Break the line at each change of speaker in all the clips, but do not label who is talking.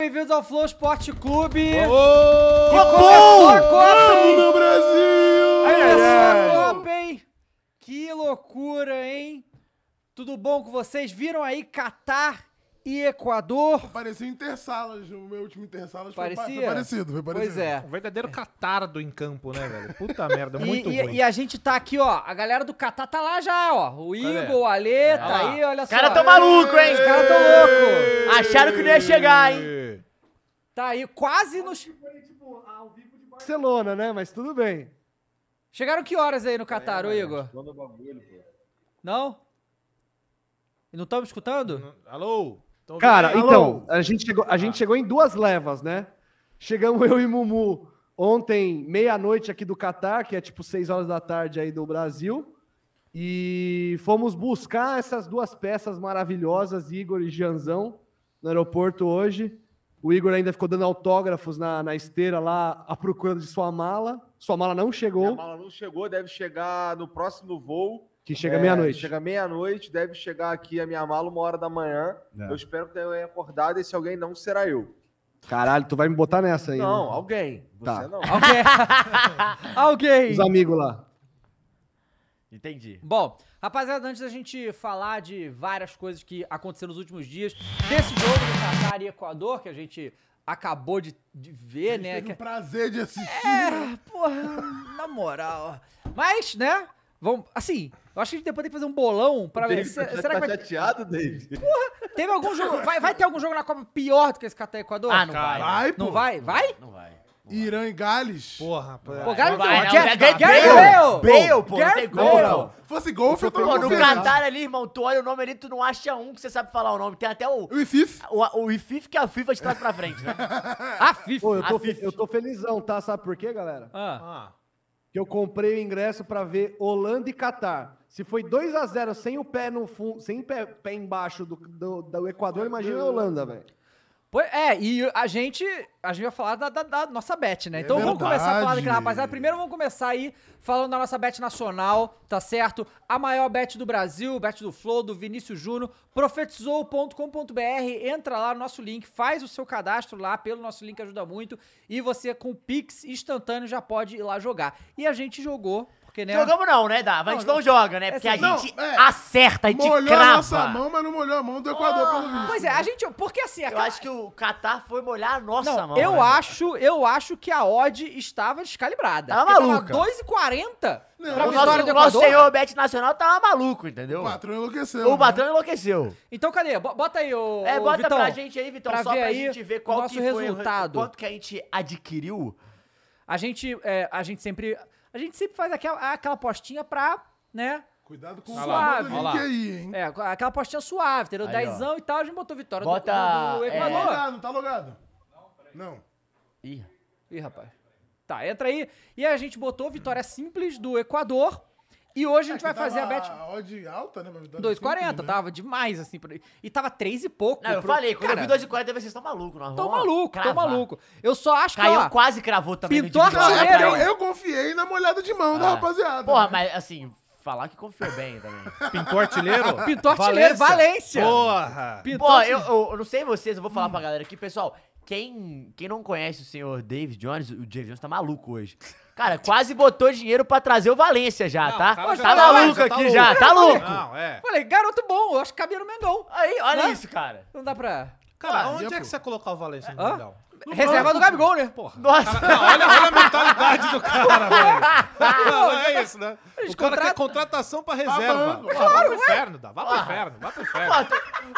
Bem-vindos ao Flow Esporte Clube. E começou a Copa, hein?
no Brasil!
Começou a Copa, hein? Que loucura, hein? Tudo bom com vocês? Viram aí Catar e Equador?
Parecia Intersalas, o meu último Intersalas foi, pa-
Parecia?
foi parecido, foi parecido.
Pois é.
Um verdadeiro catardo em campo, né, velho? Puta
É
merda,
E-
muito
e,
ruim.
e a gente tá aqui, ó. A galera do Catar tá lá já, ó. O Igor, o Alê, tá aí, olha só.
É Cara, tão maluco, hein?
Os caras tão loucos.
Acharam que não ia chegar, hein?
Tá aí, quase nos.
Barcelona, né? Mas tudo bem.
Chegaram que horas aí no Catar, ô Igor? Não? E Não estão me escutando?
Alô? Tão ouvindo
Cara,
aí?
então, a gente, chegou, a gente chegou em duas levas, né? Chegamos eu e Mumu ontem, meia-noite aqui do Catar, que é tipo seis horas da tarde aí do Brasil. E fomos buscar essas duas peças maravilhosas, Igor e Gianzão, no aeroporto hoje. O Igor ainda ficou dando autógrafos na, na esteira lá, à procura de sua mala. Sua mala não
A
chegou,
mala não chegou, deve chegar no próximo voo.
que chega
É,
meia-noite.
Chega meia-noite, deve chegar aqui a minha mala uma hora da manhã. Eu espero que tenha acordado e se alguém não, será eu.
Caralho, tu vai me botar nessa aí.
Não,
né?
alguém. Você
Tá.
não.
Alguém. Alguém.
Os amigos lá.
Entendi.
Bom, rapaziada, antes da gente falar de várias coisas que aconteceram nos últimos dias, desse jogo do Catar e Equador, que a gente acabou de, de ver,
A gente
né?
teve
Que,
o um prazer de assistir.
porra, na moral. Mas, né? Vamos, assim, eu acho que a gente depois tem que fazer um bolão pra ver.
David,
se-
tá-
será que
tá
vai,
chateado, David?
teve algum jogo, vai, vai ter algum jogo na Copa pior do que esse Catar e Equador?
Ah, não vai.
Vai,
Não
pô.
vai? Vai?
Não vai.
Irã e Gales.
Porra, pô.
Pô, Gary
Não vai,
Gary-
não. Já-
Gary-
Gary-
Gary-
Bale, pô, não tem
Gareth
como,
Bale.
não.
Se fosse golfe, eu tô
Pô, no
feliz.
Catar ali, irmão, tu olha o nome ali, tu não acha um que você sabe falar o nome. Tem até o,
O Ifif.
o, o IFIF que a FIFA te traz pra frente, né?
Ah, FIFA.
Pô, eu tô,
A Fifi.
eu tô felizão, tá? Sabe por quê, galera?
Ah.
Ah,
Que eu comprei o ingresso pra ver Holanda e Catar. Se foi 2 a 0 sem o pé no fundo, sem pé, pé embaixo do, do, do Equador, imagina a Holanda, velho.
Pois é, e a gente, a gente vai falar da, da- da nossa bet, né? Então vamos
verdade.
começar a falar daquela rapaziada. é, Primeiro vamos começar aí falando da nossa bet nacional, tá certo? A maior bet do Brasil, bet do Flow, do Vinícius Júnior, profetizou.com.br. Entra lá no nosso link, faz o seu cadastro lá pelo nosso link, ajuda muito. E você com Pix instantâneo já pode ir lá jogar. E a gente jogou, porque né?
Jogamos não, né, Dava? A gente não, joga, né? Porque a
Não,
gente
é.
acerta, a gente
Molhou a nossa
crava.
mão, mas não molhou a mão do Equador, pelo visto.
Pois é, a gente. Porque assim,
Eu acho que o Catar foi molhar a nossa
Não,
mão.
eu
né?
acho, eu acho que a odd estava descalibrada.
Tava
Porque
maluca.
Tava 2,40
Não,
pra
O
vitória
nosso,
do
o nosso
Equador.
senhor Bet Nacional tava maluco, entendeu?
O patrão enlouqueceu.
O
né?
patrão enlouqueceu.
Então cadê? Bo- Bota aí o
É, bota
Vitão,
pra gente aí, Vitão,
pra
só
ver
pra
aí
gente ver
o
qual
nosso
que foi o re-
resultado.
quanto que a gente adquiriu
A gente, é, a gente sempre, a gente sempre faz aquela, aquela apostinha pra, né?
Cuidado com o
Olha lá,
famoso
olha lá.
link aí, hein?
É, aquela apostinha suave, entendeu?
Aí, ó.
Dezão e tal, a gente botou vitória do-
Bota,
do, do
é,
Tá
Equador.
logado, tá logado. Não.
Ih,
Ih, rapaz. Tá, entra aí. E a gente botou vitória simples do Equador. E hoje a
É,
gente vai fazer a bet
A odd alta, né? pra vitória do
2,40,
Simples, né?
tava demais, assim. pra- E tava 3 e pouco.
Não, eu
pro-
falei, quando
Cara,
eu vi 2,40, vocês estão malucos. nós
Tô
vamos
maluco,
cravar.
tô maluco. Eu só acho que,
Caiu,
ó, é,
quase cravou também. no
pintou a
individual.
carreira,
é Eu,
hein?
eu confiei na molhada de mão da
Ah.
rapaziada. né?
Porra, mas assim, falar que confiou bem também.
pintou artilheiro?
pintou artilheiro, Valência.
Porra.
Pintou assim,
Pô, eu,
artilheiro.
eu, eu não sei vocês, eu vou
Hum.
falar pra galera aqui, pessoal. Quem, quem não conhece o senhor David Jones, o David Jones tá maluco hoje. Cara, quase botou dinheiro pra trazer o Valência já,
Não,
tá?
o cara já
tá
tá
maluco
louco, já tá
aqui já,
louco.
tá louco.
Não, é.
Falei, garoto bom, eu acho que cabia no Mengão.
Aí, olha
Né?
isso, cara.
Não dá pra...
Cara,
Ah,
onde
já,
é
pô.
que você ia colocar o Valência no
Hã?
Mengão?
Reserva do Gabigol, né? Porra.
Nossa,
Não, olha, olha a mentalidade do cara, velho. Não, não é isso, né?
um
O cara quer contratação pra reserva.
banco.
Pô, Vai pro inferno, dá. Vai pro inferno, vai pro
pô,
inferno.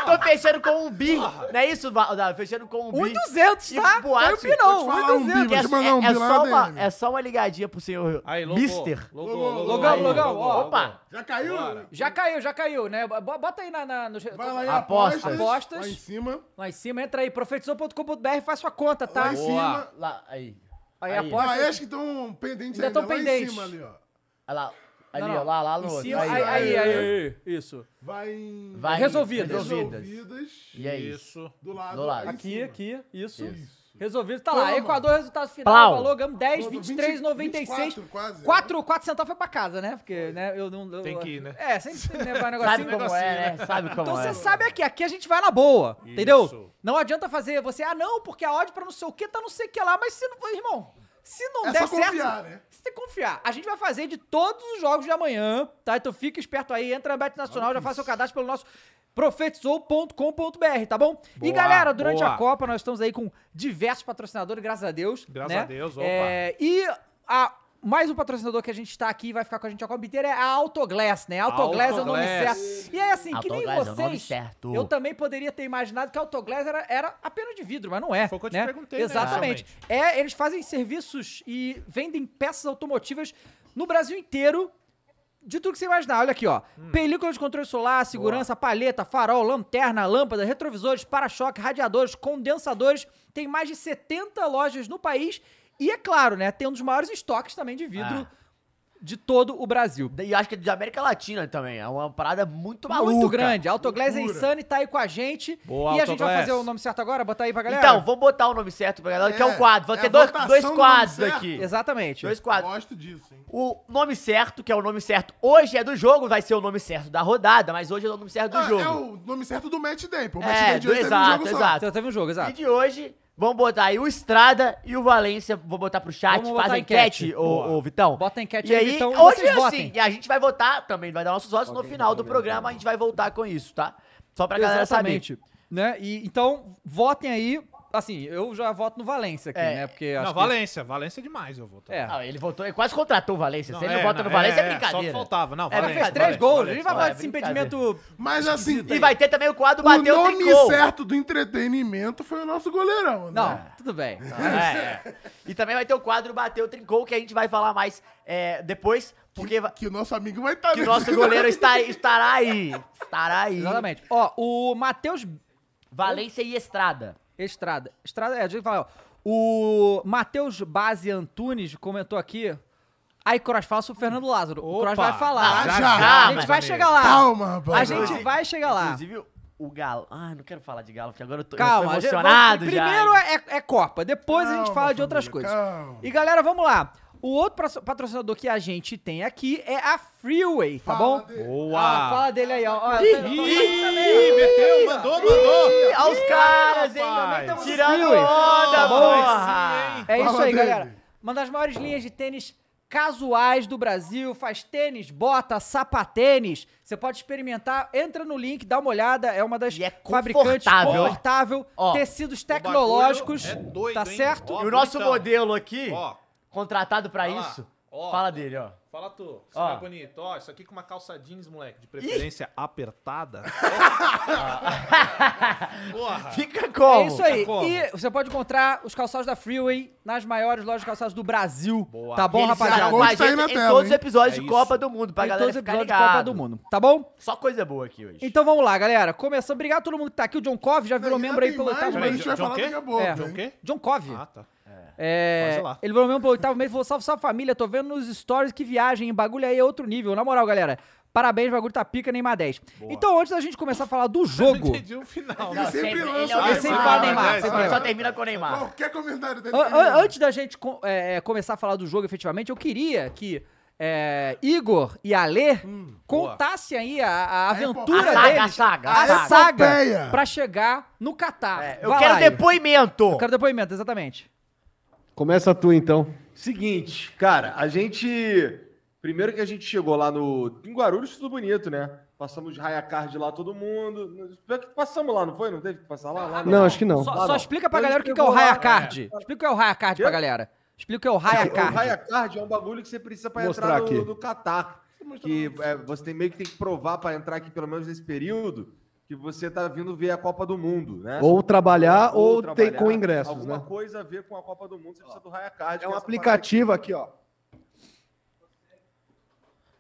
tô, tô fechando com um bi. Não é isso, Dado? Fechando com um bi.
1,200,
E
tá?
boate.
Não é o não,
Vou te falar um
1,200.
bi, vou
É,
te mandar um
é- é
bi lá
só
na
uma,
DM.
é só uma ligadinha pro senhor
Aí, logou.
Mister.
Logou,
Logou,
Logão,
Aí,
Logão, ó.
Opa!
Já caiu?
Já caiu, já caiu, né? Bo- Bota aí na, na- no...
Vai lá em
Apostas.
apostas.
Apostas.
Lá em cima.
Lá em cima, entra aí, profetizou.com.br, faz sua conta, tá?
Lá em cima.
Lá, aí.
Aí
Aí.
Ah,
aposta.
acho que estão pendentes
Ainda
ainda.
tão
né? Lá em
pendentes.
cima ali, ó.
Olha lá. Ali,
Não, não.
ó, lá, lá no
Em
outro.
cima, aí,
tá Aí,
aí, aí,
aí,
aí, Isso.
Vai em...
Vai,
Resolvidas.
Resolvidas.
Resolvidas. é
E aí?
Isso.
Do lado.
Do lado.
lá em
Aqui,
cima.
aqui, isso.
Isso.
Resolvido, tá lá.
Toma.
Equador, resultado final,
Plau.
valor, ganhamos 10,
Pronto,
23, 96.
24, quase. né?
4, 4 centavos foi pra casa, né? Porque, né, eu não... eu-
Tem que ir, né?
É, sempre tem, né, vai um
Sabe
negocinho.
como é, né? Sabe como
Então
é.
você sabe aqui, aqui a gente vai na boa, entendeu? Não adianta fazer você, ah não, porque a odd pra não sei o que tá não sei o que lá, mas se não, irmão, se não
É
der
só
certo,
confiar, né?
você tem que confiar. A gente vai fazer de todos os jogos de amanhã, tá? Então fica esperto aí, entra na Bet Nacional, já faz seu cadastro pelo nosso profetizou.com.br, tá bom? e
Boa,
galera, durante
boa.
a Copa nós estamos aí com diversos patrocinadores, graças a Deus.
Graças
né?
a Deus, opa.
É, e a- mais um patrocinador que a gente tá aqui e vai ficar com a gente a Copa inteira é a Autoglass, né? A Autoglass, é o nome
Autoglass.
certo. E é assim, que nem
Autoglass é o nome
vocês,
certo.
eu também poderia ter imaginado que a Autoglass era, era apenas de vidro, mas não é.
Foi o que eu te
né?
perguntei, né?
Exatamente. É, eles fazem serviços e vendem peças automotivas no Brasil inteiro. De tudo que você imaginar, olha aqui, ó.
Hum.
Película de controle solar, segurança, palheta, farol, lanterna, lâmpada, retrovisores, para-choque, radiadores, condensadores. Tem mais de 70 lojas no país. E é claro, né? Tem um dos maiores estoques também de vidro
Ah.
de todo o Brasil.
E acho que é da América Latina também. É uma parada muito maluca.
Muito grande. Autoglass é insane, tá aí com a gente.
Boa,
e a gente vai
Autoglass.
fazer o nome certo agora? Bota aí pra galera.
Então, vou botar o nome certo pra galera, que é um
É,
quadro. Vou
é
ter
a
dois,
votação
dois
do nome
quadros
certo.
aqui.
Exatamente.
Dois quadros.
Gosto disso, hein?
O nome certo, que é o nome certo hoje é do jogo, vai ser o nome certo da rodada, mas hoje é o nome certo do
Ah,
jogo.
É o nome certo do match day, pô. O
É,
match day de
do
hoje teve
exato,
um jogo só.
exato.
Então, teve um jogo,
E
exato.
de hoje, vamos botar aí o Estrada e o Valência. Vou botar pro chat,
Vamos
faz
botar
a
a
enquete,
enquete.
ô, ô, Vitão.
Bota a enquete
e
aí,
aí,
Vitão, e
hoje
vocês
é assim,
votem.
e a gente vai votar também, vai dar nossos votos no final do programa, a gente vai voltar com isso, tá? Só pra galera saber.
Exatamente. Né? E, então, votem aí. Assim, eu já voto no Valência aqui,
É.
né? Porque acho
Não,
que-
Valência. Valência é demais, eu vou.
É.
Ah, ele votou, ele quase contratou o Valência. Se ele não
é,
vota no Valência, é,
Só que
brincadeira.
faltava. Não,
É,
Ela fez
Valência,
três
Valência,
gols. A gente
Valência,
vai falar
Valência, É,
desse
brincadeira.
impedimento.
Mas assim,
E vai ter também o quadro
o
Bateu
nome
Tricô.
certo do entretenimento foi o nosso goleirão, né?
Não, tudo bem.
É, é. E também vai ter o quadro Bateu Trincou, que a gente vai falar mais é, depois, porque va-
Que o nosso amigo vai tá estar
que o nosso goleiro está, estará aí. Estará aí.
Exatamente. Ó, o Matheus
Valência e Estrada.
Estrada. Estrada, é, deixa eu falar. ó. O Matheus Base Antunes comentou aqui. Aí, Cross fala sobre o Fernando Lázaro. o Cross
Opa.
vai falar.
Não, já,
já,
a gente
mas,
vai
amigo.
chegar lá.
Calma, rapaz.
A gente vai chegar lá.
Inclusive, o Galo. Ah, não quero falar de Galo, porque agora eu tô, eu
Calma,
tô
a gente-
emocionado
vamos-
já.
Primeiro é, é Copa, depois a gente
Calma,
fala de outras
família,
coisas.
calma.
E galera, vamos lá. O outro pra- patrocinador que a gente tem aqui é a Freeway, tá bom? Ah,
Boa.
fala dele aí, ó. um ó
Ih, Ih, meteu, mandou, mandou.
Ih, olha os caras, hein?
rapaz.
Também tamo Tirando
Freeway.
onda,
Tá bom?
porra!
É isso
Fala
aí,
dele.
galera. Uma das maiores linhas de tênis casuais do Brasil. Faz tênis, bota, sapatênis. Você pode experimentar. Entra no link, dá uma olhada. É uma das
E é
fabricantes
confortável, hein?
confortável,
Ó,
tecidos
bagulho
tecnológicos.
é doido,
tá
hein?
certo?
Ó,
E o nosso
bonitão.
modelo aqui,
Ó,
contratado pra
Olha lá.
isso,
Ó.
fala dele, ó.
Fala tu, você
Ó.
tá bonito. Ó, isso aqui com uma calça jeans, moleque, de preferência apertada. Porra.
Fica como?
É isso aí.
Como?
E você pode encontrar os calçados da Freeway nas maiores lojas de calçados do Brasil.
Boa.
Tá bom,
Eles
rapaziada?
estão com a
Tá aí na
gente em
tela,
todos os
hein?
episódios
É
de
isso.
Copa do Mundo, pra
Em
galera
todos os
ficar
episódios de
ligado.
Copa do Mundo, tá bom?
Só coisa boa aqui hoje.
Então vamos lá, galera. Começando, obrigado a todo mundo que tá aqui. O John Cove já virou
Ainda
membro aí
tem
pelo
mais,
oitavo
mas A
mês.
gente vai
John
falar
quê?
daqui a pouco.
É.
John quê?
John Cove.
Ah, tá.
É,
Faz lá.
ele virou mesmo pelo oitavo mês e falou: salve, salve família, tô vendo nos stories que viagem, bagulho aí é outro nível. Na moral, galera, parabéns, bagulho tá pica, Neymar 10. Então, antes da gente começar a falar do jogo,
Entendi o um final.
Ele sempre lança
ele é o
Neymar.
Neymar,
Sempre fala Neymar,
né?
sempre
Só-
Neymar.
Só termina com o Neymar.
Qualquer comentário dele.
An- an- Antes da gente co- é, é, começar a falar do jogo efetivamente, eu queria que é, Igor e Alê contassem aí a, a aventura
A saga,
deles,
a saga,
a
a
saga,
epopeia.
pra chegar no Catar.
É, Eu
Vai
quero
lá, Igor.
depoimento.
Eu quero depoimento, exatamente.
Começa tu, então.
Seguinte, cara, a gente. Primeiro que a gente chegou lá no. Em Guarulhos, tudo bonito, né? Passamos de raia card lá todo mundo. Pior que Passamos lá, não foi? Não teve que passar lá? lá
Não, acho que não.
Só,
Lá
só
Ah, não.
explica pra
Então
galera o
a
que,
gente
que é o
pegou lá,
Raya Card. Explica o que é o Raya Card pra
Quê?
galera. Explica o que é o Raya
O
Card.
raia card é um bagulho que você precisa pra
Vou
entrar
mostrar
no,
aqui.
no Catar. Que é, você tem meio que tem que provar pra entrar aqui, pelo menos nesse período, que você tá vindo ver a Copa do Mundo, né?
Ou trabalhar ou, ter
trabalhar,
com ingressos,
alguma
né?
coisa a ver com a Copa do Mundo, você precisa do raia card.
É um
que essa
aplicativo aqui, ó.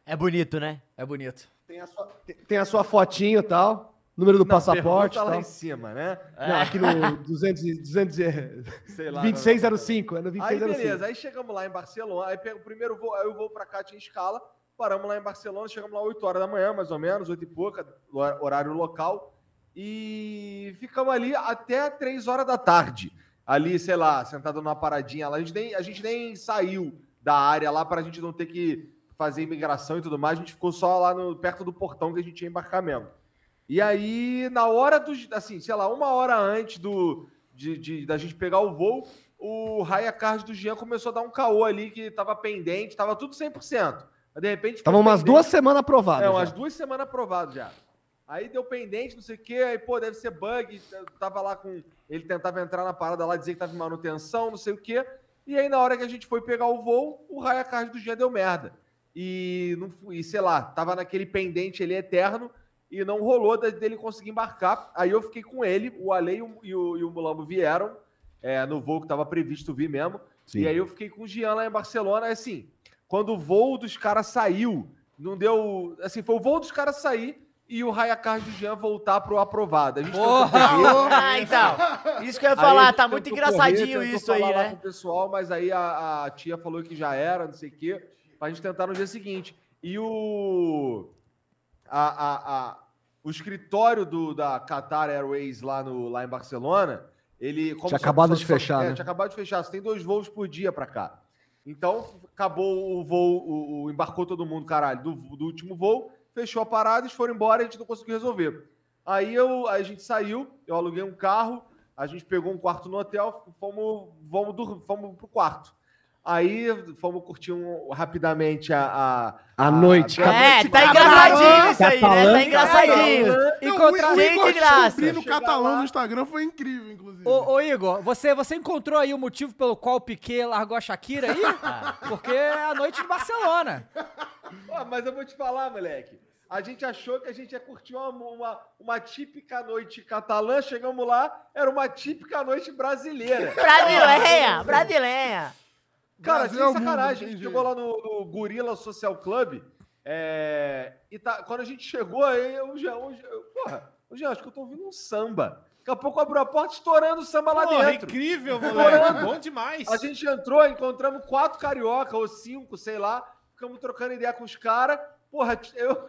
É bonito, né?
É bonito.
Tem a sua, tem- tem a sua fotinho e tal, número do
parada aqui-
passaporte e
Pergunta lá
tal.
em cima, né?
Não, aqui no 200, e- 200 e-
Sei lá.
2605, é no
Aí
2605.
beleza, aí chegamos lá em Barcelona, aí pega o primeiro voo, aí eu vou pra cá, tinha escala, paramos lá em Barcelona, chegamos lá 8 horas da manhã, mais ou menos, 8 e pouca, hor- horário local, e ficamos ali até 3 horas da tarde, ali, sei lá, sentado numa paradinha lá, a gente nem, a gente nem saiu da área lá pra gente não ter que fazer imigração e tudo mais, a gente ficou só lá no, perto do portão que a gente ia embarcar mesmo. E aí, na hora dos, assim, sei lá, uma hora antes do, de, de- da gente pegar o voo, o Raya Card do Jean começou a dar um caô ali que tava pendente, tava tudo 100%. Mas de repente.
Tava
ficou
umas
pendente.
duas semanas aprovadas.
É,
já.
umas duas semanas aprovado já. Aí deu pendente, não sei o quê, aí, pô, deve ser bug. t- Tava lá com. Ele tentava entrar na parada lá, dizer que tava em manutenção, não sei o quê. E aí, na hora que a gente foi pegar o voo, o raio a card do dia deu merda. E, não, fu- e sei lá, tava naquele pendente ali eterno e não rolou da- dele conseguir embarcar. Aí eu fiquei com ele, o Ale e o, e o, e o Mulambo vieram é, no voo que tava previsto vir mesmo.
Sim.
E aí eu fiquei com o Jean lá em Barcelona, assim, quando o voo dos caras saiu, não deu. Assim, foi o voo dos caras sair e o Raya Card do Jean voltar pro aprovado. A gente
Porra!
tentou correr,
Ah, então. Isso que eu ia
aí a
falar,
gente
tá muito
tentou correr,
engraçadinho
tentou
isso aí,
falar lá com
né?
o pessoal, mas aí a, a tia falou que já era, não sei o quê, pra gente tentar no dia seguinte. E o. a- a- a- o escritório do, da Qatar Airways lá, no, lá em Barcelona, ele. como
Tinha
só-
acabado
só-
de
só-
fechar,
é,
né?
Tinha acabado de fechar, você tem dois voos por dia pra cá. Então, acabou o voo, o, o- embarcou todo mundo, caralho, do, do último voo, fechou a parada, eles foram embora e a gente não conseguiu resolver. Aí eu, aí a gente saiu, eu aluguei um carro, a gente pegou um quarto no hotel, fomos, fomos, dur- fomos pro quarto. Aí fomos curtir um- rapidamente a. a
À noite,
a-
É, tá
Catalã,
engraçadinho isso aí, né?
catalã.
Tá engraçadinho.
Encontrar
gente de graça.
no
Chegar
catalão
lá-
no Instagram foi incrível, inclusive.
Ô, ô, Igor, você, você encontrou aí o motivo pelo qual o Piquet largou a Shakira aí? Porque é a noite de Barcelona.
Ó, mas eu vou te falar, moleque. A gente achou que a gente ia curtir uma, uma, uma típica noite catalã, chegamos lá, era uma típica noite brasileira.
Brasileira, brasileira.
Cara,
Brasil
sem
é o mundo,
sacanagem.
não
a gente
tem
chegou lá no, no Gorila Social Club. é, e tá- quando a gente chegou, aí eu já. eu já- eu- porra, eu já acho que eu tô ouvindo um samba. Daqui a pouco abriu a porta estourando o samba tá lá
Porra,
dentro.
incrível,
né?
moleque. Bom demais.
A gente entrou, encontramos quatro carioca ou cinco, sei lá. Ficamos trocando ideia com os caras. Porra, t- eu,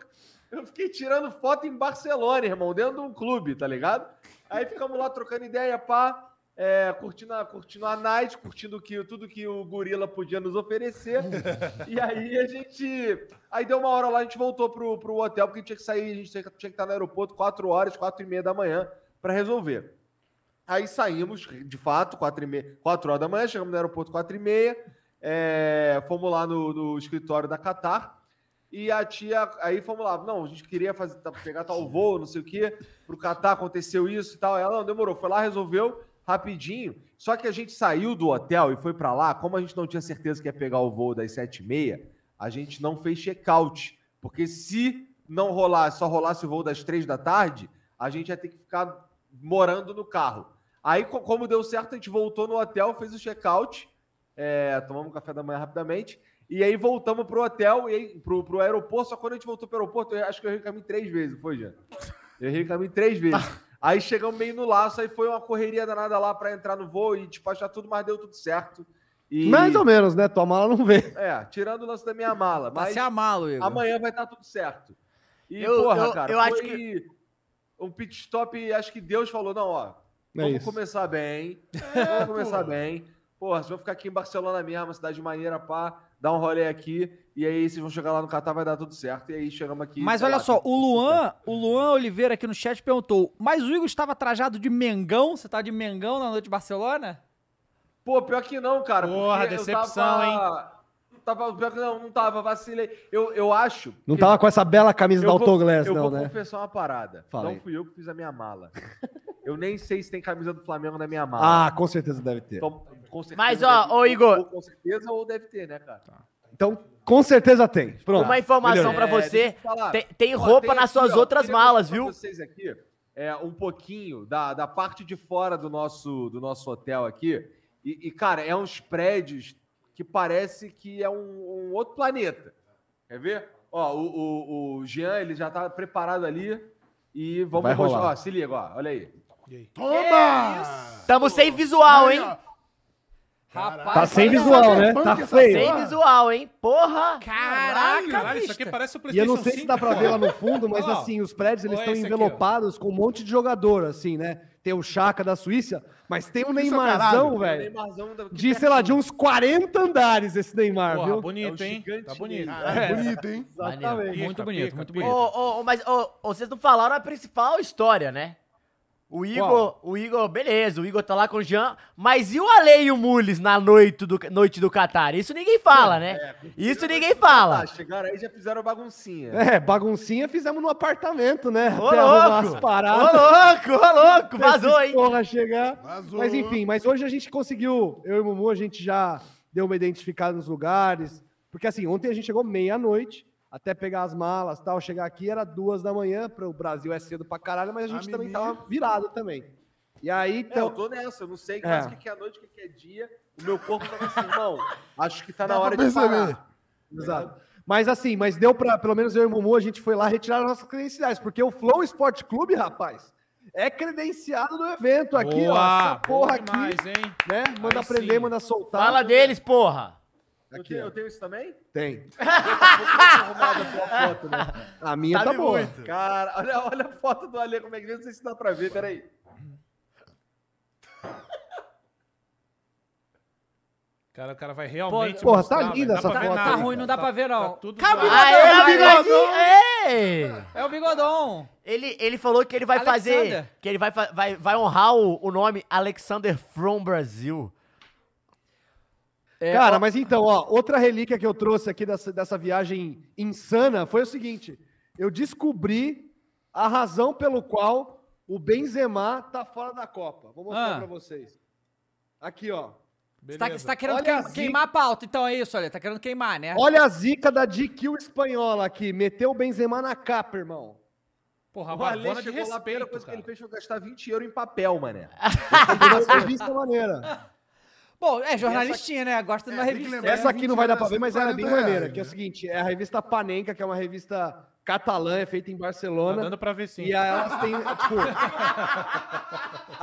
eu fiquei tirando foto em Barcelona, irmão, dentro de um clube, tá ligado? Aí ficamos lá trocando ideia, pá, é, curtindo, a, curtindo a night, curtindo o que, tudo que o gorila podia nos oferecer. e aí a gente. Aí deu uma hora lá, a gente voltou pro, pro hotel, porque tinha que sair, a gente tinha que tinha que estar no aeroporto quatro horas, quatro e meia da manhã, pra resolver. Aí saímos, de fato, 4, e meia, 4 horas da manhã, chegamos no aeroporto 4 e meia, é, fomos lá no, no escritório da Qatar, e a tia, aí fomos lá, não, a gente queria fazer, tá- pegar tal voo, não sei o quê, pro Qatar, aconteceu isso e tal, ela não, demorou, foi lá, resolveu, rapidinho, só que a gente saiu do hotel e foi pra lá, como a gente não tinha certeza que ia pegar o voo das 7 e meia, a gente não fez check-out, porque se não rolasse, só rolasse o voo das 3 da tarde, a gente ia ter que ficar morando no carro. Aí, co- como deu certo, a gente voltou no hotel, fez o check-out, é, tomamos um café da manhã rapidamente, e aí voltamos pro hotel, e aí, pro, pro aeroporto, só quando a gente voltou pro aeroporto, eu acho que eu errei o caminho três vezes, não foi, Jean? Eu errei o caminho três vezes. Aí chegamos meio no laço, aí foi uma correria danada lá pra entrar no voo e despachar tudo, mas deu tudo certo. E,
Mais ou menos, né? Tua mala não vê.
É, tirando o lance da minha mala,
Vai
mas
se amá-lo, Igor.
amanhã vai estar tudo certo. E,
Eu-
porra,
eu-
cara,
eu acho
foi um pit stop, acho que Deus falou, não, ó,
É
Vamos
isso.
começar bem. vamos começar bem. Porra, vocês vão ficar aqui em Barcelona mesmo, uma cidade maneira, pá, dar um rolê aqui. E aí vocês vão chegar lá no Catar, vai dar tudo certo. E aí chegamos aqui.
Mas
sei
olha
tá lá,
só,
tem-
o Luan, o Luan Oliveira aqui no chat perguntou: Mas o Igor estava trajado de Mengão? Você tá de Mengão na noite de Barcelona?
Pô, pior que não, cara.
Porra,
porque eu
decepção,
tava... tava, pior que não, não tava, vacilei. Eu, eu acho.
Não tava com essa bela camisa da
Eu vou-
Autoglass,
eu
não,
vou
né?
confessar uma parada.
Fala aí.
Não fui eu que fiz a minha mala. eu nem sei se tem camisa do Flamengo na minha mala.
Ah, com certeza deve ter.
Então, com certeza
Mas, ó,
deve-
ô, Igor.
ou Com certeza ou deve ter, né, cara?
Então, com certeza tem. Pronto.
Uma informação
Beleza.
pra
É, deixa eu
você.
te falar.
Tem, tem
Ó,
roupa
tem
nas
aqui,
suas
ó,
outras
queria
malas,
mostrar pra
viu?
vocês aqui é, um pouquinho da, da parte de fora do nosso, do nosso hotel aqui. E, e, cara, é uns prédios que parece que é um, um outro planeta. Quer ver? Ó, o, o, o Jean, ele já tá preparado ali. E vamos
Vai
mostrar-
rolar.
Ó, se liga, ó, olha aí.
Toma!
Tamo sem visual, é hein?
Rapaz,
Tá sem
olha-
visual, né?
Cyberpunk
Tá
essa
Sem
feio.
porra.
visual, hein? Porra!
Caraca,
Caralho, isso aqui
bicho.
parece
E
o
eu
PlayStation
não sei se dá
5,
pra ver
cara.
lá no fundo, mas
Olha lá, ó.
assim, os prédios eles
Olha
estão
esse aqui,
envelopados com um monte de jogador, assim, né? Tem o Chaka da Suíça, mas tem um Neymarzão, velho.
Neymarzão da-
De, sei lá, de uns 40 andares esse Neymar,
Porra,
viu? É um
bonito, hein?
gigante
Tá bonito.
Caralho, É bonito, hein?
Maneiro.
Pica,
Muito bonito,
pica,
muito
pica.
Ô, ô, ô, mas ô, ô, vocês não falaram a principal história, né? O Igor, o Igor, beleza, o Igor tá lá com o Jean, mas e o Ale e o Mules na noite do, noite do Qatar? Isso ninguém fala, né? Isso ninguém fala.
Ah, chegaram aí e já fizeram baguncinha.
É, baguncinha fizemos no apartamento, né?
Ô,
Até arrumar as
louco!
paradas.
Ô, louco, ô, louco!
pra esses
Vazou, hein?
Porra chegar.
Vazou.
Mas enfim, mas hoje a gente conseguiu, eu e o Mumu, a gente já deu uma identificada nos lugares, porque assim, ontem a gente chegou meia-noite, até pegar as malas tal, chegar aqui era duas da manhã, para o Brasil é cedo pra caralho, mas a gente
Ah,
também
menino.
tava virado também. E aí,
É, eu
então,
tô nessa, eu não sei mais o que que é noite, o que que é dia. O meu corpo tava assim, irmão, acho que tá
Dá
na
pra
hora de
perceber.
parar.
exato. Mas assim, mas deu pra, pelo menos eu e o Mumu, a gente foi lá retirar as nossas credenciais, porque o Flow Esporte Clube, rapaz, é credenciado no evento aqui, ó, essa porra
boa
aqui,
demais, hein?
né? Manda
Aí sim.
prender, manda soltar.
Fala deles, porra!
Eu,
Aqui,
tenho,
ó.
eu tenho isso também?
Tem.
Arrumada a tua foto, né?
A minha tá,
Sabe
boa.
muito.
Cara, olha, olha a foto do Ale, como é que não sei se dá pra ver, peraí.
Cara, o cara vai realmente.
Porra,
mostrar,
tá
velho.
linda
Dá
essa
pra ver
foto
nada.
Tá
aí.
ruim, não dá pra ver,
Tá
não.
tudo zoado.
Aê,
é o bigodão.
bigodinho! Ei!
É o bigodão.
Ele, ele falou que ele vai
Alexander.
fazer. Que ele vai, fa- vai, vai honrar o, o nome Alexander from Brasil.
Cara, mas então, ó, outra relíquia que eu trouxe aqui dessa, dessa viagem insana foi o seguinte: eu descobri a razão pelo qual o Benzema tá fora da Copa. Vou mostrar
Ah.
pra vocês. Aqui, ó.
Você tá,
Beleza.
você tá querendo
Olha
queim-
a zica.
queimar a pauta, então é isso, olha. Tá querendo queimar, né?
Olha a zica da DQ espanhola aqui. Meteu o Benzema na capa, irmão.
Porra, a
O Ale
barbona de
chegou lá, a primeira
respeito,
coisa que
cara.
ele fez foi gastar 20 euros em papel, mané.
Uma revista maneira.
Bom, é jornalistinha, né? Gosta de uma
É, tem que
revista.
lembrar-
Essa aqui não vai dar pra ver, mas era bem
40 reais,
maneira. Que é o
né?
seguinte: é a revista Panenka, que é uma revista catalã, é feita em
Tá
Barcelona.
dando pra ver sim.
E aí elas têm, tipo,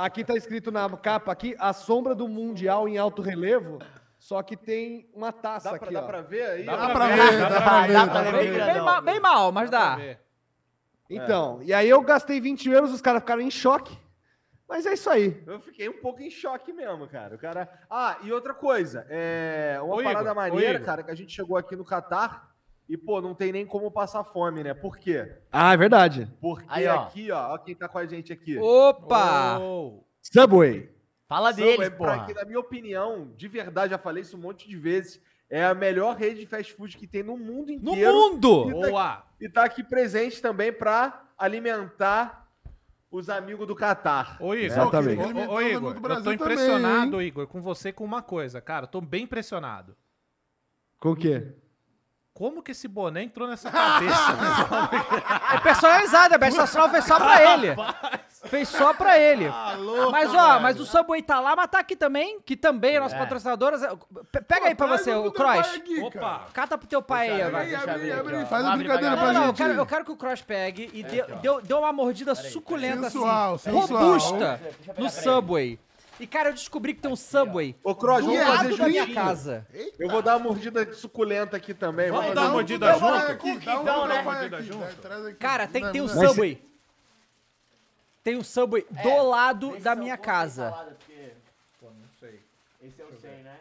aqui tá escrito na capa aqui, a sombra do mundial em alto relevo, só que tem uma taça
Dá pra,
aqui,
dá
ó.
pra é. ver aí?
Dá
ó?
Dá
pra
pra
ver,
ver, dá
dá pra
pra
ver,
ver.
dá
dá
pra
pra
ver.
ver.
Bem,
Grandão.
bem ma- bem mal, mas
Dá pra
dá.
Ah,
ver.
Então, e aí eu gastei 20 euros, os caras ficaram em choque. Mas é isso aí.
Eu fiquei um pouco em choque mesmo, cara. O cara. Ah, e outra coisa, é uma
Ô,
parada
Igor, ô,
maneira,
Igor.
cara, que a gente chegou aqui no Catar e, pô, não tem nem como passar fome, né? Por quê?
Ah, é verdade.
Porque
Aí, ó.
aqui, ó, ó, quem tá com a gente aqui.
Opa!
Oh.
Subway.
Fala
Samba
deles,
é pra
porra.
que, na minha opinião, de verdade, já falei isso um monte de vezes. É a melhor rede de fast food que tem no mundo
No
inteiro.
mundo!
Boa!
E tá aqui presente também pra alimentar os amigos do Catar.
Ô, Igor,
Exatamente.
ô,
Ele
ô,
meteu o
ô,
Manu do
Igor eu tô
Brasil também,
impressionado, Igor, com você com uma coisa, cara. eu Tô bem impressionado.
Com o quê?
Como que esse boné entrou nessa cabeça?
É personalizado, a Best Nacional fez só pra ele. Fez só pra ele. Mas ó, mas o Subway tá lá, mas tá aqui também, que também é nossa
É.
patrocinadora. Pe- Pega aí pra você, o Cross.
Opa!
Cata pro teu pai aí,
Abre,
agora.
aí,
Deixa eu
abre,
abrir
abre,
aqui, ó.
faz uma
Abre
brincadeira
Não,
pra
devagar.
não, eu
gente.
quero, eu quero que o Cross pegue e dê, deu, deu uma mordida suculenta
Sensual,
assim,
sensual.
robusta, no Subway. E cara, eu descobri que tem um Subway
Ô, Cross,
Do
vamos
lado
fazer
do da minha
juntinho.
casa.
Eu vou dar uma mordida suculenta aqui também.
Vamos
Vamos
dar
fazer
uma
um-
mordida
Dá um
junto?
aqui, dá um
Então, né?
trabalho
Mordida
aqui,
junto.
tá, traz aqui.
Cara, tem que ter um
Mas
Subway. Tem um Subway do lado da minha casa.
Esse eu sei, né?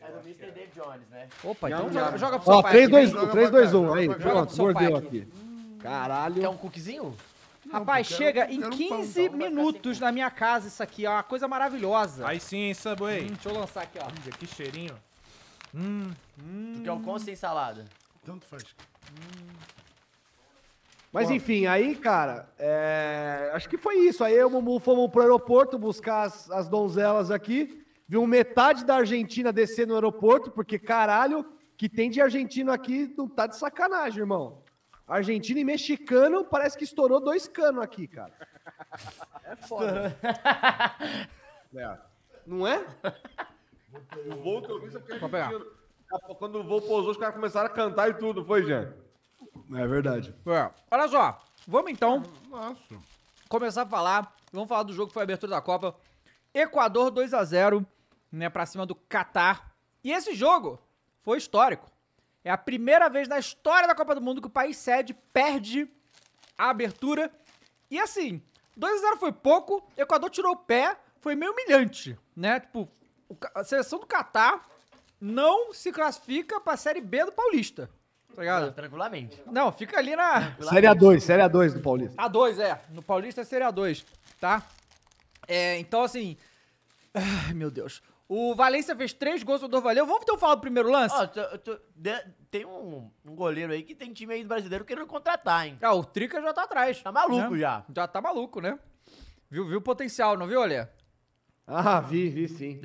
É do Mr. Dave Jones, né?
Opa,
Nham,
então joga,
nham.
joga pro seu
Ó, um,
pai.
3,
aqui, vem.
2, 3, 2, 1. Aí,
Joga
pro
pronto,
seu pai
mordeu
aqui.
aqui. Caralho.
Quer um cookiezinho?
Rapaz,
Não,
chega
quero-
em
quero um
15
pão,
minutos na minha casa isso aqui, ó. Uma coisa maravilhosa.
Aí sim, hein, Subway?
Deixa eu lançar aqui, ó.
Olha, Que cheirinho.
Tu
Hum.
quer um com ou sem salada?
Tanto faz.
Mas enfim, aí, cara, é, acho que foi isso. Aí eu e o Mumu fomos pro aeroporto buscar as, as donzelas aqui. Viu metade da Argentina descer no aeroporto, porque caralho, que tem de argentino aqui não tá de sacanagem, irmão. Argentino e mexicano parece que estourou dois canos aqui, cara. Não é?
O voo que eu vi, você fica repetindo. Quando o voo pousou, os caras começaram a cantar e tudo, foi, Jean?
É verdade.
É. Olha só, vamos então
Nossa.
começar a falar. Vamos falar do jogo que foi a abertura da Copa. Equador 2 a 0 né, pra cima do Catar. E esse jogo foi histórico. É a primeira vez na história da Copa do Mundo que o país sede perde a abertura. E assim, 2 a 0 foi pouco, Equador tirou o pé, foi meio humilhante, né? Tipo, o Ca- a seleção do Catar não se classifica pra Série B do Paulista. Tá
Não,
ligado?
tranquilamente.
Não, fica ali na,
Série A2, Série A2 do Paulista.
a2, é. No Paulista seria A2, tá? É, então, assim. Ai, meu Deus. O Valência fez três gols, o Dor valeu. Vamos então falar do primeiro lance?
Ó, tu- tu- de- tem um, um goleiro aí que tem time aí do brasileiro querendo contratar, hein?
Ah, o Trica já tá atrás.
Tá maluco já.
Já tá maluco, né? Viu, viu o potencial, não viu, Olha?
Ah, vi, vi sim.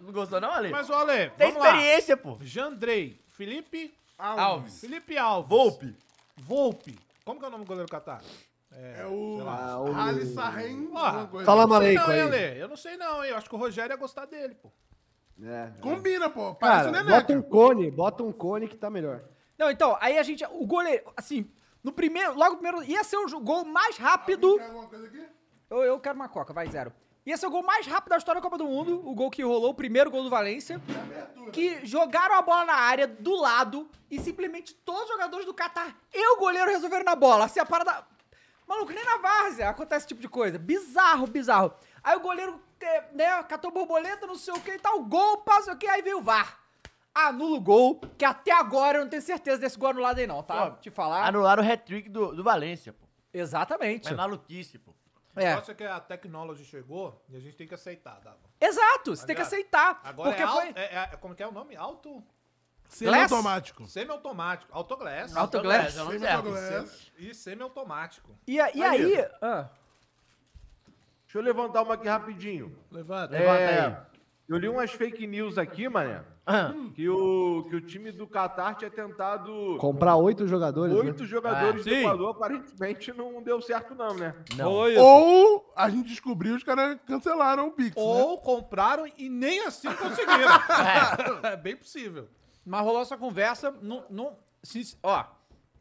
Não gostou não, Ale?
Mas, olha,
tem
vamos lá.
experiência, pô.
Jandrei, Felipe Alves.
Alves.
Felipe Alves. Volpe. Volpe. Como que é o nome do goleiro do Catar?
É o.
Ah, o-
Ali Sarren.
Ó,
alguma coisa.
Fala
Não sei
maleico
não, hein,
aí.
Ale? Eu não sei não, hein? Eu acho que o Rogério ia gostar dele, pô.
É.
assim. Combina, pô. Parece
Cara,
o
bota um
Neneca.
cone, bota um cone que tá melhor.
Não, então, aí a gente. O goleiro, assim, no primeiro. Logo no primeiro. Ia ser o jo- gol mais rápido.
Quer alguma coisa aqui?
Eu, eu quero uma coca, vai zero. Ia ser o gol mais rápido da história da Copa do Mundo. O gol que rolou, o primeiro gol do Valência. Que jogaram a bola na área do lado e simplesmente todos os jogadores do Catar e o goleiro resolveram na bola. Assim, a parada. Maluco, nem na várzea acontece esse tipo de coisa. Bizarro, bizarro. Aí o goleiro, é, né, catou borboleta, não sei o que e tal. Gol, passa o que, aí veio o VAR. Anula o gol, que até agora eu não tenho certeza desse gol anulado aí não, tá?
Pô,
Te falar.
Anularam o hat-trick do, do Valência, pô.
Exatamente.
É maluquice, pô.
Eu
É.
acho que a Technology chegou e a gente tem que aceitar, Dava.
Exato, você tem que
Aliás,
aceitar.
Agora
porque
é, al-
foi...
é- é- é- Como que é o nome? Auto...
Sendo
Glass?
automático.
Semi-automático. Autoglass.
Autoglass.
É o nome
Sendo
certo.
autoglass.
E semi-automático.
E, a- e aí. Ah,
Deixa eu levantar uma aqui rapidinho.
Levanta.
Levanta aí.
É, eu li umas fake news aqui, mané,
Ah,
Hum.
que o, que o time do Qatar tinha tentado
Comprar oito jogadores. né?
oito jogadores
Ah,
do Equador, aparentemente não deu certo não, né?
não.
Ou a gente descobriu os caras cancelaram o Pix, né?
Ou compraram e nem assim conseguiram. é. bem possível.
mas rolou essa conversa. Não, não, sin- ó,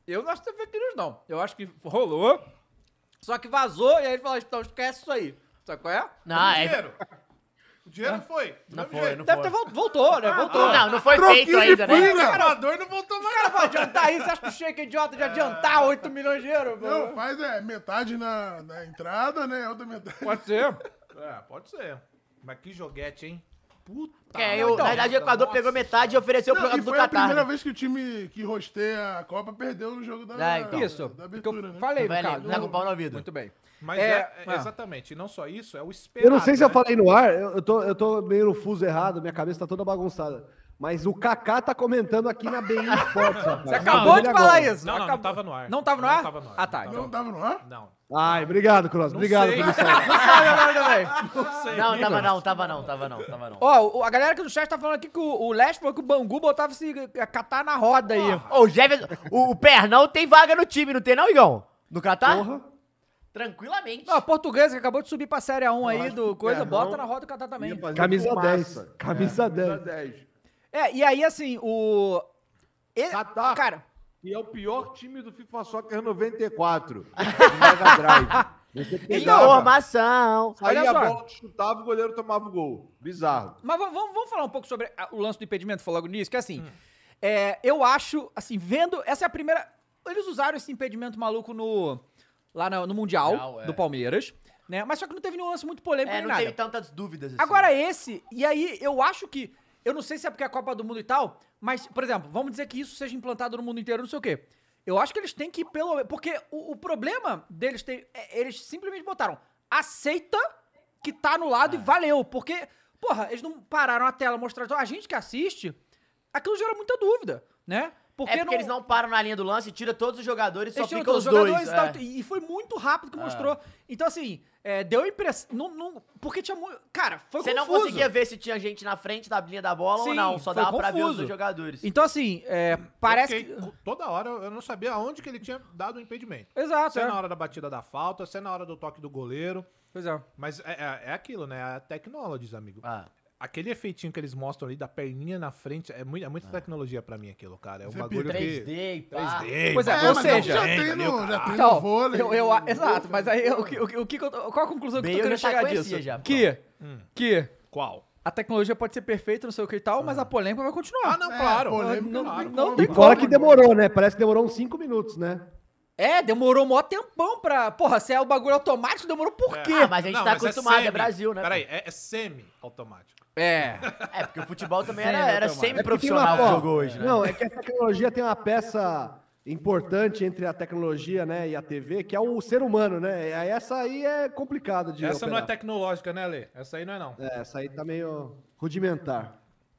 eu não acho que teve fake news, não. Eu acho que rolou. Só que vazou e aí ele falou: então esquece isso aí. Sabe qual é?
Não,
o
é-
Hum.
dinheiro. Ah, O
Ah.
dinheiro foi. Do
não
mesmo
foi,
jeito.
não
Deve ter
foi.
vol- voltou, né? Voltou.
Não, não foi feito
Troquinho de
ainda, né?
pinga.
O jogador não voltou mais.
Cara, vai adiantar isso? Você acha que o Sheik é idiota de adiantar 8 milhões de euros?
Não,
mano?
faz é, metade na, na entrada, né? Outra metade.
Pode ser.
É, pode ser. Mas que joguete, hein? Puta.
É, eu, na verdade, o Equador pegou metade e ofereceu pro
Ah, então. Não, e
jogador do
foi a
Catar.
primeira
né?
vez que o time que rosteia a Copa perdeu no jogo da,
Ah, então.
isso,
Isso.
da
que
abertura,
eu
né?
falei,
Vai ali,
cara.
não é com o pau no ouvido.
Muito bem.
Mas
É,
é,
ah.
é exatamente, e não só isso, é o esperado.
Eu não sei se eu
né?
falei no ar, eu eu tô, eu tô meio no fuso errado, minha cabeça tá toda bagunçada. Mas o Kaká tá comentando aqui na BI Sports, rapaz.
Você acabou de falar isso.
Não, não, não
Acabou.
tava no ar.
Não tava no
Não
ar?
tava no ar.
Ah, tá.
Não
Então.
tava no ar?
Não.
Ai, obrigado, Cross. Obrigado
sei.
por isso aí.
Não sei.
Não, tava não, tava não, tava não, tava não.
Ó, o- a galera aqui no chat tá falando aqui que o, o Leste falou que o Bangu botava esse é, catar na roda aí.
Ô, o Jefferson, o, o Pernão tem vaga no time, não tem não, Igão? No Catar?
Porra.
Tranquilamente.
Não, a portuguesa que acabou de subir pra Série 1 aí do coisa,
Pernão
bota na roda do Catar também.
Ia fazer
Camisa
fumaça.
10. Camisa 10.
Camisa 10.
É, e aí assim, o. ele-
Catar.
Cara,
E é o pior time do FIFA Soccer 94. do Mega Drive. Você pegava,
Informação.
saía
Olha
a
só.
bola, chutava, o goleiro tomava o gol. Bizarro.
mas vamos, vamos- vamos falar um pouco sobre a- o lance do impedimento, falar logo nisso, que assim,
Hum.
é, eu acho, assim, vendo, essa é a primeira. Eles usaram esse impedimento maluco no. Lá no, no Mundial
Mundial, é.
do Palmeiras, né? Mas só que não teve nenhum lance muito polêmico
É,
nem
não
nada.
teve tantas dúvidas assim.
Agora esse, e aí eu acho que. Eu não sei se é porque é a Copa do Mundo e tal, mas, por exemplo, vamos dizer que isso seja implantado no mundo inteiro, não sei o quê. Eu acho que eles têm que ir pelo. Porque o, o problema deles tem. é- eles simplesmente botaram. Aceita que
É.
então, tá no lado e valeu. Porque, porra, eles não pararam a tela mostrando. A gente que assiste. aquilo gera muita dúvida, né?
é porque eles não param na linha do lance, tira todos os jogadores, só
eles tiram
fica os
todos
dois.
jogadores tá, e tal,
é.
E foi muito rápido que mostrou. Então, assim, é, deu impressão. Não, não- porque tinha muito. Cara, foi
Você não
confuso.
conseguia ver se tinha gente na frente da linha da bola ou
Sim,
não, só
foi
dava pra ver os
confuso.
dois jogadores.
Então, assim, é, parece
Eu fiquei
que.
co- Toda hora eu não sabia aonde que ele tinha dado o impedimento.
Exato,
Se é na
é.
hora da batida da falta, se é na hora do toque do goleiro.
Pois é.
Mas é, é- é aquilo, né? É technologies, amigo.
Ah,
Aquele efeitinho que eles mostram ali da perninha na frente, é, muito, é muita tecnologia pra mim aquilo, cara. É um
Você
bagulho que...
3D e pá.
3D.
Pois é,
vai,
ou
vai,
seja-
não,
já
gente,
tem
ali o
no, já tem no
Então,
vôlei.
eu, eu,
no-
exato, mas aí o que, o que, o que que eu tô- qual a conclusão que eu
Bem,
tô
eu
querendo
já
chegar
conhecia
disso?
já,
que, que
Hum. Qual?
a tecnologia pode ser perfeita, não sei o que e tal, mas a polêmica vai continuar.
Ah, não,
É,
claro.
polêmica,
Não,
claro.
não
E
tem
fora
como.
que demorou, né? Parece que demorou uns 5 minutos, né?
É, demorou mó tempão pra. Porra, se é o bagulho automático, demorou por quê?
Ah, mas a gente tá
mas
acostumado, é,
semi.
Brasil, né?
Peraí, é, é semi-automático.
É.
É, porque o futebol também era, era
porque É tem uma-
semi-profissional o
ó,
jogo hoje, né?
Não, é que a tecnologia tem uma peça importante entre a tecnologia né, e a TV, que é o ser humano, né? E aí Essa aí é complicada de
Essa não é
operar.
tecnológica, né, Lê? Essa aí não é não.
É, essa aí tá meio rudimentar.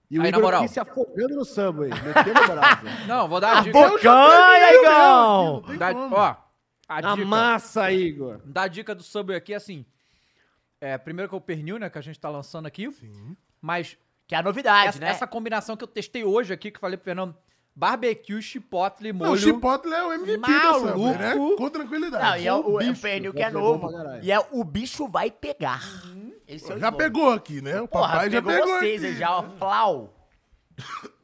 E o
Aí, na
Igor
moral.
aqui se afogando no Subway, metendo o braço.
Não, vou dar a dica.
Então,
Bocanha, Igão!
Dá- ó, a dica.
Amassa, Igor.
Dá a dica do Subway aqui, assim. É, primeiro que é o pernil, né, que a gente tá lançando aqui. Sim. Mas
Que é a novidade,
essa,
né?
essa combinação que eu testei hoje aqui, que eu falei pro Fernando, barbecue, chipotle,
Não, o
molho.
Chipotle é o MVP da Summer, né?
Maluco.
Com
Não,
tranquilidade.
e é o, é o
bicho,
pernil que
já
é
pegou
novo.
pra caralho.
E é o bicho vai pegar.
Uhum.
Esse é o
Já
slogan.
pegou aqui, né? O
Porra,
papai já
pegou,
pegou
vocês
aqui.
aí já, ó. Plau.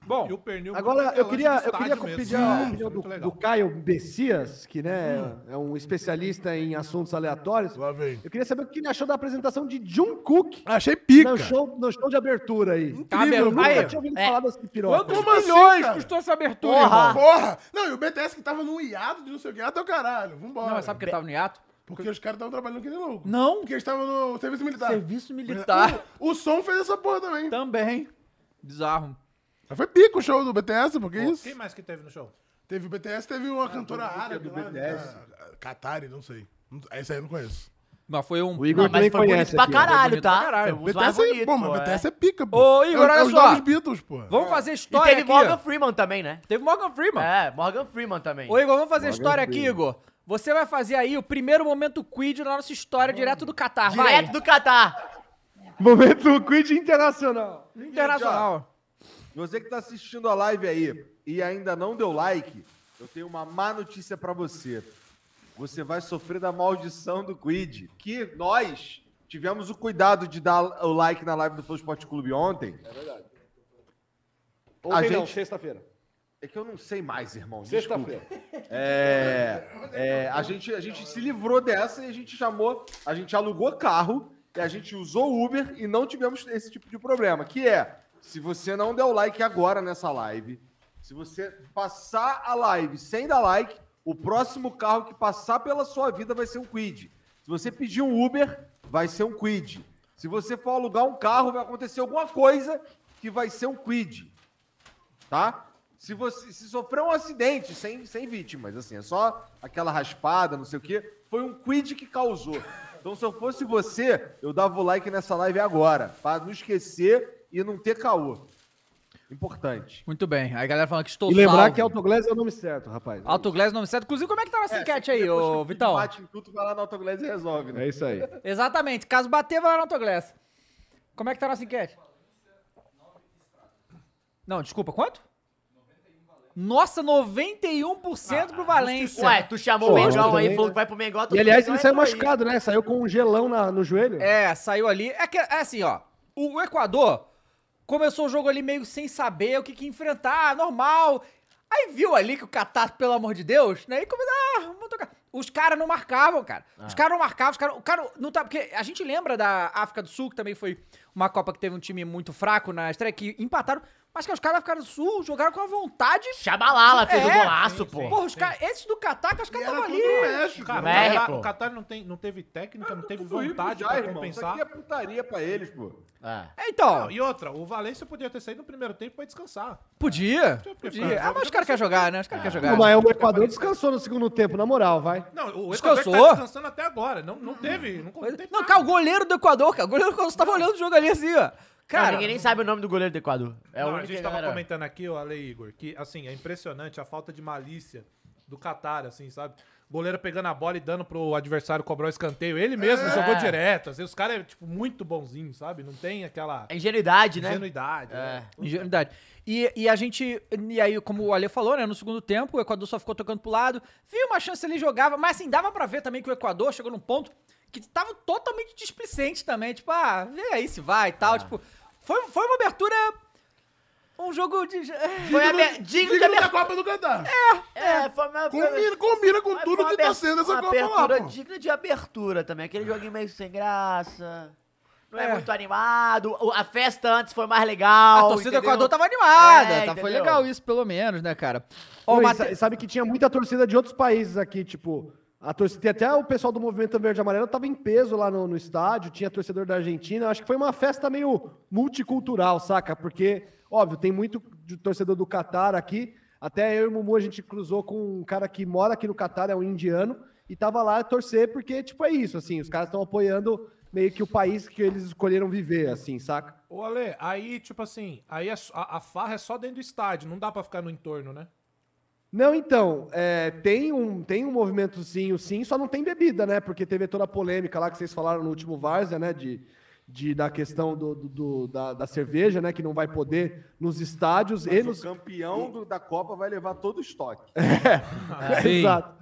Bom,
E o pernil
Agora,
é
eu queria,
lanche de
eu queria
estádio mesmo.
pedir a
Sim,
opinião
muito
do,
legal. Hum.
do Caio Bessias, que né, é um especialista em assuntos aleatórios.
Lá vem.
Eu queria saber o que ele achou da apresentação de Jungkook
Achei pica.
no show, no show de abertura aí.
Tá
Eu
aberto.
nunca
Aí,
tinha ouvido
é.
falar desse piroca.
Como assim, cara?
custou essa abertura,
Porra!
Porra! Não, e o BTS que tava num hiato de não sei o que, até o caralho. Vambora.
Não, mas sabe que ele tava no hiato?
Porque os caras estavam trabalhando que nem louco.
Não.
Porque eles estavam no serviço militar.
Serviço militar.
O, o som fez essa porra também.
Também. Bizarro.
Mas Foi pica o show do BTS, porque
Pô,
isso.
Quem mais que teve no show?
Teve o BTS, teve uma cantora árabe
do
lá,
BTS.
da- Qatari, não sei. Não- Essa aí eu não conheço.
Mas foi um.
O Igor
mas
também
foi bonito
conhece
pra
aqui, né? ó.
caralho,
bonito
tá?
pra caralho.
Foi um dos mais
BTS é, pô,
bonitos,
mas
pô,
BTS
é.
é pica, pô.
Ô, Igor,
É o- é
olha
os
só.
novos Beatles, pô.
Vamos fazer
E
história
teve
aqui.
Morgan
ó.
Freeman também, né?
Teve Morgan Freeman.
É, Morgan Freeman também.
Ô, Igor, vamos fazer história aqui, Igor. Você vai fazer aí o primeiro momento quid na nossa história, direto do Catar.
Direto
vai.
do Catar.
Momento Quid Internacional.
Internacional.
Você que tá assistindo a live aí e ainda não deu like, eu tenho uma má notícia pra você. Você vai sofrer da maldição do Quid, que nós tivemos o cuidado de dar o like na live do Flow Esporte Clube ontem.
É Ontem
gente-
não, sexta-feira.
É que eu não sei mais, irmão. Desculpa.
Sexta-feira.
É, é, a, gente, a gente se livrou dessa e a gente chamou, a gente alugou carro e a gente usou Uber e não tivemos esse tipo de problema, que é, se você não der o like agora nessa live, se você passar a live sem dar like, o próximo carro que passar pela sua vida vai ser um Quid. Se você pedir um Uber, vai ser um Quid. Se você for alugar um carro, vai acontecer alguma coisa que vai ser um Quid tá? Se você se sofreu um acidente sem, sem vítimas, assim, é só aquela raspada, não sei o quê, foi um quid que causou. Então, se eu fosse você, eu dava o like nessa live agora, pra não esquecer e não ter caô. Importante.
Muito bem. Aí a galera falando que estou
E lembrar
salvo.
que Autoglass é o nome certo, rapaz.
Ah.
Autoglass nome certo. Inclusive, como é que tava essa enquete aí,
depois que
ô
o Quid
Vitão?
Bate em tudo, vai lá na Autoglass e resolve, né?
É isso aí.
Exatamente. Caso bater, vai lá no Autoglass. Como é que tá a nossa enquete? Não, desculpa, quanto? Nossa, 91% pro Valência.
Ué, tu chamou o
Pô,
Mengão
também,
aí, falou
né?
que vai pro Mengão. tu
E aliás,
falou,
ele
então entra
saiu
aí.
machucado, né? Saiu com um gelão na- no joelho.
É, saiu ali. É, que, é assim, ó. O Equador começou o jogo ali meio sem saber o que, que enfrentar, normal. Aí viu ali que o Catar, pelo amor de Deus, né? E começou, ah, vamos tocar. Os caras não marcavam, cara.
Ah.
Os caras não marcavam, os caras. O cara não tá. Porque a gente lembra da África do Sul, que também foi uma Copa que teve um time muito fraco na estreia, que empataram. Mas que os caras da África do Sul jogaram com a vontade.
Chabalala Ah, fez o
É.
golaço, pô.
Porra, os caras. Esses do Catar, que os caras
Era
estavam
contra
ali.
o México.
Cara,
Merda,
o Catar-
pô.
o Qatar não, tem- não teve técnica, não teve
Tudo rico
vontade
já,
pra
irmão.
compensar.
Isso aqui é putaria pra eles, pô.
É.
É, Então,
Não, e outra, o Valência podia ter saído no primeiro tempo pra descansar.
podia.
Tinha porque
Podia.
ficar-
Ah, mas os caras querem jogar, né? Os caras querem
Ah.
jogar.
Não, mas o Equador descansou no segundo tempo, na moral, vai.
Não, o Equador que
Descansou?
tá descansando até agora. Não, não teve. Não, não teve
Não,
nada.
cara, o goleiro do Equador, cara. O goleiro do Equador, você tava olhando o jogo ali assim, ó.
Cara,
Cara,
ninguém nem sabe o nome do goleiro do Equador. É
Não,
o
a
único
gente
que
tava
galera-
comentando aqui, ó, Ale e Igor, que assim, é impressionante a falta de malícia do Qatar, assim, sabe? Goleiro pegando a bola e dando pro adversário cobrar o escanteio. Ele mesmo
É.
jogou direto. Às vezes os caras é, tipo, muito bonzinho, sabe? Não tem aquela
É ingenuidade, né?
ingenuidade. né?
Ingenuidade. E, e a gente. E aí, como o Ale falou, né? No segundo tempo, o Equador só ficou tocando pro lado. Viu uma chance ali, jogava. Mas assim, dava pra ver também que o Equador chegou num ponto que tava totalmente displicente também. Tipo, ah, vê aí se vai e tal. Tipo, foi, foi uma abertura. Um jogo de.
Foi abe- digno de
Digno é da
abertura.
Copa do Catar.
É, foi uma
Combina, combina com
mas foi
tudo
uma
que tá
aber-
sendo essa
uma
Copa lá,
abertura
pô.
digna de abertura também. Aquele joguinho meio sem graça. Não é,
É.
muito animado. o- A festa antes foi mais
A
legal.
torcida do
entendeu?
Equador tava animada.
É,
tá, foi
entendeu?
legal isso, pelo menos, né, cara? Ó,
Não,
o
e
Mate...
sa- Sabe que tinha muita torcida de outros países aqui, tipo. A torcida, tem até o pessoal do Movimento Verde e Amarelo tava em peso lá no, no estádio, tinha torcedor da Argentina. Acho que foi uma festa meio multicultural, saca? Porque, óbvio, tem muito de torcedor do Catar aqui. Até eu e o Mumu a gente cruzou com um cara que mora aqui no Catar, é um indiano, e tava lá a torcer porque, tipo, é isso, assim, os caras estão apoiando meio que o país que eles escolheram viver, assim, saca?
Ô, Ale, aí, tipo assim, aí a, a- a farra é só dentro do estádio, não dá pra ficar no entorno, né?
Não, então, é, tem, um, tem um movimentozinho sim, só não tem bebida, né? Porque teve toda a polêmica lá que vocês falaram no último Várzea, né? De, de- da questão do, do- do- da, da cerveja, né? Que não vai poder nos estádios e
Mas
nos.
o campeão do- da Copa vai levar todo o estoque.
Sim.
É, Exato.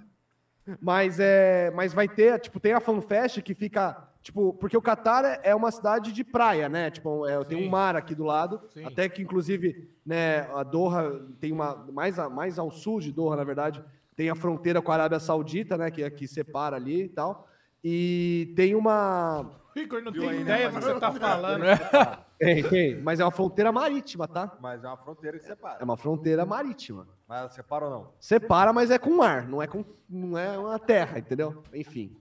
Mas, é, mas vai ter, tipo, tem a FanFest que fica. Tipo, porque o Catar é- é uma cidade de praia, né? Tipo, é, tem
Sim.
um mar aqui do lado.
Sim.
Até que, inclusive, né, a Doha tem uma. Mais, a- mais ao sul de Doha, na verdade, tem a fronteira com a Arábia Saudita, né? Que, que separa ali e tal. E tem uma.
Igor, não tem ideia do que você tá falando.
É.
Tem, tem, mas é uma fronteira marítima, tá?
Mas é uma fronteira que
É
separa.
uma fronteira marítima.
Mas separa ou não?
Separa, mas é com mar, não é com não é uma terra, entendeu? Enfim.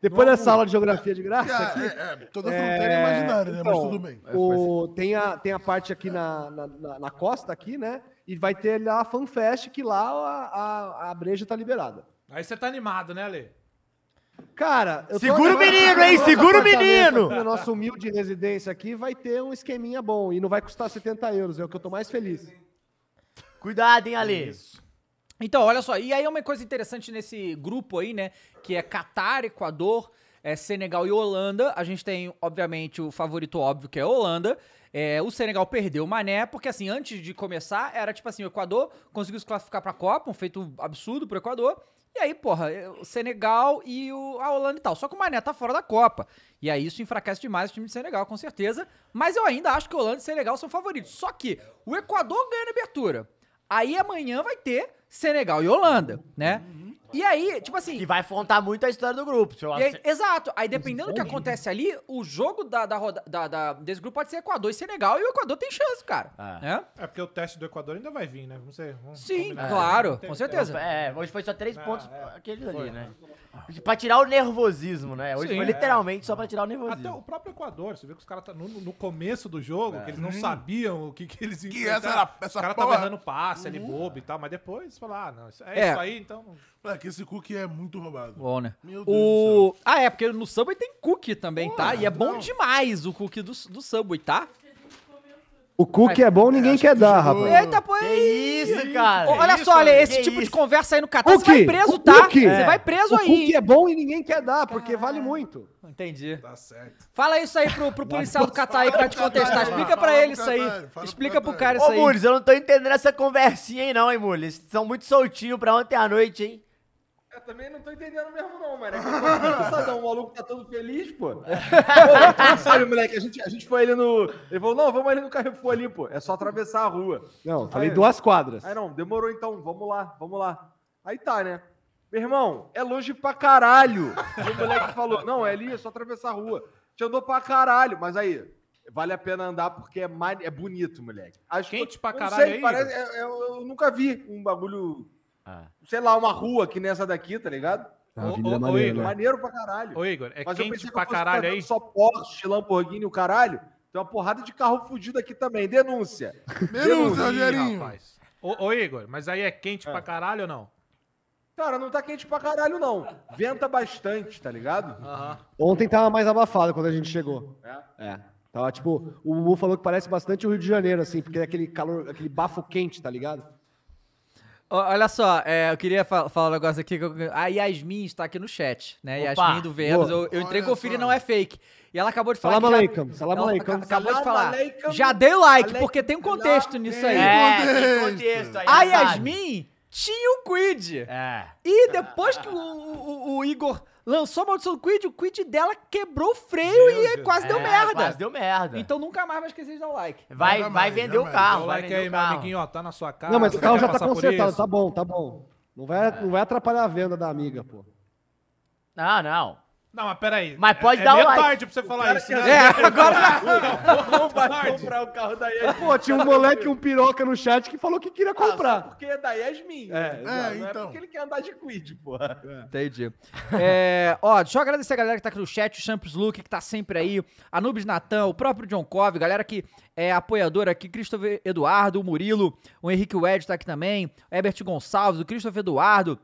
Depois dessa aula de geografia de graça
Ah,
aqui,
É, é, toda fronteira é imaginária, né? Mas
então,
tudo bem.
o, tem, a, tem a parte aqui na, na, na- na costa aqui, né? E vai ter lá a FanFest, que lá a, a, a breja tá liberada.
Aí você tá animado, né, Ale?
Cara, eu
Segura o menino, hein?
Nosso
Segura o
apartamento
menino!
aqui, Na nossa humilde residência aqui vai ter um esqueminha bom e não vai custar 70 euros, é o que eu tô mais feliz.
Cuidado, hein, Ale.
Então, olha só, e aí uma coisa interessante nesse grupo aí, né? Que é Catar, Equador, é, Senegal e Holanda. A gente tem, obviamente, o favorito óbvio que é a Holanda. É, o Senegal perdeu o Mané, porque assim, antes de começar, era tipo assim, o Equador conseguiu se classificar pra Copa, um feito absurdo pro Equador. E aí, porra, é, o Senegal e o, a Holanda e tal. Só que o Mané tá fora da Copa. E aí isso enfraquece demais o time de Senegal, com certeza. Mas eu ainda acho que Holanda e Senegal são favoritos. Só que o Equador ganha na abertura. Aí amanhã vai ter Senegal e Holanda, né? E aí, tipo assim.
Que vai contar muito a história do grupo. Se eu
e aí-
ace-
exato. Aí dependendo do que acontece ali, o jogo da, da, roda- da- da- desse grupo pode ser Equador e Senegal, e o Equador tem chance, cara.
Ah.
né?
É porque o teste do Equador ainda vai vir, né? Vamos ver. vamos
Sim,
combinar.
claro,
Tem-
com
tem-
certeza.
É, hoje foi só três pontos
é.
aqueles ali, né? Pra tirar o nervosismo, né? Hoje
Sim.
foi literalmente só pra tirar o nervosismo.
Até o próprio Equador, você vê que os caras tá no, no começo do jogo, que eles não sabiam o que, que eles iam
Uhum. Que essa
enfrentar.
era- essa
Os caras
porra. Uhum.
estavam errando passe ali, bobo e tal, mas depois falar, ah, não, isso- é,
É.
isso aí, então.
Moleque, esse cookie é muito roubado.
Bom, né?
Meu Deus
O... Ah, é, porque no Subway tem cookie também, tá? E é bom demais o cookie do, do Subway, tá?
O cookie é bom, ninguém quer dar, rapaz.
Eita, pô,
Que
aí.
isso, cara?
Olha
Que
só, olha,
isso?
esse
Que
tipo de
isso?
conversa aí no Catar, você
Cookie,
vai preso,
o
tá?
cookie.
Você vai preso
O
aí.
cookie é bom e ninguém quer dar, porque vale muito.
Entendi.
Tá certo.
Fala isso aí pro, pro policial do Catar aí que vai te
Fala pro
contestar.
Catar,
Explica pra
fala
ele
pro
isso aí.
Catar, fala
Explica
pro
pro
Catar.
cara isso
Ô,
aí.
Mules, eu não tô entendendo essa conversinha aí não, hein, Mules? São muito soltinhos pra ontem à noite, hein?
Eu também não tô entendendo mesmo, não, mano. É que eu tô cansadão, o maluco tá todo feliz, pô. Pô, Sério, moleque, a gente, a gente foi ali no. Ele falou, não, vamos ali no Carrefour ali, pô. É só atravessar a rua.
Não, falei
Aí.
duas quadras.
É,
Aí não, demorou então, vamos lá, vamos lá. Aí tá, né? Meu irmão, é longe pra caralho. E o moleque falou, não, é ali, é só atravessar a rua. Te andou pra caralho, mas aí, vale a pena andar porque é, mani- é bonito, moleque. Acho que-
Quente pra
eu
caralho
Não sei,
aí,
parece, é- é- eu, eu nunca vi um bagulho,
Ah.
sei lá, uma rua que nessa daqui, tá ligado?
A
Ô,
Avenida
ô, ô,
Maneira,
Igor.
né?
Maneiro pra caralho.
Ô, Igor, é
mas eu pensei
quente
que
pra
eu fosse
caralho
ficar
aí.
vendo só Porsche, Lamborghini, o caralho. Tem uma porrada de carro fudido aqui também. Denúncia.
Menos,
Ih,
Rogerinho.
rapaz. Ô, ô, Igor, mas aí é quente pra caralho ou não?
Cara, não tá quente pra caralho, não. Venta bastante, tá ligado?
Ontem tava mais abafado quando a gente chegou.
É?
É. Tava, tipo, o Mumu falou que parece bastante o Rio de Janeiro, assim, porque é aquele calor, aquele bafo quente, tá ligado?
Ó, Olha só, é, eu queria fa- falar um negócio aqui. que eu- a Yasmin está aqui no chat, né?
Opa!
Yasmin do Vênus. Eu, eu
Olha
entrei conferir
só.
não é fake. E ela acabou de falar.
Salam
que já-
aleikum, salam
ela
aleikum.
aca- acabou de
Salam
falar.
aleikum.
Já dei o like,
Aleikum
porque tem um contexto
salam.
nisso aí.
É,
contexto.
tem contexto aí.
A
já sabe.
Yasmin tinha o Quid.
É.
E depois que o, o- o Igor lançou a maldição do Quid, o Quid dela quebrou o freio
Meu
e
Deus.
quase deu
É,
merda.
Quase deu merda.
Então nunca mais vai esquecer de dar o like.
vai,
Jamais,
vai vender o
jamais.
Dá o
carro. Vai
like
vender
aí,
o
meu
carro.
amiguinho, ó, tá na sua casa.
não, mas o carro
quer
já tá
passar por
consertado,
isso? É.
tá bom, tá bom. Não vai, não vai atrapalhar a venda da amiga, pô.
Não, não.
Não, mas peraí.
Mas pode
é,
dar
é
o
meio
like.
tarde pra você falar isso, né?
É, agora
Não vai
Tarde.
comprar o carro da Yasmin.
Pô, tinha um moleque, um piroca no chat que falou que queria
Ah, só
comprar.
Porque é da Yasmin.
É,
não, não é
então.
porque ele quer andar de quid, porra.
Entendi. É, ó, deixa eu agradecer a galera que tá aqui no chat, o Champs Luke, que tá sempre aí, a Nubes Natan, o próprio John Cove, galera que é apoiadora aqui, Christopher Eduardo, o Murilo, o Henrique Wed tá aqui também, o Herbert Gonçalves, o Christopher Eduardo.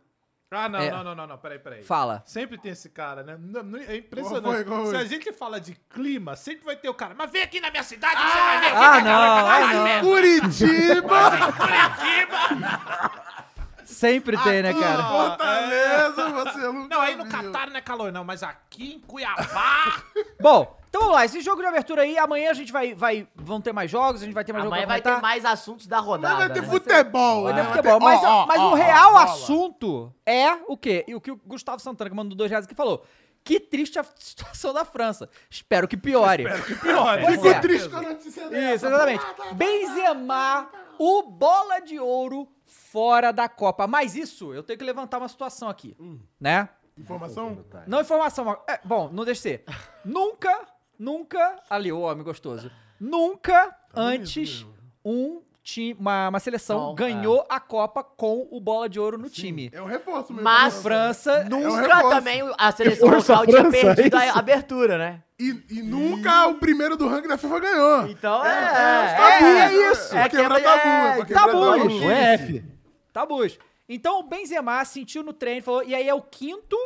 Ah, não,
É.
não, não, não, não, peraí, peraí.
Fala.
Sempre tem esse cara, né? Não, não, É
Qual foi,
impressionante.
qual foi?
Se a gente fala de clima, sempre vai ter o cara. Mas vem aqui na minha cidade, você vai ver.
Ah, não,
Curitiba,
Sempre tem, né, cara?
Fortaleza, você é não.
Não, aí no Catar não é calor, não, mas aqui em Cuiabá.
Bom, então vamos lá, esse jogo de abertura aí, amanhã a gente vai, vai vão ter mais jogos, a gente vai ter mais
Amanhã
jogos pra
vai ter
comentar.
mais assuntos da rodada.
Vai ter
né?
futebol.
Vai
né?
ter
Vai
futebol,
ter-
mas, é,
ó, ó,
mas
ó,
o real
bola.
assunto é o quê? E o que o Gustavo Santana, que mandou dois reais aqui, falou. Que triste a situação da França. Espero que piore.
Pior,
Pois
Ficou
é.
triste com a notícia dessa.
Isso, exatamente. Benzema, o bola de ouro fora da Copa. Mas isso, eu tenho que levantar uma situação aqui, né?
Informação?
Não informação, mas- é, bom, não deixe ser. Nunca, nunca, ali, o homem gostoso. Nunca antes um time, uma, uma seleção
Não,
ganhou a Copa com o bola de ouro no time.
É um reforço mesmo.
Mas-
França, é
Nunca
reforço.
também a seleção
Força
local tinha
França, é
perdido a
isso?
abertura, né?
E, e nunca o primeiro do ranking da FIFA ganhou.
Então
É,
é.
tabu,
é isso.
Pra quebrar
É,
tabu. é pra quebrar
tabu,
tabu.
isso,
O EF.
tabus. Então o Benzema sentiu no treino, falou, e aí é o quinto,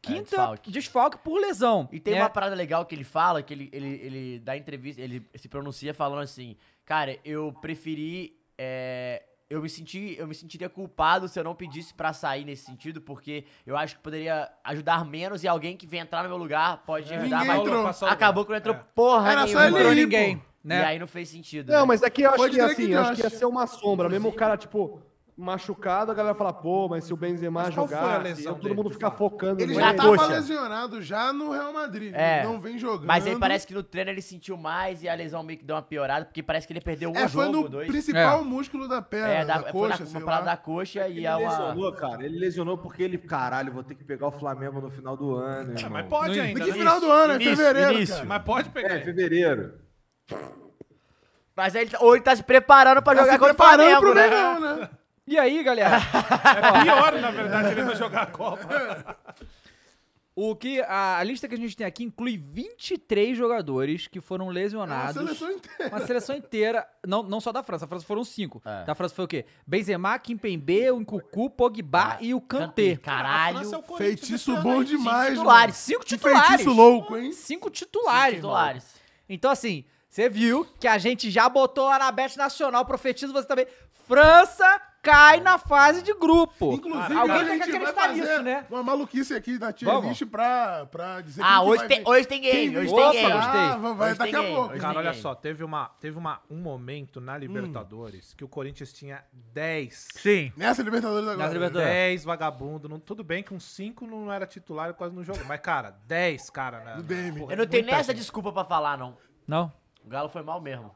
quinta desfalque.
desfalque.
por lesão.
E tem
né?
uma parada legal que ele fala, que ele, ele, ele dá entrevista, ele se pronuncia falando assim, cara, eu preferi. é, eu me senti. Eu me sentiria culpado se eu não pedisse pra sair nesse sentido, porque eu acho que poderia ajudar menos e alguém que vem entrar no meu lugar pode ajudar,
Ninguém
mas
entrou.
acabou que não entrou porra
Era só
nenhuma.
não
ele
entrou
ir,
ninguém, É. né?
E aí não fez sentido.
Não,
né?
mas aqui eu acho
Foi de
que
Drake
assim, eu acho
Josh.
que ia ser uma sombra. Mesmo o cara, tipo, machucado, a galera fala, pô, mas se o Benzema
Mas qual foi a
jogar,
lesão
se- todo
dele,
mundo fica focando
Ele
no
já
ele.
tava
Coxa.
lesionado já no Real Madrid.
É.
Não vem jogando.
Mas aí parece que no treino ele sentiu mais e a lesão meio que deu uma piorada, porque parece que ele perdeu um
É, foi
jogo,
no
dois.
principal músculo da perna,
É, da,
da
foi na,
coxa, sei
uma
lá.
parada da coxa e
Ele é
a uma...
lesionou, cara. Ele lesionou porque ele, caralho, vou ter que pegar o Flamengo no final do ano, irmão.
Mas pode
Não,
ainda.
Que
né?
final do ano, é
então, início,
fevereiro,
início.
cara.
Mas pode pegar.
É, fevereiro.
Mas aí ele, tá- ou ele tá se preparando pra
Tá
jogar
se
contra o
preparando
Flamengo,
pro
né?
Mengão, né?
E aí, galera?
É pior, na verdade, ele não jogar a Copa.
O que a, a lista que a gente tem aqui inclui 23 jogadores que foram
A
ah,
lesionados.
seleção inteira.
Uma seleção inteira, não, não só da França, a França foram cinco.
É.
Da França foi o quê? Benzema, Kimpembe, o Nkuku, Pogba e o
Kanté,
Kanté.
A França é
Caralho.
o Corinthians
Feitiço
desse ano,
bom
hein?
demais,
titulares.
Cinco
Que
titulares.
feitiço louco, hein?
Cinco titulares. mano.
Titulares. Ah,
Então, assim, você viu que a gente já botou lá na Bet Nacional, profetiza você também. França cai na fase de grupo.
Inclusive,
Alguém
a
tem que
gente vai
acreditar
fazer
nisso, né?
uma maluquice aqui da tier
Vamos.
list pra, pra dizer quem
Ah,
que
hoje
vai
tem,
ver.
hoje tem
Quem
game, hoje
vai
tem
Opa,
game.
gostei.
Ah, vai, vai
Hoje
daqui
tem
a pouco.
game.
Cara, olha
Ninguém.
só, teve, uma, teve uma, um momento na Libertadores que o Corinthians tinha 10.
Sim.
Nessa Libertadores agora. né?
Nessa Libertadores.
10 vagabundo. Não, tudo bem que um 5 não era titular e quase não jogou. Mas, cara, 10, cara. Né?
Do DM.
Eu não tenho nem essa desculpa pra falar, não.
Não?
O Galo foi mal mesmo.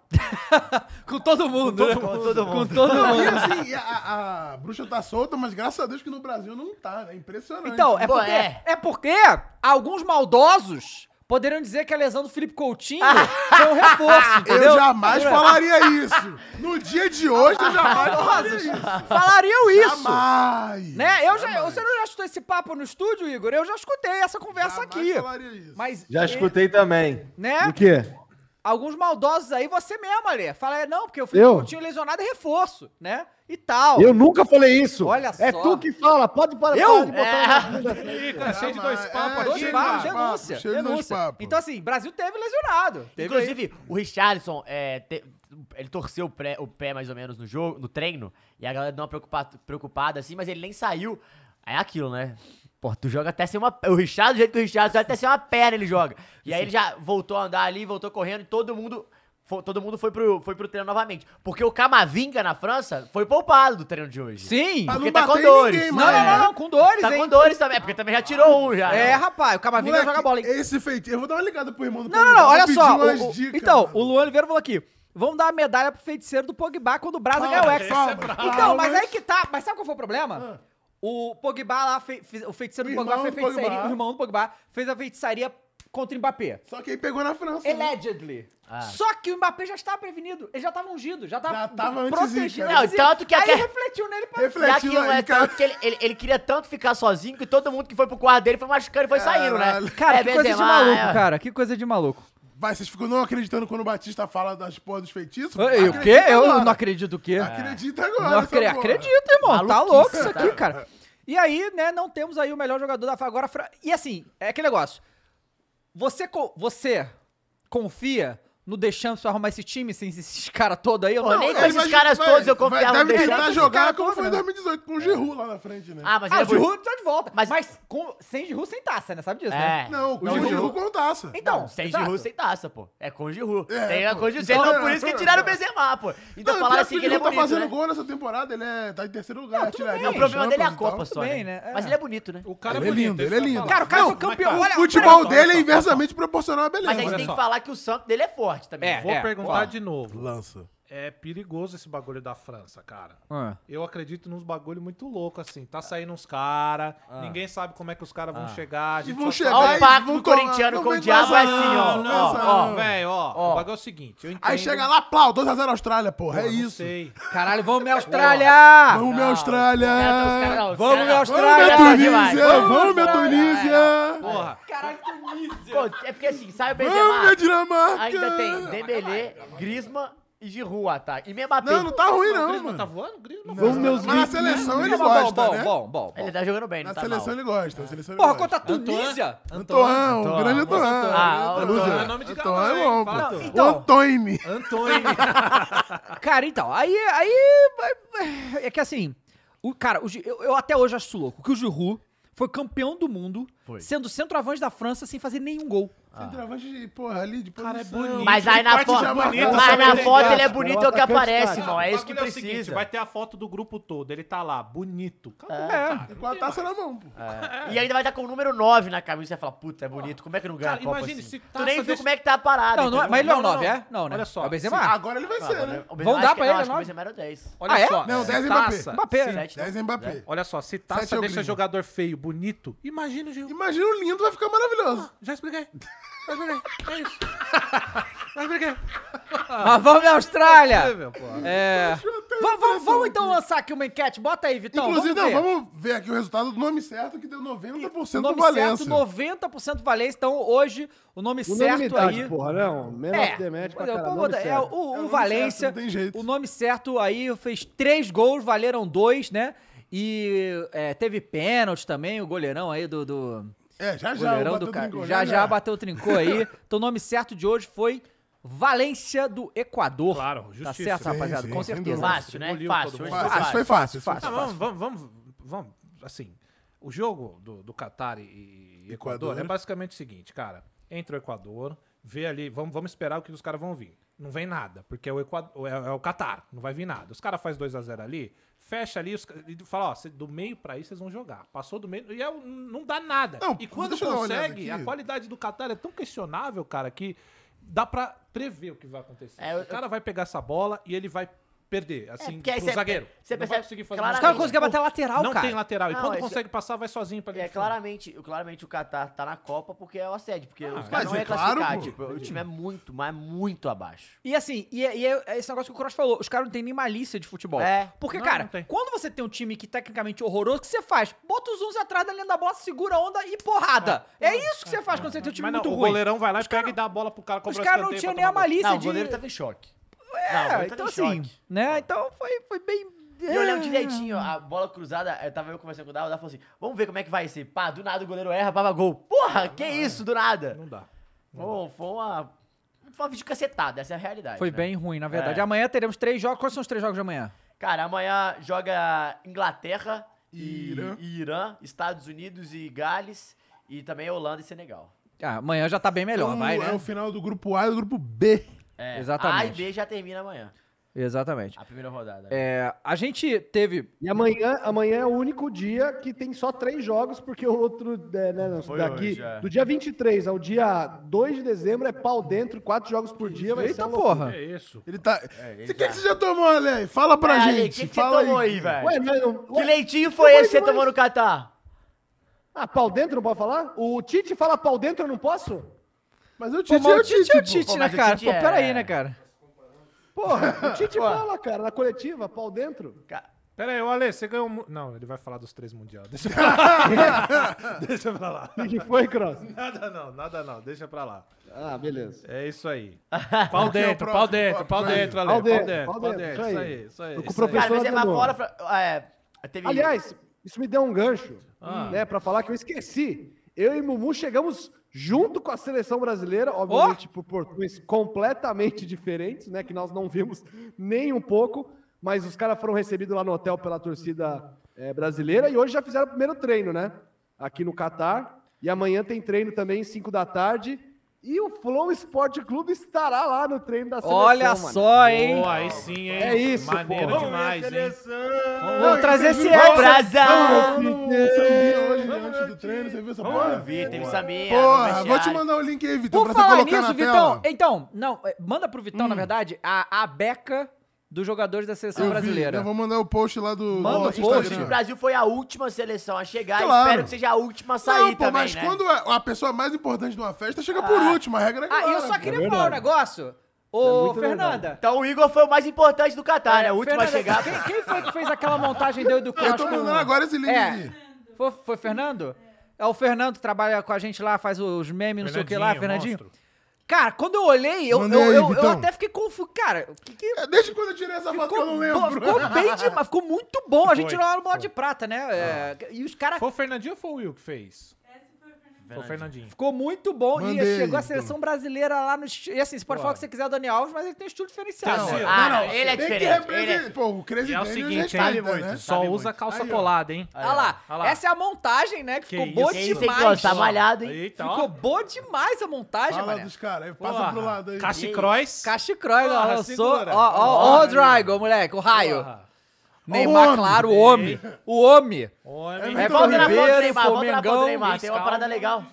Com todo mundo, né?
Com todo mundo.
Com todo
E
mundo.
assim, e a- a, a bruxa tá solta, mas graças a Deus que no Brasil não tá, né? Impressionante.
Então, é
Pô,
porque, é.
é.
porque alguns maldosos poderiam dizer que a lesão do Felipe Coutinho foi um reforço,
eu
entendeu?
jamais falaria isso. No dia de hoje, eu jamais falaria
Maldosos
isso.
falariam isso,
Jamais.
né? Eu já, você não já escutou esse papo no estúdio, Igor? Eu já escutei essa conversa
Jamais
aqui.
falaria isso.
Mas,
Já
e-
escutei também.
Né?
É? O quê?
alguns maldosos aí, você mesmo, Ale, fala, "É, não, porque eu fui
Eu?
eu tinha lesionado e reforço, né? E tal.
Eu nunca falei isso.
Olha
É
só.
tu que fala, pode parar
Eu?
parar de botar na bunda.
Ih, cara, cheio de dois
mas-
papos
é,
aqui,
Dois
Cheio de
cara.
papos,
dois
denúncia,
papos, cheio de dois
denúncia.
papos.
Então, assim, Brasil teve lesionado. Teve aí.
Inclusive, o Richarlison, é, te- ele torceu o, pré- o pé mais ou menos no jogo, no treino, e a galera deu uma preocupa- preocupada assim, mas ele nem saiu. É aquilo, né? Pô, tu joga até sem uma. O Richard, do jeito que o Richard joga, até sem uma perna ele joga. E aí ele já voltou a andar ali, voltou correndo e todo mundo. fo- Todo mundo foi pro, foi pro treino novamente. Porque o Camavinga na França foi poupado do treino de hoje.
Sim.
Ah,
Porque
não
tá com
bateu em
dores.
ninguém,
Não, não, não, não, com dores,
Tá
hein?
com dores também, porque também já tirou um já.
É,
né?
rapaz, o Camavinga
Moleque,
joga bola, hein?
Esse feitiço. Eu vou dar uma ligada pro irmão do
Não, não, não,
Pogba,
olha
vou
só.
pedir umas
o- o-
dicas,
então,
mano.
o Luan Oliveira falou aqui: vamos dar a medalha pro feiticeiro do Pogba quando o Brasa ganhar o
Palmas,
Hexa.
palmas.
Então, mas aí que tá. Mas sabe qual foi o problema? O Pogba lá, fe- fe- o feiticeiro do
Ah. O
Pogba
irmão
fez
do
feitiçaria.
Pogba.
O irmão do Pogba fez a feitiçaria contra o Mbappé.
Só que aí pegou na França. né?
Allegedly.
Ah.
Só que o Mbappé já estava prevenido. Ele já estava ungido, já estava
Já tava antes de, né?
protegido.
cara.
Não, tanto que
aí
aque-
refletiu nele pra
E
Refletiu
aquilo é
aí, cara.
tanto que ele, ele, ele queria tanto ficar sozinho que todo mundo que foi pro quarto dele foi machucando e foi saindo, né?
Caralho.
Cara,
É,
que coisa de
Benzema,
maluco,
é.
cara. Que coisa de maluco.
Vai, vocês ficam não acreditando quando o Batista fala das porras dos feitiços?
Ei, o
Acredita
quê? Eu
agora.
não acredito o quê?
Acredita agora.
Não
essa
acre-
porra.
acredito, irmão. Tá
Maluquice,
louco isso
tá?
aqui, cara. E aí, né, não temos aí o melhor jogador da fa- agora. fra- E assim, é aquele negócio. Você, co- você confia no Deschamps arrumar esse time sem esses caras todos aí? Eu
Pô,
não,
nem
eu-
com esses caras todos eu
vai,
confiava no
Deve
Deschamps.
tentar
esses
jogar
caras
como
todos,
foi em
né?
2018 com o Giroud lá na frente, né?
Ah, mas
Ah,
ele
o
foi-
Giroud tá de volta. Mas,
Mas-
com- sem Giroud, sem taça, né? Sabe disso,
É.
né?
não, com o
Giroud-
Giroud com taça.
Então,
sem
exato.
Giroud, sem taça, pô. É com Giroud.
É,
tem a
pô.
com Giroud. Então,
Então,
por isso que
é,
tiraram o
é.
Benzema, pô. Então
Não,
falaram
pior
assim
o
que ele
Giroud
é
tá
bonito,
fazendo
né?
gol nessa temporada, ele é, tá em terceiro lugar,
Não, tudo
artilharia.
bem.
O problema dele é a
Champions e tal.
Copa só,
bem,
né?
né?
Mas
É.
ele é bonito, né?
O cara
Ele
é
é
bonito.
lindo,
isso
ele é
que tá? eu ia
lindo.
Cara,
falar.
o cara
Não,
foi campeão.
mas, cara,
Olha,
O futebol
olha só,
dele é
olha só.
inversamente proporcional à beleza.
Mas a gente
olha
tem
só.
que falar que o santo dele é forte também.
É.
É.
Vou perguntar de novo.
Lança.
É perigoso esse bagulho da França, cara.
Ah.
Eu acredito nos bagulho muito louco, assim. Tá saindo uns caras,
Ah.
ninguém sabe como é que os caras vão chegar. A
E
gente
vão
só
chegar
Olha o
e
pacto
vão
do corintiano
tomar-
com o
não
diabo,
vem
é
com essa
assim, ó.
não,
ó,
essa
ó,
não.
velho, ó, O bagulho é o seguinte, eu entendo.
Aí chega lá, plau, 2x0 Austrália, porra, é
eu não
isso.
sei.
Caralho, vamos me Austrália!
Vamos, minha Austrália!
Vamos,
Vamos,
meu
meu
Vamos, minha
Austrália,
Tunísia!
Tunísia!
Vamos, minha Tunísia!
Porra,
Caralho, Tunísia!
Pô, é porque assim, sai o
Vamos, minha
Benzema, ainda tem
é Dinamarca!
Dembélé, Griezmann e Giroud, ataque. E Mbappé.
Não, não tá ruim não,
Griezmann tá
mano.
voando? Griezmann
Os
Mas
meus
na
gringos-
seleção ele
Não, mas
gosta,
bom,
né?
bom, bom, bom.
Ele tá jogando bem, não
Na
tá
seleção
mal.
ele gosta, na seleção ele
Porra,
gosta.
contra a
né?
Tunísia?
Antoine, o grande Antoine.
Ah,
Antoine.
Antoine é
Antoine.
nome de
Antoine
galã,
é bom,
hein? Fala, Então.
pô.
Antoine.
O Antoine.
Antônio.
Cara, então, aí, aí, é que assim, o, cara, o Gi- eu, eu até hoje acho isso louco, que o Giroud foi campeão do mundo,
Foi.
sendo centroavante da França sem fazer nenhum gol.
é um Centroavante de, porra, ali de
Cara, é
posição.
bonito.
Mas aí na
Parte
foto.
de
é bonito,
amarrar.
só
Mas na
ele
foto
engata,
ele é
cara,
bonito,
bota
é o que
aquele
aparece,
cara.
irmão. É isso que
tá O bagulho o seguinte,
precisa. É.
vai ter a foto do grupo todo, ele tá lá, bonito. Acabou, cara.
Com a taça na mão, pô.
E ainda vai estar com o número 9 na camisa. Você fala, puta, é bonito. Como é que não ganha
Cara,
a Copa
imagine
assim?
se
Tu
taça
nem viu
desse-
como é que tá a parada.
Não, não, é-
entendeu?
mas ele é o
Ah, então, Não, não,
9,
não.
é? Não, né?
Olha só,
É o Benzema?
Agora ele vai
Tá,
ser, né?
é-
O Benzema,
Vão dar
acho que
pra
não,
ele, é
acho que
não?
o Benzema era o 10.
Ah, é?
só.
Não,
se
10 Mbappé.
taça-
Mbappé, né?
é
Sete, não.
10 Mbappé.
Olha só, se
Sete
Taça
é o
deixa
Griezmann.
jogador feio, bonito, imagina o Gil.
Imagina o lindo, vai ficar maravilhoso.
Já expliquei. Já expliquei. É isso. Já expliquei.
Mas vamos na
É,
Austrália!
meu, pô.
É... Vamos, vamos, vamos então lançar aqui uma enquete, bota aí,
Então,
Vitão,
Inclusive,
vamos
não,
ver.
vamos ver aqui o resultado do nome certo, que deu 90% do
Nome
Valência.
certo, 90% Valência, então hoje o nome certo
Unanimidade,
aí...
porra, não. Menos
É,
é, demédio
eu
pra caralho.
vou
nome
botar- é, o,
certo.
o
É o nome
Valência,
certo, não tem jeito.
o nome certo aí fez três gols, valeram dois, né? E é, teve pênalti também, o goleirão aí do, do
É, já já.
goleirão
o né?
do
Bateu
cara.
Trincão,
Já já bateu o trincô aí. Então o nome certo de hoje foi Valência do Equador.
Claro,
Tá
justiça.
certo,
Sim,
rapaziada,
sim,
com
sem
certeza.
dúvida.
Fácil, né?
Engoliu
Fácil.
todo
hoje
mundo.
foi
Fácil, isso
fácil.
foi fácil. isso foi
Tá,
fácil.
vamos, vamos, vamos, vamos, assim, o jogo do, do Catar e e Equador,
Equador.
é basicamente o seguinte, cara, entra o Equador, vê ali, vamos, vamos esperar o que os caras vão vir. Não vem nada, porque é o, Equador, é, é o Catar, não vai vir nada. Os caras fazem 2x0 ali, fecha ali, os, ca- e fala, ó, cê- do meio pra aí vocês vão jogar. Passou do meio, e é, um- não dá nada.
Não,
e quando
deixa eu dar uma
consegue,
olhada
a
aqui.
qualidade do Catar é tão questionável, cara, que dá pra prever o que vai acontecer.
É, eu-
o cara vai pegar essa bola e ele vai perder. Assim,
porque aí
pro
você-
zagueiro.
você
Não vai
percebe
conseguir fazer
Os
claramente-
caras
nada.
conseguem é bater lateral,
Não é
cara.
tem lateral. E
Não,
quando
esse-
consegue passar, vai sozinho pra
É,
dentro.
claramente, claramente o Qatar tá na Copa porque é o assédio, porque
Ah,
os caras
mas
não
é
iam
claro,
classificar,
pô.
tipo, o time é muito, mas muito abaixo.
E assim, e, é- e é é esse negócio que o Cross falou, os caras não têm nem malícia de futebol.
É.
Porque,
Não,
cara,
não tem.
quando você tem um time que tecnicamente é horroroso, o que você faz? Bota os 11 atrás da linha da bola, segura a onda e porrada. É, isso que você faz quando você tem um time
Mas não,
muito
o
ruim.
goleirão vai lá e pega e dá a bola pro cara.
os
cobrar
caras não
escanteio
tinham
pra
nem a
tomar gol.
malícia
Não, o
de...
goleiro tava em choque.
É,
não, o goleiro tava
então
em
assim,
choque.
né? Então foi, foi bem... É.
E olhando direitinho, a bola cruzada, eu tava eu conversando com o Dava, o Dava falou assim, vamos ver como é que vai ser. Pá, do nada o goleiro erra, baba gol. Porra, que isso, do nada.
Não dá.
Foi, um, foi uma... Foi uma vídeo cacetada, essa é a realidade,
Foi
né?
bem ruim, na verdade.
É.
Amanhã teremos três jogos. Quais são os três jogos de amanhã?
Cara, amanhã joga Inglaterra e Irã, Estados Unidos e Gales, e também Holanda e Senegal.
Ah, amanhã já tá bem melhor,
Então,
vai, né?
É o final do grupo A e do grupo B.
É, A e
Exatamente.
B já termina amanhã,
Exatamente.
a primeira rodada.
É, a gente teve
E amanhã, amanhã é o único dia que tem só três jogos, porque o outro, é, né, não,
Foi
daqui,
hoje, é.
do dia 23 ao dia 2 de dezembro, é pau dentro, quatro jogos por dia, vai ser
Eita
uma loucura.
porra.
É isso.
Ele tá.
ele
O que,
tá.
que você já tomou, Ale? Fala pra
Caralho,
gente.
que que você
Fala
tomou aí, velho?
Ué, não, não,
Que
ué,
leitinho foi esse que você tomou no Catar?
ah, pau dentro não pode falar? O Tite fala pau dentro, eu não posso?
Mas eu te
Pô,
disse.
mas o
eu te-
Tite é o
tipo,
Tite,
pô,
né,
mas o
cara?
Tite
Pô,
é-
peraí, né, cara?
Porra, o Tite fala, cara, na coletiva, pau dentro.
Ca-
Pera aí, o Ale, você ganhou... mu- Não, ele vai falar dos três mundial. Deixa Deixa pra lá.
O que foi, Cross?
Nada não, nada não. Deixa pra lá.
Ah, beleza.
É isso aí. é Pau dentro, pau dentro, pau dentro, Ale. Pau dentro, pau dentro. Isso aí, isso aí.
Com o
isso aí.
professor
Cara, mas é pra
Adriano.
fora... Pra, é, teve...
Aliás, isso me deu um gancho,
Ah.
né, para falar que eu esqueci. Eu e Mumu chegamos junto com a seleção brasileira, obviamente por portugueses completamente diferentes, né, que nós não vimos nem um pouco, mas os caras foram recebidos lá no hotel pela torcida eh, brasileira e hoje já fizeram o primeiro treino, né, aqui no Catar. E amanhã tem treino também, 5 da tarde. E o Flow Esporte Clube estará lá no treino da seleção.
Olha
mano.
só, hein?
Boa, aí sim, hein?
É isso,
Maneiro
pô.
demais, hein?
Vamos trazer esse
Ô,
Hexa.
Brasa!
Sabia hoje, né, antes do treino, você viu essa porra?
Vamos ver, teve Samir.
Porra, vou te mandar o link aí, Vitor,
Por
pra você
falar
colocar
nisso,
na
Vitão.
tela. Hum.
Então, não, é, manda pro Vitão, na verdade, a, a beca dos jogadores da seleção
Eu vi,
brasileira.
Eu vou mandar o post lá do
Manda
do
o
nosso
post.
O
Instagram.
Brasil foi a última seleção a chegar
Claro.
espero que seja a última a sair
Não, pô,
também,
mas
né?
quando é a, a pessoa mais importante de uma festa chega por último, a regra é
Ah,
clara.
e eu só
pô.
queria falar um negócio. Ô,
muito
Fernanda.
Então o Igor foi o mais importante do Catar, né?
é,
O último a
Fernanda,
chegar.
Quem, quem foi que fez aquela montagem deu do Cross?
Eu tô
com-
mandando agora esse link
É.
aqui.
Foi, foi Fernando? É o Fernando que trabalha com a gente lá, faz os memes, não sei o que lá, Fernandinho.
Fernandinho,
Cara, quando eu olhei, eu,
Mandei
eu,
aí,
eu- eu
Vitão.
até fiquei confuso. Cara, o que que.
É, desde quando eu tirei essa foto que eu não
bom,
lembro.
ficou bem demais, ficou muito bom. A gente
Foi,
tirou uma bola de prata, né? É, e os caras.
Foi o Fernandinho ou foi o Will que fez? Foi o Fernandinho.
Ficou muito bom e
Mandei,
chegou a
Vitão.
seleção brasileira lá no. est- E assim, você pode falar o que você quiser, do Dani Alves, mas ele tem um estilo diferenciado.
Tem
né?
um-
Ah,
Não, não,
ele
Tem
é
que
diferente. Ele é...
representar. Pô, o Crazy
E é o
Daniel
seguinte,
respeita,
hein?
né?
Só
Sabe
usa
muito.
calça
Aí, ó.
colada, hein?
Olha lá,
Olha lá.
essa é a montagem, né? Que,
Que
ficou boa
isso, hein?
Esse
demais.
Igor tá malhado, hein?
Eita,
Ficou
ó.
boa demais a montagem,
Fala
mano.
dos caras, aí passa pro lado aí.
Cache Cross.
Cacho Croy, ó,
Porra,
lançou. Ó,
segura.
ó, ó, o Drago, moleque, o raio.
Porra.
Neymar,
O homem.
claro, o homem. O homem.
Homem.
É,
Volta na foto do
Ribeiro,
Neymar, volta na foto do
Formengão,
Neymar. Tem uma
Biscal.
parada legal.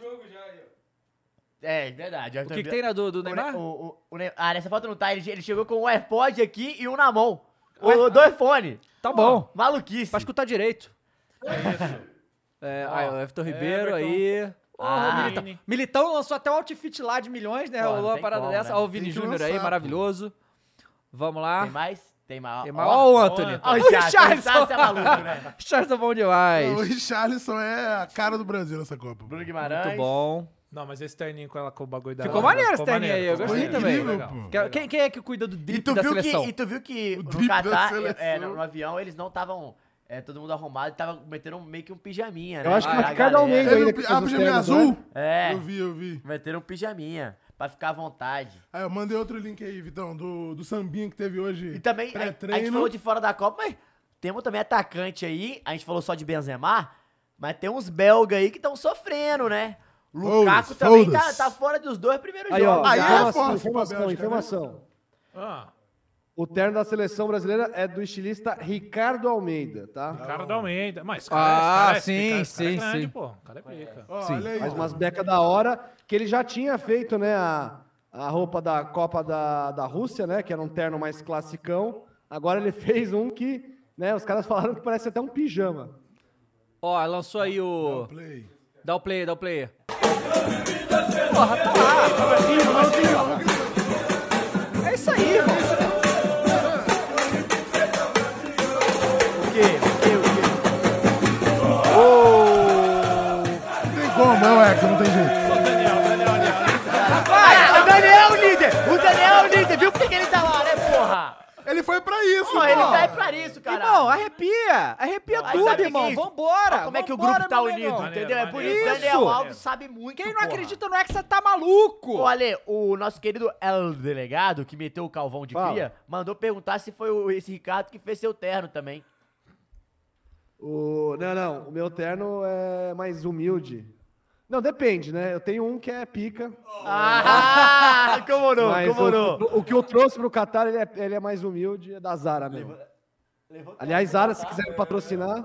É, verdade.
O que, que tem na do, do
O Ne-
Neymar?
O, o- o Ne- ah, nessa foto não tá. Ele, ele chegou com um AirPod aqui e um na mão. O, do iPhone.
Tá bom.
Maluquice.
Pra escutar direito. É isso. aí, o Everton Ribeiro aí. Ó,
Ah.
o Militão. Militão lançou até o outfit lá de milhões, né?
Pô, não
Rolou uma
tem
parada
como,
dessa.
né?
Ó, o Vini
Tem que
Júnior aí,
lançar, pô.
maravilhoso. Vamos lá.
Tem mais? Tem mais.
Tem mais- Ó, o Anthony.
Ó, o Richard. Richard é maluco, né?
Richardson tá bom demais.
O Richarlison é a cara do Brasil nessa Copa.
Bruno
pô.
Guimarães.
Muito bom.
Não, mas esse terninho com ela com o bagulho da.
Ficou maneiro esse
ficou
terninho aí, eu
ficou
gostei
maneiro.
também.
Ficou
Incrível,
legal.
pô.
Que- Quem, quem é que cuida do
E
drip
tu,
da
viu que,
seleção?
e tu viu que no
drible da
Catar,
seleção.
é, no, no avião, eles não estavam é, todo mundo arrumado, tava metendo um- meio que um pijaminha, né?
Eu acho que um
Ah,
o
a
Ricardo
galera.
Ele
Almeida ainda
não-
que fez
Ah,
os
pijaminha
treinos, né?
azul?
É,
Eu vi, eu vi.
meteram um pijaminha, pra ficar à vontade.
Aí eu mandei outro link aí, Vitão, do, do sambinha que teve hoje.
E também, a, a gente falou de fora da Copa, mas temos também atacante aí, a gente falou só de Benzema, mas tem uns belga aí que estão sofrendo, né? Lukaku
Foda-se,
também tá,
foda-se.
tá fora dos dois primeiros
Aí, ó,
jogos.
Aí é
já.
informação,
forte,
informação,
Bélgica, né?
informação.
Ah,
O terno da seleção brasileira é do estilista Ricardo Almeida, tá?
cara da Almeida. Mas,
Ah,
cara, esse
sim,
cara, esse cara,
sim,
é grande,
sim.
pô. O cara é pica.
Ó,
Sim,
olha aí,
faz
ó.
umas becas da hora, que ele já tinha feito, né, a, a roupa da Copa da, da Rússia, né, que era um terno mais classicão. Agora ele fez um que, né, os caras falaram que parece até um pijama.
Ó, lançou aí o.
Play.
Dá o play, dá o play. Porra, tá lá. É isso aí, irmão.
O quê? O quê? O quê?
Não tem como, não, é, que não tem jeito.
Vai! O Daniel é o líder! O Daniel é o líder! Viu por que que ele tá lá, né, porra?
Ele foi pra isso,
Pô, ele
pô.
tá aí pra isso, cara.
Irmão, arrepia. Arrepia
Aí
tudo,
sabe
irmão.
que-
Vambora.
Olha como é que o
vambora,
grupo tá
meu
unido,
negão.
entendeu? É por isso.
Isso!
Daniel Alves sabe muito,
Quem não
porra.
acredita no Hexa tá maluco.
Ô, Ale, o nosso querido El Delegado, que meteu o calvão de
Fala.
cria, mandou perguntar se foi o- esse Ricardo que fez seu terno também.
O... Não, não. O meu terno é mais humilde. Não, depende, né? Eu tenho um que é pica.
Ah,
Então,
comorou,
mas o-
comorou.
O, que eu trouxe pro Qatar, ele é, ele é mais humilde, é da Zara mesmo. Aliás, Zara, se quiser me patrocinar,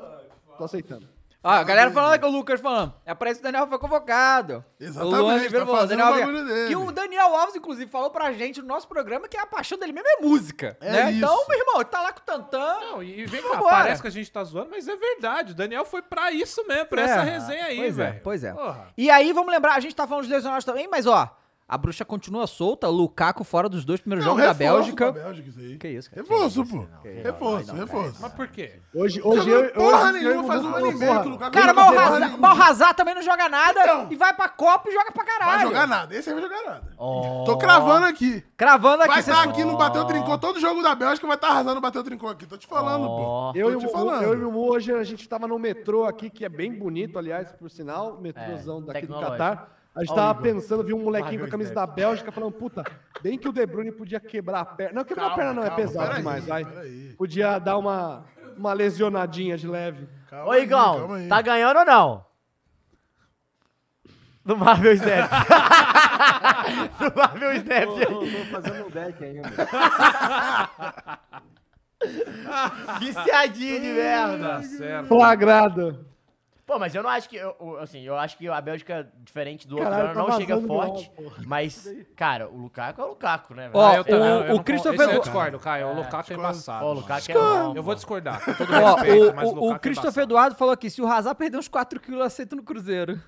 tô aceitando.
é
Ah, a galera falando que o Lucas falando. É pra isso que o Daniel foi convocado.
Exatamente,
O Luan Ribeiro
tá
falou,
fazendo
Daniel
o bagulho
Alves-
dele.
Que o Daniel Alves, inclusive, falou pra gente no nosso programa que a paixão dele mesmo é música.
É
né?
isso.
Então, meu irmão, ele tá lá com o Tantan.
Não, e e vem cá,
Vambora.
parece que a gente tá zoando, mas é verdade. O Daniel foi pra isso mesmo, pra essa resenha aí,
pois
velho.
É, pois é.
Porra.
E aí, vamos lembrar, a gente tá falando dos lesionados também, mas ó, a bruxa continua solta, Lukaku fora dos dois primeiros
Não,
jogos da
reforço
Bélgica.
pra Bélgica, isso aí.
Que isso, cara.
Reforço, pô. Reforço, reforço.
Mas por quê?
Hoje,
Não,
hoje eu.
não, porra
hoje eu-
nenhuma, faz um ano e meio que o Lukaku
Cara,
não
mas o
tem porra
Hazard-
nenhuma.
mas o Hazard também não joga nada
Então.
e vai pra Copa e joga pra
Não
caralho.
vai jogar nada. Esse aí vai jogar nada. Tô cravando aqui.
Cravando Tá aqui,
Vai
vocês-
estar aqui no Bateu Trincou. Todo jogo da Bélgica vai estar arrasando o Bateu Trincou aqui. Tô te falando,
Ó.
pô.
Eu,
Tô
e o
te
Mumu,
falando.
eu e o Mumu, hoje a gente tava no metrô aqui, que é bem bonito, aliás, por sinal, metrôzão
É,
daqui do
tecnológico.
Catar. A gente
Ó,
tava
Igor.
pensando, vi um molequinho
Marvel
com a camisa
Snap.
da Bélgica falando, puta, bem que o De Bruyne podia quebrar a perna. Não, quebrar a perna não, é pesado
peraí,
demais, vai.
peraí.
Podia dar uma, uma lesionadinha de leve.
Calma
Ô,
aí,
Igão,
calma aí.
tá ganhando ou não? Do Marvel Snap. Do Marvel Snap.
Tô, tô fazendo um deck ainda.
Viciadinho de merda.
Tá certo.
Flagrado.
Pô, mas eu não acho que. eu- eu- assim, eu acho que a Bélgica, diferente do outro
Caralho,
ano,
tá
não chega
vazando meu
forte. Mas, cara, o Lukaku é o Lukaku, né, velho?
Ó,
Ah, eu também,
o-
eu
o
não con-
Christopher
esse aí
Lu-
Eu discordo, Caio. O Lukaku é embaçado.
Ó, o
mano.
Lukaku é bom.
Eu vou discordar. com Todo
Ó,
respeito, mas
o, o, o
Lukaku é
Christopher
embaçado.
Eduardo falou aqui: se o Hazard perder uns 4 quilos, eu aceito no Cruzeiro. Você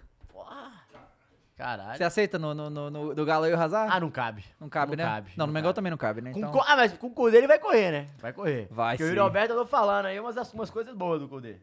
Caralho.
aceita no, no, no, no- do Galo aí o Hazard?
Ah, não cabe.
não cabe, né? não, no Mengão também não cabe, né?
Com
Então,
co- Ah, mas com o Cudê ele vai correr, né? Vai correr.
Vai
Porque o
sim.
Yuri Alberto andou falando aí umas, umas coisas boas do Cudê.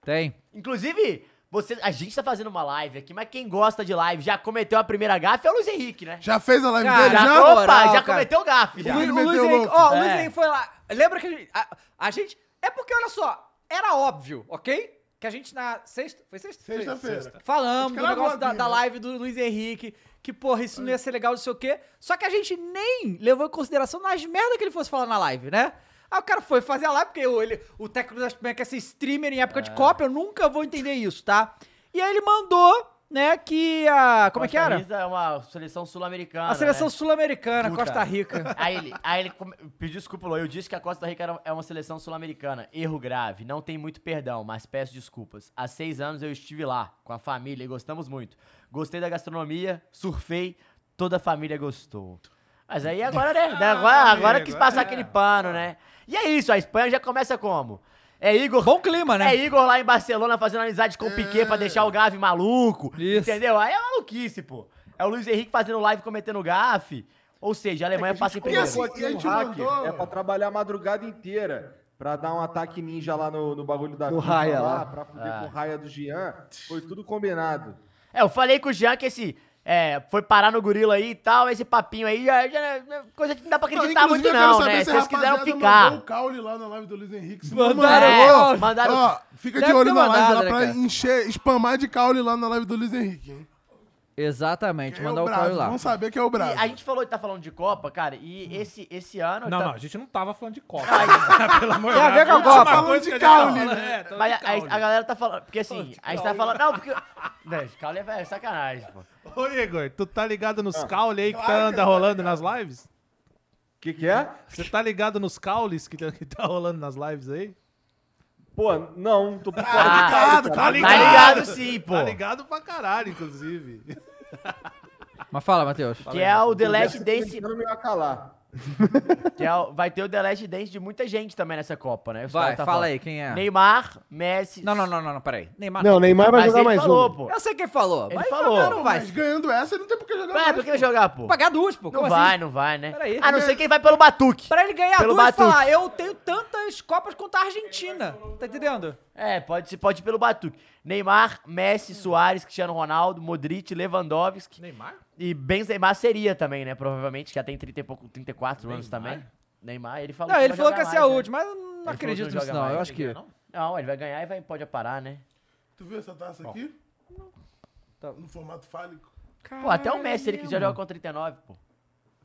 tem.
Inclusive, você, a gente tá fazendo uma live aqui, mas quem gosta de live já cometeu a primeira gafe é o Luiz Henrique, né?
Já fez a live
Cara,
dele?
na
Já?
Opa,
moral,
já
cara.
cometeu gafe
O
já.
Lu-
Ele
o
meteu
Luiz
o
Henrique,
louco.
ó, o Luiz
É.
Henrique foi lá. Lembra que a gente, a, a gente. É porque, olha só, era óbvio, ok? Que a gente na sexta. Foi sexta?
Sexta-feira.
Foi. Falamos do
Escravou
negócio
a
da,
Bíblia.
da live do Luiz Henrique. Que, porra, isso não ia ser legal, não sei o quê. Só que a gente nem levou em consideração nas merdas que ele fosse falar na live, né? Aí o cara foi fazer a live, porque o, ele, o técnico da Espanha quer é ser streamer em
É.
época de Copa, eu nunca vou entender isso, tá? E aí ele mandou, né, que a. Como é que
Costa
era?
Rica É uma seleção sul-americana.
A seleção
né?
sul-americana,
Puta.
Costa Rica.
Aí ele, aí ele come- pediu desculpa, Lô. Eu disse que a Costa Rica era- é uma seleção sul-americana. Erro grave. Não tem muito perdão, mas peço desculpas. Há seis anos eu estive lá com a família e gostamos muito. Gostei da gastronomia, surfei, toda a família gostou. Mas aí agora, né? Agora, agora,
amigo,
quis passar
é.
aquele pano, né? E é isso, a Espanha já começa como? É Igor.
Bom clima, né?
É Igor lá em Barcelona fazendo amizade com o Piquet pra deixar o Gavi maluco.
Isso.
Entendeu? Aí é maluquice, pô. É o Luiz Henrique fazendo live cometendo gafe. Ou seja, a Alemanha passa em
E
primeiro.
assim, e a
Tá
gente mandou-
É pra trabalhar a madrugada inteira. Pra dar um ataque ninja lá no, no bagulho da
No
FIFA
raia lá.
Pra fuder com o raia do Jean. Foi tudo combinado.
É, eu falei com o Jean que esse. É, foi parar no gorila aí e tal, esse papinho aí, é, já, já- coisa que não dá pra acreditar
Inclusive,
muito,
eu quero
não,
saber
né?
se a
Vocês quiseram
rapaziada
ficar.
Mandou um o caule lá na live do Luiz Henrique. Se
Mandaram,
não mandou,
é, mandaram-
Ó, fica de
Deve
olho
ter
na live
mandado,
lá
né,
pra
cara?
encher, spamar de caule lá na live do Luiz Henrique. Hein?
Exatamente,
Quem é
mandar o
brabo?
Caio lá.
Vamos saber que é o
E
Brasil.
a gente falou que tá falando de Copa, cara, e
Hum.
esse, esse ano.
Não,
tá-
não, a gente não tava falando de Copa. Pelo amor
Tem a ver com a
última
Copa.
coisa que
Falando de
a
caule,
gente tá falando,
né?
é, tá
Mas a,
falando de
a- a galera tá falando. Porque assim, a gente tá falando. Não, porque. Não, Caule é velho, sacanagem, pô.
caule. Ô, Igor, tu tá ligado nos
Ah.
caule aí que tá anda rolando nas lives?
O que, que é?
Você tá ligado nos caules que tá, que tá rolando nas lives aí?
Pô, não, tô por fora.
Ah,
Ligado, cara,
tá ligado sim, pô.
Tá ligado pra caralho, inclusive.
Mas fala, Matheus. Tá
Que é o The Last Dance.
Não me ia calar.
Que é o- vai ter o The Last Dance de muita gente também nessa Copa, né? Os
Vai,
caras tá
fala
falando.
aí, quem é?
Neymar, Messi.
Não, não, não, não, não, peraí. Neymar.
Não, Neymar vai
Mas
jogar
ele
mais
falou,
um.
pô.
Eu sei quem falou.
Ele
mas
falou.
jogar Não vai.
Mas ganhando essa, não tem por que jogar
É,
mais,
por
pô.
que ele jogar, pô?
Pagar duas, pô.
Não
Como
vai,
assim?
não vai, né?
Peraí.
A não ser quem vai pelo Batuque.
Pra ele ganhar
Pelo
duas e
Batuque.
falar, eu tenho tantas Copas quanto a Argentina. Tá entendendo?
É, pode, ser- pode ir pelo Batuque. Neymar, Messi, Soares, Cristiano Ronaldo, Modric, Lewandowski.
Neymar?
E Benzema seria também, né? Provavelmente, que já tem 30 e pouco, 34 anos também. Neymar, ele falou
Não,
que
ele
vai
falou que ia
jogar
ser a
mais, né?
última, mas eu não
Ele
acredito
falou
nisso,
que não joga
não. Eu
mais,
acho que.
não?
Não, ele vai ganhar e vai, pode parar, né?
Tu viu essa taça aqui?
Tá.
No formato fálico.
Pô, até o Messi, ele que já joga com 39, pô.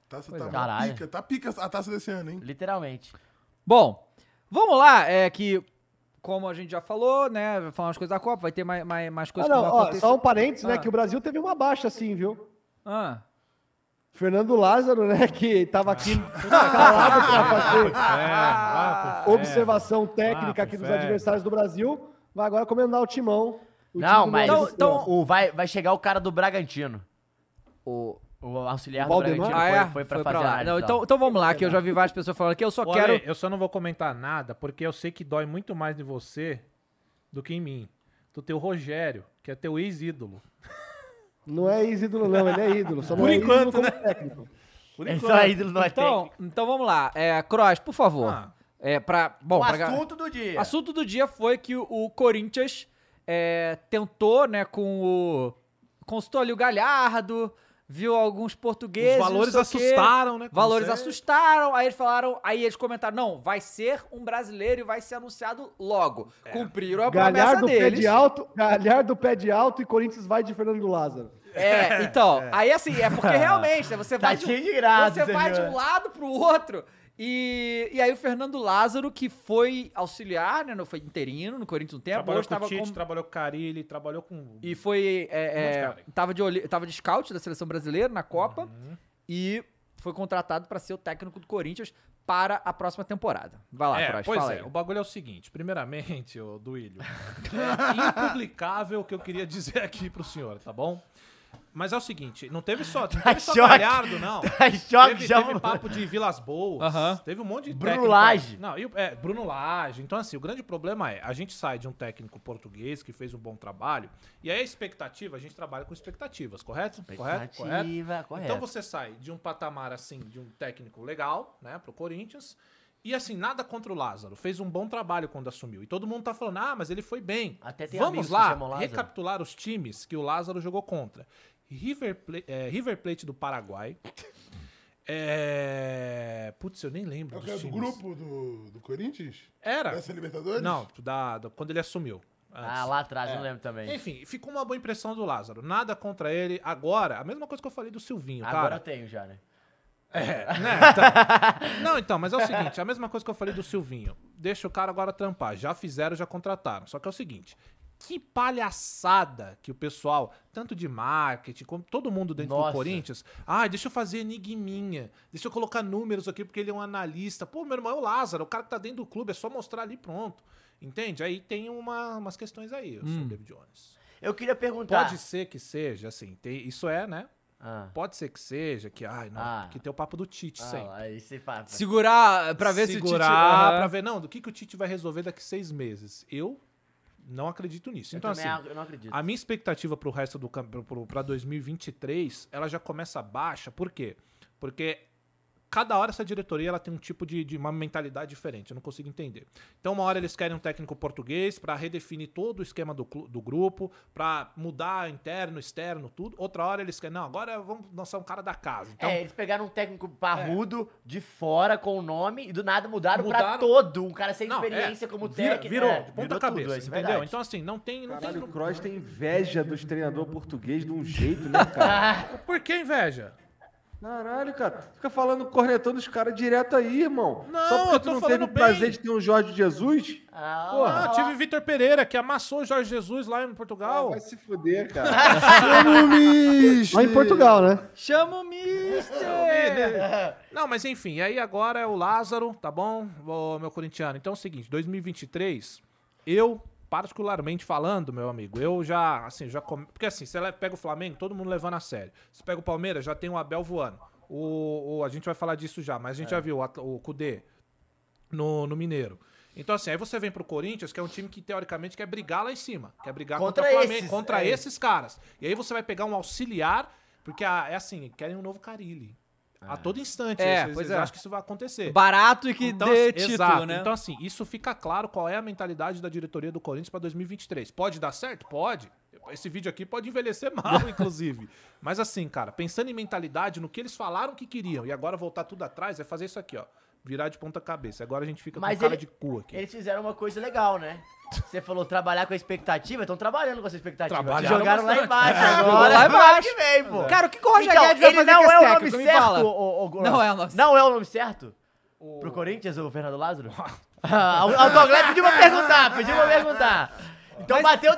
Taça
é.
tá uma
Caralho.
pica. Tá pica a taça desse ano, hein?
Literalmente.
Bom, vamos lá. É que, como a gente já falou, né? Vai falar umas coisas da Copa, vai ter mais, mais, mais
Ah,
coisas
não,
que vão
ó,
acontecer.
só um parênteses, né?
Ah.
Que o Brasil teve uma baixa, assim, viu?
Ah.
Fernando Lázaro, né? Que tava aqui calado pra fazer observação técnica
Ah,
aqui dos
fé.
adversários do Brasil. Vai agora comandar o timão. o time
não,
do
mas
Brasil.
Então- então-
o, vai, vai chegar o cara do Bragantino.
O...
O auxiliar do
Valdemar?
Bragantino
Ah, é?
foi, foi pra
Foi
fazer a
lá.
análise
Não,
lá.
então, então vamos lá, que eu já vi várias pessoas falando que eu só
Ô,
quero.
Ale, eu só não vou comentar nada, porque eu sei que dói muito mais em você do que em mim. Tu tem o Rogério, que é teu ex-ídolo.
Não é ex-ídolo, não, ele é ídolo. Só não
Por
é ídolo
enquanto,
como
né?
técnico.
Por
É só ídolo não é
Então,
técnico.
então vamos lá. É, Cross, por favor.
Ah.
É, pra, bom,
o
pra-
assunto do dia.
assunto do dia foi que o, o Corinthians é, tentou, né, com o. Consultou ali o Galhardo, viu alguns portugueses.
Os valores
não sei o quê.
assustaram, né?
Valores
Como sempre.
assustaram, aí eles falaram, aí eles comentaram: não, vai ser um brasileiro e vai ser anunciado logo.
É.
Cumpriram a promessa
Galhardo, pé
deles.
de alto, Galhardo, pé de alto e Corinthians vai de Fernando Lázaro.
É, então, aí assim, é porque realmente, né, você vai de,
Tadinho
um-
Tá de graça,
você vai de
senhor.
um lado pro outro. E, e aí o Fernando Lázaro, que foi auxiliar, né, não foi interino no Corinthians um tempo,
Trabalhou
hoje
com o
tava
Tite,
com-
trabalhou com o Carilli, trabalhou com...
e foi é, é,
Um monte de cara.
tava de olhe- tava de scout da seleção brasileira na Copa
Uhum.
e foi contratado pra ser o técnico do Corinthians para a próxima temporada. Vai lá,
é,
Cross,
pois
fala
é,
aí.
o bagulho é o seguinte, primeiramente, ô Duílio, é impublicável o que eu queria dizer aqui pro senhor, tá bom? Mas é o seguinte, não teve só, não teve
Tá
só
choque.
Galhardo, não.
Tá em choque,
teve,
já
teve
mudou.
papo de Vilas Boas,
Aham.
teve um monte de
Bruno
técnico-
Lage.
Não, e o- é, Bruno Lage. Então, assim, o grande problema é, a gente sai de um técnico português que fez um bom trabalho, e aí a expectativa, a gente trabalha com expectativas, correto? Correto, correto.
Expectativa,
Então
correto.
você sai de um patamar assim, de um técnico legal, né, pro Corinthians. E assim, nada contra o Lázaro. Fez um bom trabalho quando assumiu. E todo mundo tá falando, ah, mas ele foi bem.
Até tem amigos
Vamos
que
lá,
chamam Lázaro.
recapitular os times que o Lázaro jogou contra. River, Pla- é, River Plate do Paraguai. É... Putz, eu nem lembro
É o que
dos
é do
times.
grupo do, do Corinthians?
Era.
Dessa Libertadores?
Não, da, da- quando ele assumiu.
Ah,
antes.
lá atrás,
é.
não lembro também.
Enfim, ficou uma boa impressão do Lázaro. Nada contra ele. Agora, a mesma coisa que eu falei do Silvinho,
Agora eu
cara.
tenho já, né?
É, né? Então- não, então, mas é o seguinte, a mesma coisa que eu falei do Silvinho. Deixa o cara agora trampar. Já fizeram, já contrataram. Só que é o seguinte, que palhaçada que o pessoal, tanto de marketing, como todo mundo dentro
Nossa.
do Corinthians, ah, deixa eu fazer enigminha, deixa eu colocar números aqui porque ele é um analista. Pô, meu irmão é o Lázaro, o cara que tá dentro do clube, é só mostrar ali e pronto. Entende? Aí tem uma- umas questões aí, o
Hum.
senhor David Jones.
Eu queria perguntar.
Pode ser que seja, assim, tem- isso é, né?
Ah,
Pode ser que seja, que, ai, não,
Ah.
que tem o papo do Tite sempre.
ah, aí você fala.
Segurar pra ver se o Tite...
Segurar,
Aham.
pra ver, não, do que, que o Tite vai resolver daqui seis meses. Eu não acredito nisso.
Eu
Então,
também
assim,
ac- eu não acredito. É,
a minha expectativa pro resto do campo, pra 2023, ela já começa baixa. Por quê? Porque cada hora essa diretoria ela tem um tipo de, de uma mentalidade diferente. Eu não consigo entender. Então, uma hora eles querem um técnico português pra redefinir todo o esquema do, clu- do grupo, pra mudar interno, externo, tudo. Outra hora eles querem, não, agora vamos lançar um cara da casa. Então, É.
é, eles pegaram um técnico parrudo de fora com o nome e do nada mudaram, pra
Mudaram.
todo. Um cara sem
Não,
experiência
é,
como
vira-
técnico.
Virou,
é,
de ponta
virou
cabeça,
tudo, isso é
entendeu?
verdade.
Então, assim, não tem... Não
Caralho, o
tem
Kroos tem inveja dos treinador português de um jeito, né, cara?
Por que inveja?
Caralho, cara. Fica falando, cornetando os caras direto aí, irmão.
Não,
Só
eu
porque
tô
tu não
falando
teve o
bem.
prazer de ter um Jorge Jesus?
Ah,
Pô, ah, tive Vitor Pereira, que amassou o Jorge Jesus lá em Portugal.
Vai se fuder, cara.
Lá em Portugal, né?
Chama o Mister!
Não, mas enfim, aí agora é o Lázaro, tá bom? Ô, meu corintiano. Então é o seguinte, 2023, eu, particularmente falando, meu amigo, eu já, assim, já... come- Porque assim, você le- pega o Flamengo, todo mundo levando a sério. Você pega o Palmeiras, já tem o Abel voando. O, o- a gente vai falar disso já, mas a
É.
gente já viu o At- o Kudê no, no Mineiro. Então, assim, aí você vem pro Corinthians, que é um time que, teoricamente, quer brigar lá em cima. Quer brigar contra,
Contra
o Flamengo,
esses,
contra
é.
esses caras. E aí você vai pegar um auxiliar, porque a- é assim, querem um novo Carilli. A todo instante.
É,
eles- eles,
pois é.
acham que isso vai acontecer.
Barato e que dê
assim,
título,
exato.
né?
Então, assim, isso fica claro qual é a mentalidade da diretoria do Corinthians pra 2023. Pode dar certo? Pode. Esse vídeo aqui pode envelhecer mal, inclusive. Mas assim, cara, pensando em mentalidade, no que eles falaram que queriam, e agora voltar tudo atrás, é fazer isso aqui, ó. Virar de ponta cabeça. Agora a gente fica
Mas
com cara
ele-
de cu aqui.
Eles fizeram uma coisa legal, né? Você falou trabalhar com a expectativa, estão trabalhando com essa expectativa.
Trabalharam
Jogaram lá
bastante.
embaixo
É,
agora.
lá
pro ano
embaixo.
que vem, pô.
Cara, o que que o Roger Guedes vai
ele
fazer com
não
esse
é o
técnico?
nome
Me
certo,
fala.
ô, ô, Gordo.
Não é o nome
Não é o nome certo? Pro Corinthians, o Fernando Lázaro? Ah, o Autoglé pediu pra perguntar, pediu pra perguntar. Então bateu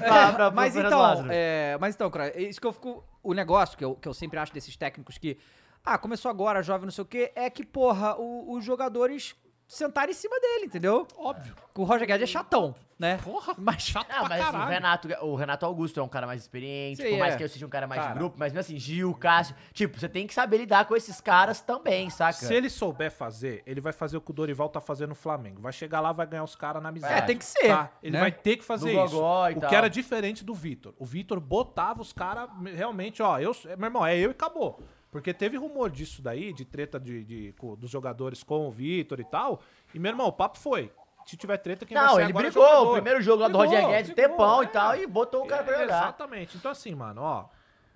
pra, pra, pro
mas
Fernando
então,
Lázaro.
é, mas então, cara, isso que eu fico. O negócio que eu, que eu sempre acho desses técnicos que. Ah, começou agora, jovem, não sei o quê, é que, porra, o- os jogadores sentaram em cima dele, entendeu? Óbvio. O Roger Guedes é chatão, né? Porra, mas chato
Ah, mas o Renato, o Renato Augusto é um cara mais experiente,
Sim,
por mais
é.
que eu seja um cara mais
Cara.
de grupo, mas mesmo assim, Gil, Cássio, tipo, você tem que saber lidar com esses caras também, saca?
Se ele souber fazer, ele vai fazer o que o Dorival tá fazendo no Flamengo. Vai chegar lá, vai ganhar os caras na amizade. tá?
É, tem que ser,
Ele
né?
vai ter que fazer
No
isso.
gogó e
o
tal.
que era diferente do Vitor. O Vitor botava os caras realmente, ó, eu, meu irmão, é eu e acabou. Porque teve rumor disso daí, de treta de, de- co- dos jogadores com o Vitor e tal. E, meu irmão, o papo foi. Se tiver treta, quem vai
Não,
ser
ele
agora é
brigou.
jogador.
o primeiro jogo lá do Roger
Brigou,
Guedes, um
brigou,
tempão e
é.
tal, e botou o cara pra
É,
jogar.
Exatamente. Então, assim, mano, ó.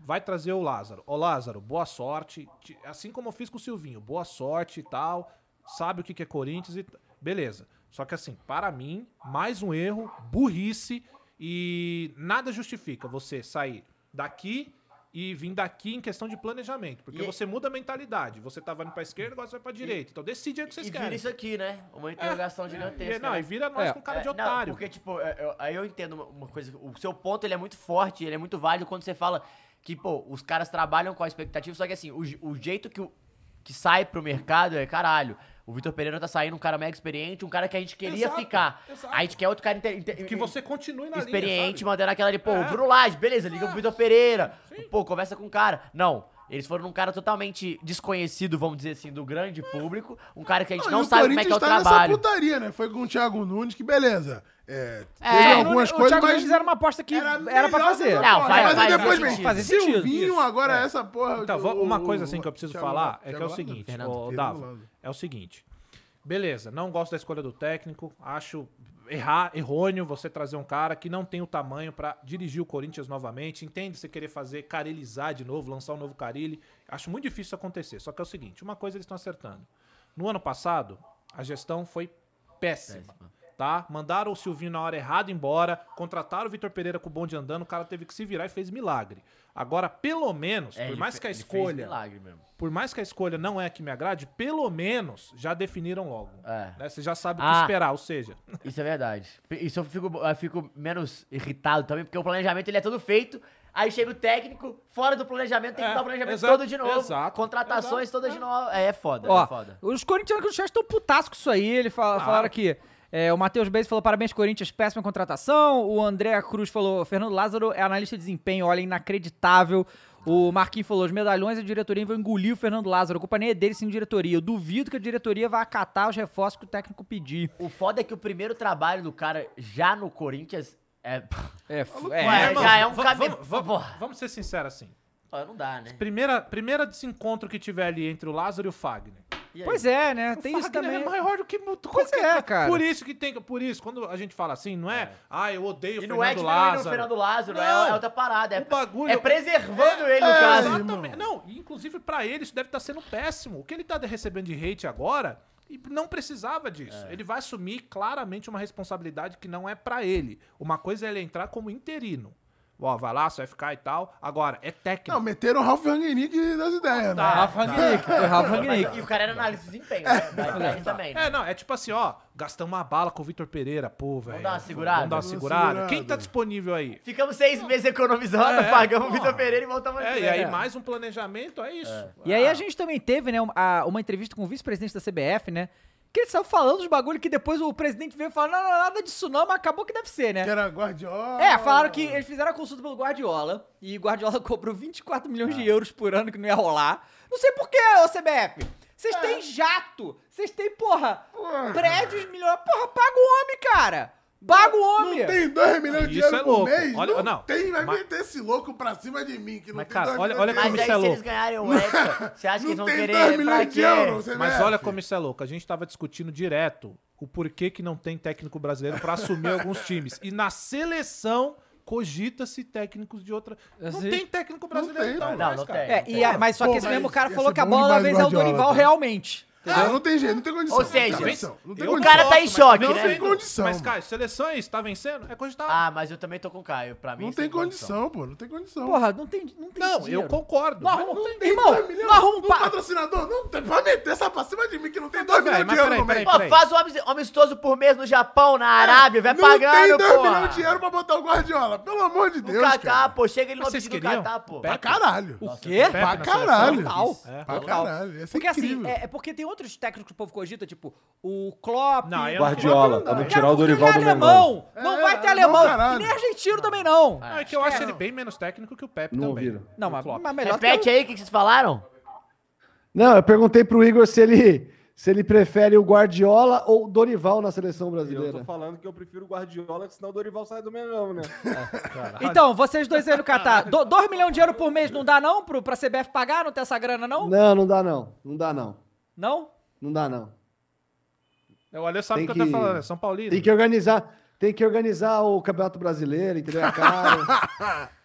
Vai trazer o Lázaro. Ô, Lázaro, boa sorte. Te- Assim como eu fiz com o Silvinho, boa sorte e tal. Sabe o que que é Corinthians e. t- Beleza. Só que, assim, para mim, mais um erro, burrice e nada justifica você sair daqui e vir daqui em questão de planejamento. Porque
E-
você muda a mentalidade. Você tava indo pra esquerda, agora você vai pra direita. Então decide aí o que vocês
E vira
querem.
isso aqui, né? Uma interrogação
É, E-
gigantesca.
não,
né?
e vira nós
É.
com cara de
É, não,
otário.
porque, tipo, é, eu- aí eu entendo uma- uma coisa. O seu ponto, ele é muito forte, ele é muito válido quando você fala que, pô, os caras trabalham com a expectativa, só que, assim, o, je- o jeito que, o, que sai pro mercado é, caralho, o Vitor Pereira tá saindo um cara mega experiente, um cara que a gente queria
Exato,
ficar.
exato.
A gente quer outro cara... inte- inte-
Que você continue na linha,
experiente,
sabe? É.
mandando aquela ali, pô, o Bruno Lage, beleza, liga pro Vitor Pereira, pô, conversa com o cara. Não, eles foram um cara totalmente desconhecido, vamos dizer assim, do grande público, um cara que a gente não,
e o
sabe como é que é o
Corinthians tá
trabalho.
Nessa putaria, né? Foi com o Thiago Nunes, que beleza. É,
É,
teve
o Thiago
algumas
o
coisas,
Thiago
mas
Nunes era uma aposta que era, pra
melhor
fazer.
do que
Não,
outra,
faz-
mas aí
faz
depois
sentido.
vem
Faz sentido.
Silvinho, agora essa porra.
Então,
o-
va- uma
o-
coisa assim que eu preciso
Thiago-
falar é que é
Thiago
o
Nunes?
seguinte,
Fernando.
ô,
Fernando
Dava,
Lázaro.
é o seguinte. Beleza, não gosto da escolha do técnico, acho errar, errôneo você trazer um cara que não tem o tamanho pra dirigir o Corinthians novamente, entende você querer fazer carilizar de novo, lançar um novo Carilli. Acho muito difícil isso acontecer. Só que é o seguinte, uma coisa eles estão acertando. No ano passado, a gestão foi péssima. Tá? Mandaram o Silvinho na hora errada embora, contrataram o Vitor Pereira com o bonde andando, o cara teve que se virar e fez milagre. Agora, pelo menos,
É,
por
ele
mais
fe-
que a
ele fez
escolha
milagre mesmo.
por mais que a escolha não é a que me agrade, pelo menos já definiram logo.
É.
Né? Você já sabe o que
Ah.
esperar, ou seja,
Isso é verdade. Isso eu fico, eu fico menos irritado também, porque o planejamento ele é todo feito. Aí chega o técnico, fora do planejamento, tem que
É,
dar o planejamento
exato,
todo de novo.
exato,
contratações
exato,
todas
é.
de novo. É, é foda, é
Ó,
foda.
os corintianos que no chat estão putasco com isso aí. Ele fala,
Claro.
falaram aqui. é, o Matheus Beis falou: parabéns, Corinthians, péssima contratação. O André Cruz falou: Fernando Lázaro é analista de desempenho, olha, inacreditável. O Marquinhos falou: os medalhões e a diretoria vão engolir o Fernando Lázaro. A culpa nem é dele, sim, diretoria. Eu duvido que a diretoria vá acatar os reforços que o técnico pedir.
O foda é que o primeiro trabalho do cara já no Corinthians é.
É,
é,
Ué,
já é um
va-
cabe-
vamos- va-
porra.
vamos ser sinceros assim.
Ó, Não dá, né?
Primeira, primeira desencontro que tiver ali entre o Lázaro e o Fagner.
E aí?
Pois é, né? Tem
o
isso
Fagner
também.
é maior do que muito
Pois é, cara.
Por isso que tem, por isso quando a gente fala assim, não é? Ah, eu odeio o
E
Fernando
não é diminuindo o
Lázaro.
Fernando Lázaro,
Não.
é, é outra parada. É,
O bagulho-
é preservando ele, no
É,
caso.
Exatamente. Não, e inclusive pra ele isso deve estar sendo péssimo. O que ele tá de- recebendo de hate agora e não precisava disso. Ele vai assumir claramente uma responsabilidade que não é pra ele. Uma coisa é ele entrar como interino. Ó, vai lá, você vai ficar e tal. Agora, é técnico.
Não, meteram o Ralf Rangnick das ideias, né?
Rafa Rangnick, foi Rafa Rangnick.
Mas- E o cara era analista de desempenho, né? Vai- vai também, né?
É, não, é tipo assim, ó, gastamos uma bala com o Vitor Pereira, pô, velho.
dar uma segurada?
Vamos dar uma
Vamos
segurada.
segurada.
Quem tá disponível aí?
Ficamos seis meses economizando,
É,
pagamos o
porra.
Vitor Pereira e voltamos
É, e
aqui.
aí
É.
mais um planejamento, é isso.
E aí a gente também teve, né, um- a- uma entrevista com o vice-presidente da CBF, né? Porque ele saiu falando os bagulho que depois o presidente veio falar, não, não, nada disso não, mas acabou que deve ser, né?
Que era Guardiola.
É, falaram que eles fizeram a consulta pelo Guardiola e Guardiola cobrou 24 milhões
Ah.
de euros por ano que não ia rolar. Não sei porquê, ô CBF.
É.
Vocês têm jato, vocês têm, porra, prédios milionários. Porra, paga o homem, cara. Paga o homem.
Não tem 2 milhões de
Isso
euros
é
por
louco.
mês?
Olha-
não,
não,
tem, vai
mas-
meter esse louco pra cima de mim, que não
Mas,
tem
cara,
dois
olha-
milhões
olha
de
Mas
como
euros.
aí,
isso
se
é
eles
louco.
ganharem o Hexa, você acha que eles
Não
vão
tem
querer...
2
pra
milhões de
quê?
euros, CBF.
Mas olha como isso é louco. A gente tava discutindo direto o porquê que não tem técnico brasileiro pra assumir alguns times. E na seleção cogita-se técnicos de outra. Não
Assim?
tem técnico brasileiro,
tem,
então,
velho.
Não,
mais,
não
cara.
tem.
É, e a- mas só
Pô,
que esse
mas
mesmo cara
ia
falou
ser
que a
bom
bola da
demais
vez é o
Guardiola,
Dorival
tá?
realmente.
Ah, não tem jeito, não tem condição.
Ou
não tem
seja,
condição, não tem
Eu
o
condição.
cara tá em
gosto, mas
choque,
não
né?
tem
condição,
Mas,
mano.
cara, seleções, tá vencendo? É cogitável.
Ah, mas eu também tô com o Caio, pra mim...
Não
isso
tem
é
condição, pô. Não tem condição.
Porra, não tem, não tem
não, eu
dinheiro.
concordo.
Não
mas-
arruma,
não tem
irmão,
dois milhões.
não arruma um
Um
pa...
patrocinador não tem pra meter essa pra cima de mim que não tem 2
mas,
milhões de
mas
euros
peraí,
no mês.
peraí,
Pô, faz um amiz- amistoso por mês no Japão, na Arábia, vai
não tem
pagando,
2 milhões de
pô.
euros pra botar o Guardiola. Pelo amor de
O
Deus,
Kaká,
cara.
pô, chega ele no
Mas vocês
objetivo do
queriam?
Kaká, pô.
Pra caralho.
O quê?
Pepe
Pra
na
caralho.
Total.
É.
Pra
Total.
caralho, ia ser
Porque assim,
incrível.
é, é porque tem outros técnicos que o povo cogita, tipo o Klopp.
Não, aí eu-
Guardiola,
Não, não,
quando
não.
tirar o
Porque
Dorival do
ele é alemão.
Mengão.
Não
É,
vai ter
é alemão,
alemão.
caralho.
E nem argentino também não. É,
Não, é que eu acho ele bem menos técnico que o Pepe
Não
também.
ouviram.
Não, mas, mas melhor
Repete
que
aí o que que vocês falaram?
Não, eu perguntei pro Igor se ele, se ele prefere o Guardiola ou o Dorival na seleção
Eu tô
brasileira.
falando que eu prefiro o Guardiola, que senão o Dorival sai do Mengão, né?
Então, vocês dois aí no Catar. 2 milhões de euros por mês não dá não pro, pra CBF pagar? Não tem essa grana não?
Não, não dá não. Não dá não.
Não?
Não dá não.
O Alê sabe o que,
Tem
eu tô
que-
falando, é São Paulino.
Tem que organizar, tem que organizar o Campeonato Brasileiro, entendeu? É caro.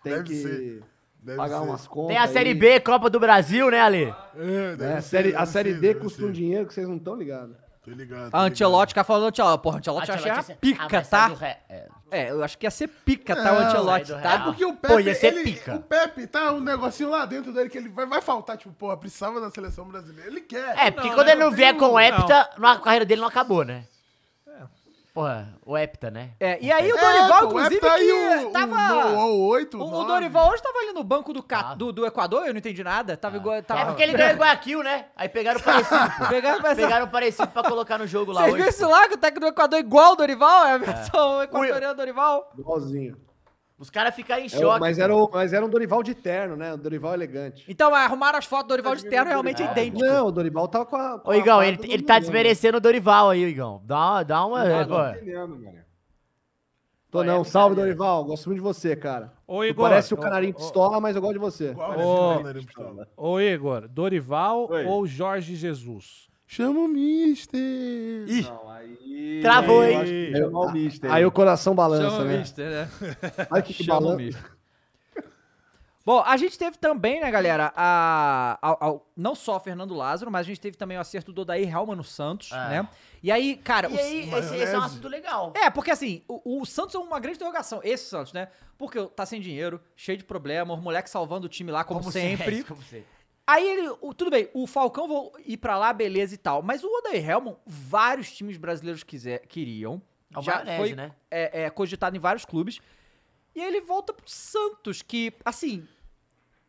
tem
Deve
que
ser. Deve
pagar
ser.
umas contas.
Tem a Série
aí,
B, Copa do Brasil, né, Ale?
É, deve
né? A
ser,
série, a
deve
série
ser,
D
deve
custa
ser.
um dinheiro que vocês não estão ligados.
Tô ligado. tô
A
ligado.
Antelote, o cara falou do Antelote. Porra, Antelote eu achei
Ah,
a
mas
pica,
sai
tá?
do ré- é.
É, eu acho que ia ser pica, tá? O
Não,
Antelote,
sai do
tá?
Real.
Porque o Pepe,
Pô, ia ser
ele,
pica.
o Pepe tá um negocinho lá dentro dele que ele vai, vai faltar, tipo, porra, precisava da seleção brasileira. Ele quer.
É, porque
Não,
quando
né,
ele não
não
vier
tem
com
um-
o Hepta, não, a carreira dele não acabou, né? Porra, o Hepta, né?
É, e aí o
É,
Dorival,
pô,
inclusive,
tá aí
que
o- o no-
tava...
o oito,
O, o
nove.
Dorival hoje tava ali no banco do, Ca-
Tava.
do, do Equador, eu não entendi nada. Tava igual. Tava...
É porque ele ganhou igual aquilo, né? Aí pegaram o parecido, pô.
Pegaram pra essa...
Pegaram o parecido pra colocar no jogo lá
Vocês viram
hoje.
isso lá que o técnico do Equador é igual ao Dorival? É a versão equatoriana do Dorival?
Igualzinho.
Os caras ficaram em
É,
choque.
mas,
pô.
era o, mas era um Dorival de terno, né? Um Dorival elegante.
Então, arrumaram as fotos do Dorival de terno realmente é idêntico.
Não, o Dorival tava com a. com
Ô,
a
Igão,
farda
ele,
do né?
ele tá
Mengão.
desmerecendo o Dorival aí, Igão. Dá uma... Dá uma é,
Não, não
pô.
entendendo, mano.
Tô não, salve Dorival, gosto muito de você, cara.
Ô,
Tu
Igor,
parece o
ô,
canarinho
ô,
pistola, mas eu gosto de você.
Igual,
Ô,
né, Fernando Pistola?
Ô, Igor, Dorival
Oi.
ou Jorge Jesus?
Chama o Mister.
Não, aí.
Travou,
aí
hein?
eu acho que é mal mister.
Aí o coração balança, né?
Mister, né?
Olha que, que balança.
Bom, a gente teve também, né, galera, a, a- a- não só Fernando Lázaro, mas a gente teve também o acerto do Odair Helman no Santos,
Ah.
né? E aí, cara...
E
o-
aí, esse, esse é um
maionese.
assunto legal.
É, porque assim, o, o Santos é uma grande interrogação, esse Santos, né? Porque tá sem dinheiro, cheio de problema, os moleques salvando o time lá, como, sempre.
como sempre.
Aí ele, o- tudo bem, o Falcão vou ir pra lá, beleza e tal. Mas o Odair Helman, vários times brasileiros quiser, queriam.
É o
já
maionese,
foi
né?
é, é, cogitado em vários clubes. E ele volta pro Santos, que, assim,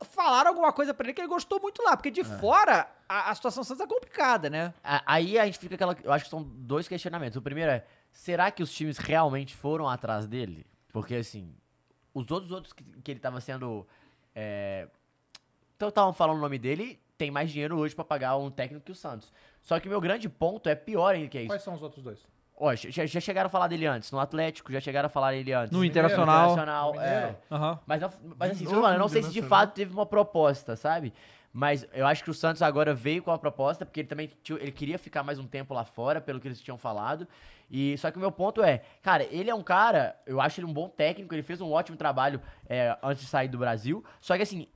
falaram alguma coisa pra ele que ele gostou muito lá. Porque de fora, a, a situação do Santos é complicada, né?
A- Aí a gente fica aquela. Eu acho que são dois questionamentos. O primeiro é: será que os times realmente foram atrás dele? Porque, assim, os outros outros que, que ele tava sendo. é, Então estavam falando o nome dele, tem mais dinheiro hoje pra pagar um técnico que o Santos. Só que o meu grande ponto é pior ainda que é isso.
Quais são os outros dois?
Ó, já, já chegaram a falar dele antes, no Atlético, já chegaram a falar dele antes.
No Internacional.
Internacional,
No
é.
Mineiro.
Aham.
Mas, não- mas assim,
De
eu tô
novo
falando, eu
no
não sei se de
Internacional.
fato teve uma proposta, sabe? Mas eu acho que o Santos agora veio com a proposta, porque ele também tinha- ele queria ficar mais um tempo lá fora, pelo que eles tinham falado. E só que o meu ponto é, cara, ele é um cara, eu acho ele um bom técnico, ele fez um ótimo trabalho é, antes de sair do Brasil. Só que assim,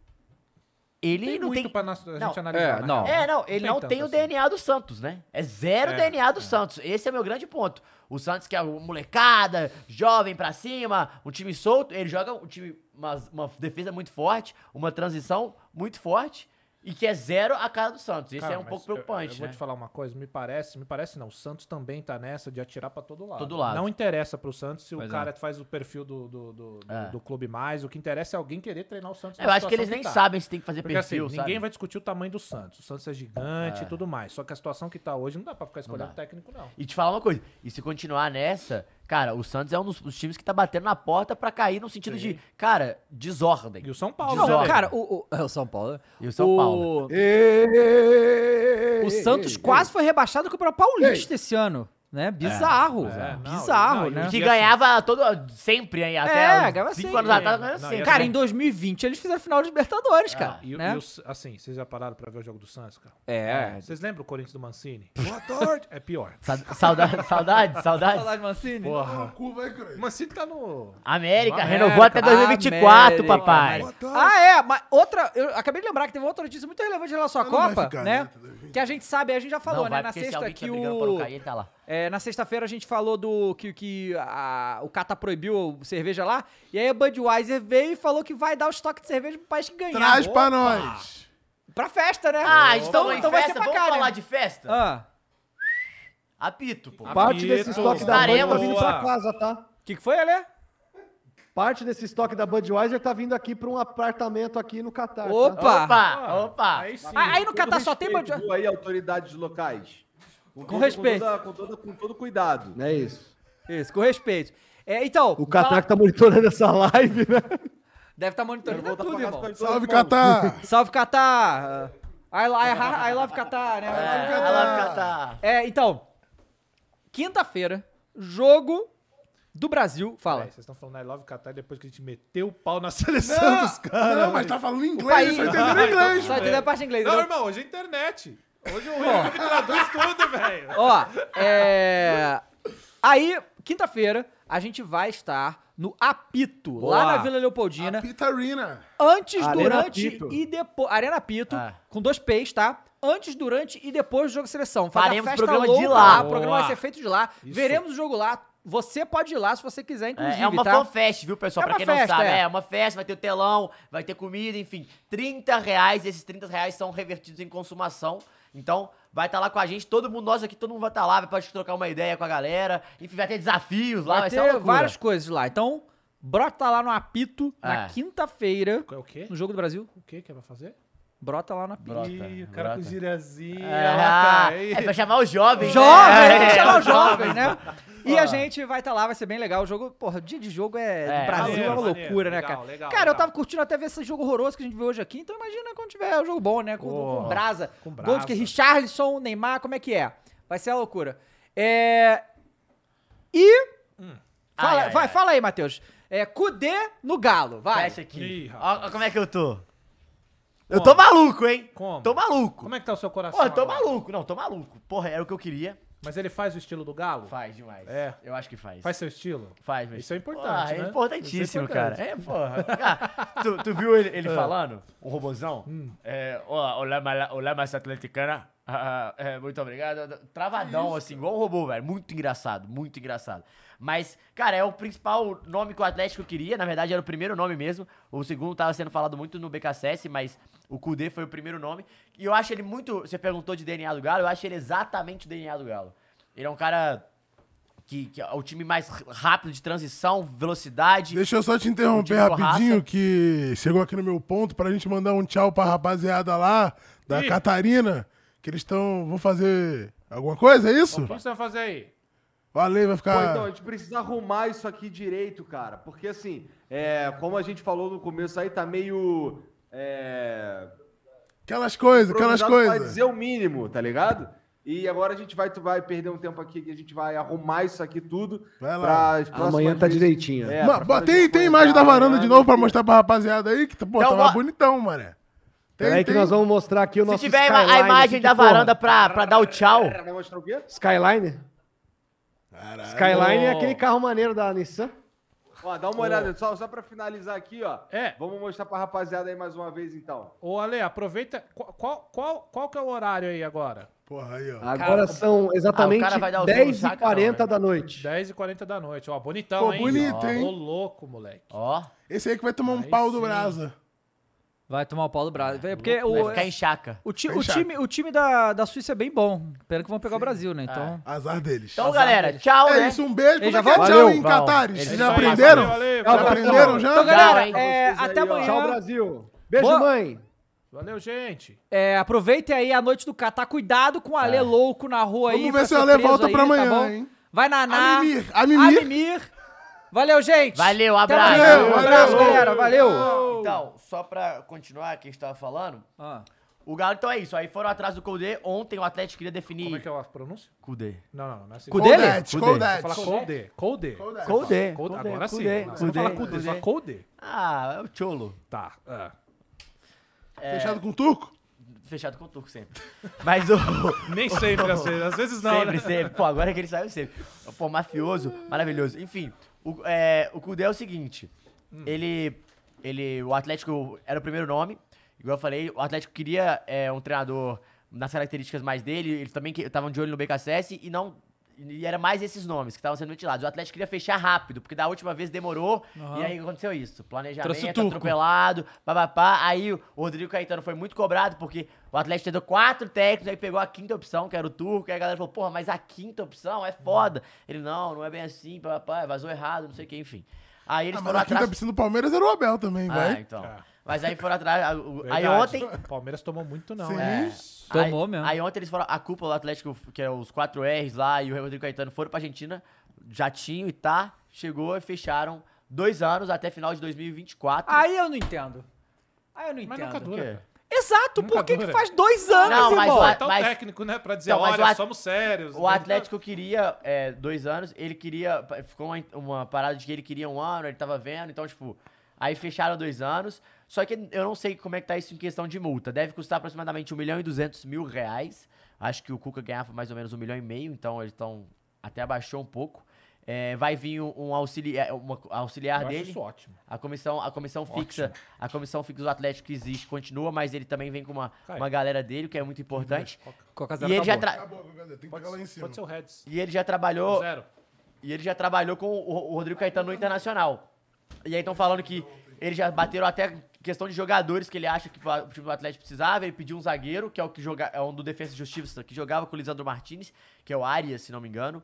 ele é
Tem
não
muito
tem
pra nós- a gente
não.
analisar.
É,
né?
não.
é, não, ele
Não
não
tem
tem o
tanto assim.
DNA do Santos, né? É zero
É,
DNA do Santos. Esse é o meu grande ponto. O Santos, que é o molecada, jovem pra cima, um time solto, ele joga um time, uma, uma defesa muito forte, uma transição muito forte. e que é zero a cara do Santos. Isso
Cara,
é um
mas
pouco
eu-
preocupante,
Eu, vou
né?
te falar uma coisa, me parece, me parece não. O Santos também tá nessa de atirar pra todo lado.
Todo lado.
Não interessa pro Santos se
Pois
o
é.
cara faz o perfil do, do, do, do-
É.
do clube mais. O que interessa é alguém querer treinar o Santos.
Eu
na
acho que
situação
eles nem
tá.
sabem se tem que fazer
Porque
perfil,
assim,
sabe?
ninguém vai discutir o tamanho do Santos. O Santos é gigante e tudo mais. Só que a situação que tá hoje não dá pra ficar escolhendo
dá.
técnico, não.
E te falar uma coisa, e se continuar nessa, cara, o Santos é um dos, dos times que tá batendo na porta pra cair no sentido de, cara, desordem.
E o São Paulo,
Não,
né,
Desordem.
velho?
cara, o, o, é o São Paulo. né?
E o São Paulo.
O Santos quase foi rebaixado com o Paulista esse ano, né? Bizarro,
é, não,
bizarro,
não,
né?
e-
Que
assim-
ganhava todo, sempre, hein,
É,
até
ganhava
5
sempre. né?
anos atrás, ganhava
Não, e
sempre.
assim-
Cara, em 2020 eles fizeram final de
Ah,
Libertadores, cara.
E, o-
né?
e os- assim, vocês já pararam pra ver o jogo do Santos, cara?
É.
Vocês lembram o Corinthians do Mancini? Boa tarde! É pior.
Sa- Saudade, saudade, saudade.
Saudade Mancini.
Porra.
cu, vai, Cruz.
O Mancini tá no.
América,
América.
renovou até 2024,
É, Ah, América,
papai.
América. Ah, é, mas outra. Eu acabei de lembrar que teve outra notícia muito relevante em relação à
Não vai
Copa,
ficar,
né?
né, também.
Que a gente sabe, a gente já falou, né?
Não, vai,
Na
porque se
sexta
alguém tá
que
brigando pra não
o.
cair, ele tá lá.
É, na sexta-feira a gente falou do que, que a- o Cata proibiu a cerveja lá. E aí a Budweiser veio e falou que vai dar o estoque de cerveja pro país que ganhar.
Traz
Opa!
pra nós.
Pra festa, né?
Ah, então, então vai
ser
festa,
pra
vamos
cá, né?
falar de festa?
Ah,
Apito, pô.
Parte desse
Apito.
estoque da Bud tá
Estaremos.
vindo pra casa, tá?
o que, que foi, Alê?
Parte desse estoque da Budweiser tá vindo aqui pra um apartamento aqui no
Ah,
Catar. tá?
Opa!
Opa, opa.
Aí sim.
Ah, aí no
tá
Catar só tem
respeito,
Budweiser.
viu aí, autoridades locais. Com, todo-
respeito.
Com, toda- com todo- com todo cuidado.
É isso.
Isso, com respeito. É, então,
O Catar que tá monitorando essa live, né?
deve estar
Quero
monitorando
voltar
tudo,
pra casa
irmão.
com as duas
Salve,
mãos.
Catar.
Salve, Catar! I, li- I love Catar, né?
É, ela fica- tá.
É, então, quinta-feira, jogo do Brasil. Fala.
Aí, Vocês estão falando I love Qatar depois que a gente meteu o pau na seleção dos caras.
Não, mas tá falando inglês,
é
eu só entendendo inglês.
Só entendeu a parte em inglês.
Não,
né?
irmão, hoje é internet. Hoje o Rico me traduz tudo, velho.
Ó, é. Aí, quinta-feira, a gente vai estar no Apito, lá na Vila Leopoldina.
Pitarina.
Antes,
Arena
durante
Apito.
e depois. Arena Apito,
Ah.
com dois P's, tá? Antes, durante e depois do jogo de seleção. Faz a
Faremos
festa
programa de
louca
lá.
O programa vai
Boa.
ser feito de lá.
Isso.
Veremos o jogo lá. Você pode ir lá se você quiser,
É,
inclusive.
é uma
tá?
fanfest, viu, pessoal?
É
pra
uma
quem
festa,
não sabe,
é.
é. uma festa, vai ter o telão, vai ter comida, enfim. 30 reais, esses 30 reais são revertidos em consumação. Então, vai estar lá com a gente, todo mundo, nós aqui, todo mundo vai estar lá, vai pra gente trocar uma ideia com a galera. Enfim, vai ter desafios
Vai,
lá, vai, ser uma
ter
loucura.
várias coisas lá. Então, brota lá no Apito na
É.
quinta-feira,
É o quê?
no Jogo do Brasil.
O quê que é pra fazer?
Brota lá no Apito.
Brota,
Ih, o cara
brota.
com gíriazinha. lá,
Ah,
cara. Ih.
é pra chamar os jovens.
Jovem, É.
né?
tem que chamar o
jovens.
jovem, né? E a gente vai estar lá, vai ser bem legal. O jogo, porra, dia de jogo é.
É,
do Brasil
maneiro,
é uma
maneiro,
loucura, né,
legal,
cara?
legal,
cara, eu
legal.
tava curtindo até ver esse jogo horroroso que a gente viu hoje aqui. Então imagina quando tiver um jogo bom, né? Com, com
Pô,
brasa.
com
Gol de que
brasa.
Richarlison, Neymar, como é que é? Vai ser a loucura. É. E. Fala,
Ai, ai,
vai,
ai.
fala aí, Matheus. É, Cudê no Galo, vai.
Fecha aqui.
Ih, rapaz.
Ó, ó como é que eu tô. Eu tô maluco, hein?
Como?
Tô maluco.
Como é que tá o seu coração?
Porra, tô
agora?
maluco. Não, tô maluco. Porra, era o que eu queria.
Mas ele faz o estilo do Galo?
Faz demais.
É.
Eu acho que faz.
Faz seu estilo?
Faz, mas...
Isso é importante,
Ah,
né?
É importantíssimo,
Isso é
cara.
importante.
É, porra. Ah, tu, tu viu ele, ele falando? O robozão? É, ó, olá, mala- olá, massa atleticana. Ah, ah, é, muito obrigado. Travadão, assim, igual um robô, velho. Muito engraçado, muito engraçado. Mas, cara, é o principal nome que o Atlético queria. Na verdade, era o primeiro nome mesmo. O segundo tava sendo falado muito no BKSS, mas o Kudê foi o primeiro nome. E eu acho ele muito... Você perguntou de DNA do Galo. Eu acho ele exatamente o DNA do Galo. Ele é um cara que, que é o time mais r- rápido de transição, velocidade.
Deixa eu só te
Tipo
interromper
raça.
rapidinho, que chegou aqui no meu ponto pra gente mandar um tchau pra rapaziada lá, da
Ih.
Catarina, que eles estão. vão fazer alguma coisa, é isso?
O que você vai fazer aí?
Valeu, vai
Pô, então, a
ficar.
gente precisa arrumar isso aqui direito, cara. Porque, assim, é, como a gente falou no começo aí, tá meio. É,
Aquelas coisas, aquelas
improvisado pra
coisas.
dizer o mínimo, tá ligado? E agora a gente vai, tu vai perder um tempo aqui que a gente vai arrumar isso aqui tudo.
Vai lá.
pras próximas
Amanhã tá
vezes.
direitinho.
É,
Ma-
pra
bom,
quando a
tem
gente
tem
for
imagem da
entrar,
varanda
né,
de novo pra
no-
mostrar pra rapaziada aí, que tá, pô,
Então,
tava
ó.
bonitão, mané. Tem,
Peraí que
tem.
nós vamos mostrar aqui o
Se
nosso
tiver a- a
skyline
imagem
aqui,
da
que porra.
varanda pra, pra dar o tchau.
Vai mostrar o quê?
Skyline?
Caralho.
Tá
Skyline é aquele carro maneiro da Nissan.
Ó, dá uma olhada, só, só pra finalizar aqui, ó.
É.
Vamos mostrar pra rapaziada aí mais uma vez, então.
Ô, Ale, aproveita. Qual, qual, qual, qual que é o horário aí agora?
Porra, aí, ó.
Agora são exatamente
Ah, o cara vai dar o zoom,
10h40
saca,
da noite.
10h40 da noite. Ó, bonitão,
Pô,
hein?
bonito,
Ó,
hein?
Ô, louco, moleque.
Ó,
Esse aí que vai tomar um
Aí
pau do
sim.
brasa.
Vai tomar o pau do Brasil. É, porque
Vai
o,
ficar em chaca.
o, ti- o
Fechado.
time, o time da, da Suíça é bem bom. Pena que vão pegar o Brasil, né? Então.
Azar deles.
Então, galera, tchau,
é
né?
isso, um beijo.
Ele
Como
já
é que é
vai-
tchau
Valeu,
em
Val.
Catares?
Ele
Vocês
Isso
já
aí,
aprenderam?
Valeu, valeu,
Já
valeu.
aprenderam
Então,
já?
galera,
hein?
é,
Vocês aí,
até
ó.
amanhã.
Tchau, Brasil. Beijo,
Boa-
mãe.
Valeu, gente.
É, aproveitem aí a noite do Catar. Cuidado com o Ale louco na rua aí.
É. Vamos
pra
ver se o
ser
Ale
preso
volta
aí,
pra amanhã,
tá bom?
hein?
Vai naná.
A mimir, a mimir.
Valeu, gente.
Valeu,
Até
abraço.
amanhã.
Valeu,
Um abraço,
valeu.
galera. Valeu.
Então, só pra continuar o que a gente tava falando,
Ah.
o Galo, então é isso. Aí foram atrás do Colde. Ontem o Atlético queria definir.
Como é que é a pronúncia?
Colde.
Não, não, não é assim.
Cudê? Dele?
Coldete,
Cudê.
Coldete.
Fala Colde. Colde.
Colde.
Colde. Agora sim.
Colde,
Você não fala
Colde,
Colde, só
Colde.
Colde.
Ah, é o Cholo.
Tá. ah.
Fechado com o turco?
É,
Fechado com o Turco sempre. Mas o.
Nem sempre, às vezes. Às vezes não,
sempre,
né?
sempre. Pô, agora que ele saiu, sempre. Pô, mafioso, maravilhoso. Enfim, o, é, o Kudê é o seguinte.
Hum.
Ele, ele... O Atlético era o primeiro nome. Igual eu falei, o Atlético queria é, um treinador nas características mais dele. Eles também estavam de olho no BKSS e não... E era mais esses nomes que estavam sendo ventilados. O Atlético queria fechar rápido, porque da última vez demorou. E aí aconteceu isso.
Trouxe o
Planejamento,
turco.
atropelado, papapá. Aí o Rodrigo Caetano foi muito cobrado, porque o Atlético tentou quatro técnicos, aí pegou a quinta opção, que era o turco. Aí a galera falou, porra, mas a quinta opção é foda. Ele, não, não é bem assim, papapá, vazou errado, não sei o que, enfim. Aí eles
Ah, mas
foram
a quinta
atrás...
piscina do Palmeiras era o Abel também,
Ah,
vai.
É.
então.
Ah.
Mas aí foram atrás... a- o- Aí
Verdade.
ontem...
O Palmeiras tomou muito, não.
Sim.
né?
Aí-
Tomou mesmo.
Aí ontem eles foram. A cúpula do Atlético, que é os 4 R's lá, e o Rodrigo Caetano foram pra Argentina, jatinho e tá. Chegou e fecharam dois anos até final de 2024.
Aí eu não entendo. Aí eu não
Mas
entendo.
nunca
Por quê?
dura.
Exato,
Nunca
por que, que
dura.
faz dois anos,
Não, mas
irmão?
o
Pô,
a-
é tão
Ah, mas-
técnico, né? Pra dizer,
Então, mas o
olha,
At-
somos sérios.
O Atlético queria é, dois anos, ele queria. Ficou uma, uma parada de que ele queria um ano, ele tava vendo, então, tipo. Aí fecharam dois anos. Só que eu não sei como é que tá isso em questão de multa. Deve custar aproximadamente 1 milhão e 200 mil reais. Acho que o Cuca ganhava mais ou menos 1 milhão e meio, então eles estão. Até abaixou um pouco. É, vai vir um, um auxiliar, uma
Eu
auxiliar
acho
dele.
isso ótimo.
A comissão, a comissão fixa, a comissão fixa do Atlético que existe continua, mas ele também vem com uma,
Cai.
uma galera dele, que é muito importante.
Coca
E ele, já tra-
Acabou, Gazeta, tem que pegar lá em cima.
Pode ser o Reds.
e ele já trabalhou,
Zero.
e ele já trabalhou com o o Rodrigo Caetano no Internacional. E aí estão falando que eles já bateram até questão de jogadores que ele acha que o time do Atlético precisava. Ele pediu um zagueiro, que é o que joga, é um do Defesa e Justiça, que jogava com o Lisandro Martinez, que é o Arias, se não me engano.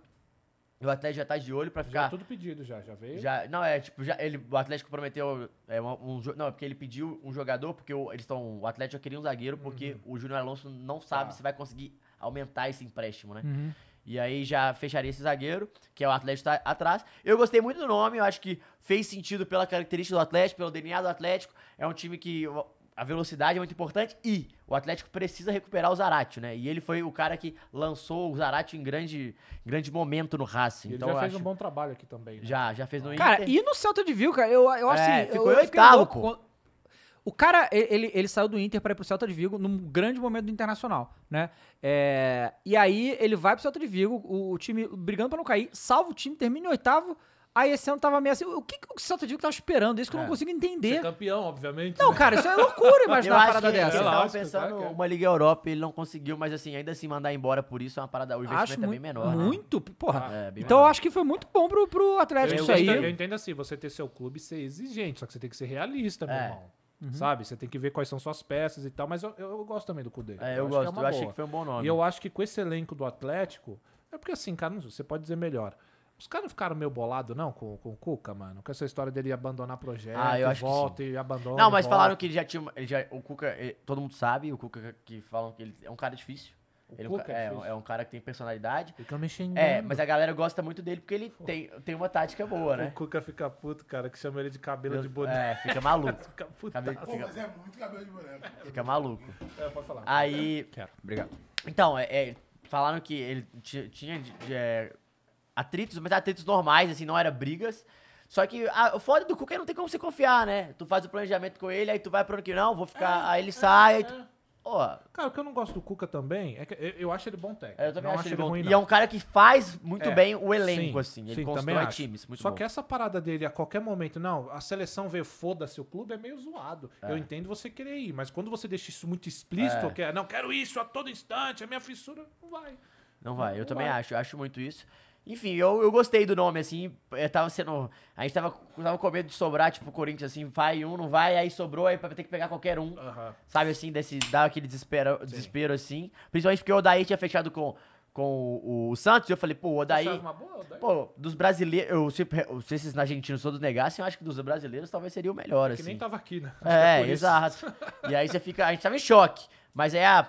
E o Atlético já tá de olho pra
Já
ficar.
tudo pedido, já. Já veio.
Já, não, é tipo, já, ele, o Atlético prometeu. É, uma- um, jo- não, é porque ele pediu um jogador, porque o, eles estão. O Atlético já queria um zagueiro, porque
Uhum.
o Júnior Alonso não
Tá.
sabe se vai conseguir aumentar esse empréstimo, né?
Uhum.
E aí já fecharia esse zagueiro, que é o Atlético tá atrás. Eu gostei muito do nome, eu acho que fez sentido pela característica do Atlético, pelo DNA do Atlético. É um time que. o- A velocidade é muito importante e o Atlético precisa recuperar o Zaratio, né? E ele foi o cara que lançou o Zaratio em grande, grande momento no Racing.
E ele
então
já
eu
fez
acho-
um bom trabalho aqui também. né?
Já, já fez no Inter.
Cara, e no Celta de Vigo, cara? Eu, eu
É,
assim, eu-
ficou
eu,
em
fiquei
oitavo,
louco
pô.
quando- O cara, ele, ele- ele saiu do Inter pra ir pro Celta de Vigo num grande momento do Internacional, né? É, e aí ele vai pro Celta de Vigo, o, o time brigando pra não cair, salva o time, termina em oitavo. Aí esse ano tava meio assim, o que, que o Celta de Vigo tava esperando? Isso que eu não
É.
consigo
Ser
entender.
campeão, obviamente.
Não,
né?
cara, isso é loucura imaginar
tá
uma
eu acho
parada
que
dessa.
Eles
É
estavam
lógico,
pensando
claro que é.
uma Liga Europa, ele não conseguiu, mas assim, ainda assim mandar embora por isso é uma parada. O investimento
acho
é
mui-
bem menor. né?
Muito, porra.
É, bem
então eu
menor.
acho que foi muito bom pro, pro
Eu,
Atlético isso
entendo, eu
aí.
entendo assim, você ter seu clube e ser exigente, só que você tem que ser realista, meu
É.
irmão. Sabe? Você tem que ver quais são suas peças e tal, mas eu, eu- eu gosto também do Cudê.
É, eu,
acho que é
gosto,
uma
eu achei
boa.
que foi um bom nome.
E eu acho que com esse elenco do Atlético, é porque assim, cara, não- você pode dizer melhor. Os caras não ficaram meio bolados, não, com, com o Cuca, mano? Com essa história dele abandonar projeto,
Ah, eu acho que
volta e abandona.
Não, mas
volta.
falaram que ele já tinha. Ele já, o Cuca, eh, todo mundo sabe, o Cuca que falam que ele é um cara difícil. Ele é um
Cuca
ca-
é
é,
difícil.
é um cara que tem personalidade.
Fica me xingando.
É, mas a galera gosta muito dele porque ele tem, tem uma tática boa,
O
né?
Cuca fica puto, cara, que chama ele de cabelo de boneco.
É, fica maluco.
Fica puto.
Cabe-
Pô,
fica,
mas é muito cabelo de boneco.
fica maluco.
É, pode falar.
Aí,
Quero. Obrigado.
Então, é, é, falaram que ele ti- tinha de- de, é, atritos, mas atritos normais, assim, não era brigas. Só que a, o foda do Cuca é que não tem como você confiar, né? Tu faz o planejamento com ele, aí tu vai pro ano que não, vou ficar. aí ele sai, aí tu. Ó,
Cara, o que eu não gosto do Cuca também é que eu, eu acho ele bom técnico.
eu também
não
acho ele bom.
ruim,
e
não.
é um cara que faz muito
É,
bem o elenco,
Sim,
assim. Ele
sim, também
constrói
acho.
times, muito
Só
bom.
que é- essa parada dele a qualquer momento, não, a seleção veio, foda-se, o clube é meio zoado. Eu entendo você querer ir, mas quando você deixa isso muito explícito,
É.
que é, não, quero isso a todo instante, a minha fissura, não vai.
Não vai, eu
Não
também
vai.
acho, eu acho muito isso. Enfim, eu, eu gostei do nome, assim. Eu tava sendo. A gente tava, tava com medo de sobrar, tipo, o Corinthians, assim, vai um, não vai, aí sobrou, aí vai ter que pegar qualquer um. Sabe assim, desse, dá aquele desespero, desespero assim. Principalmente porque o Odaí tinha fechado com, com o, o Santos, e eu falei, pô, o Odaí.
Achava uma boa, daí?
Pô, dos brasileiros. eu Se, eu- se esses argentinos todos negassem, eu acho que dos brasileiros talvez seria o melhor,
que
assim.
nem tava aqui, né?
É,
por isso.
exato. E aí você fica. A gente tava em choque. Mas é a.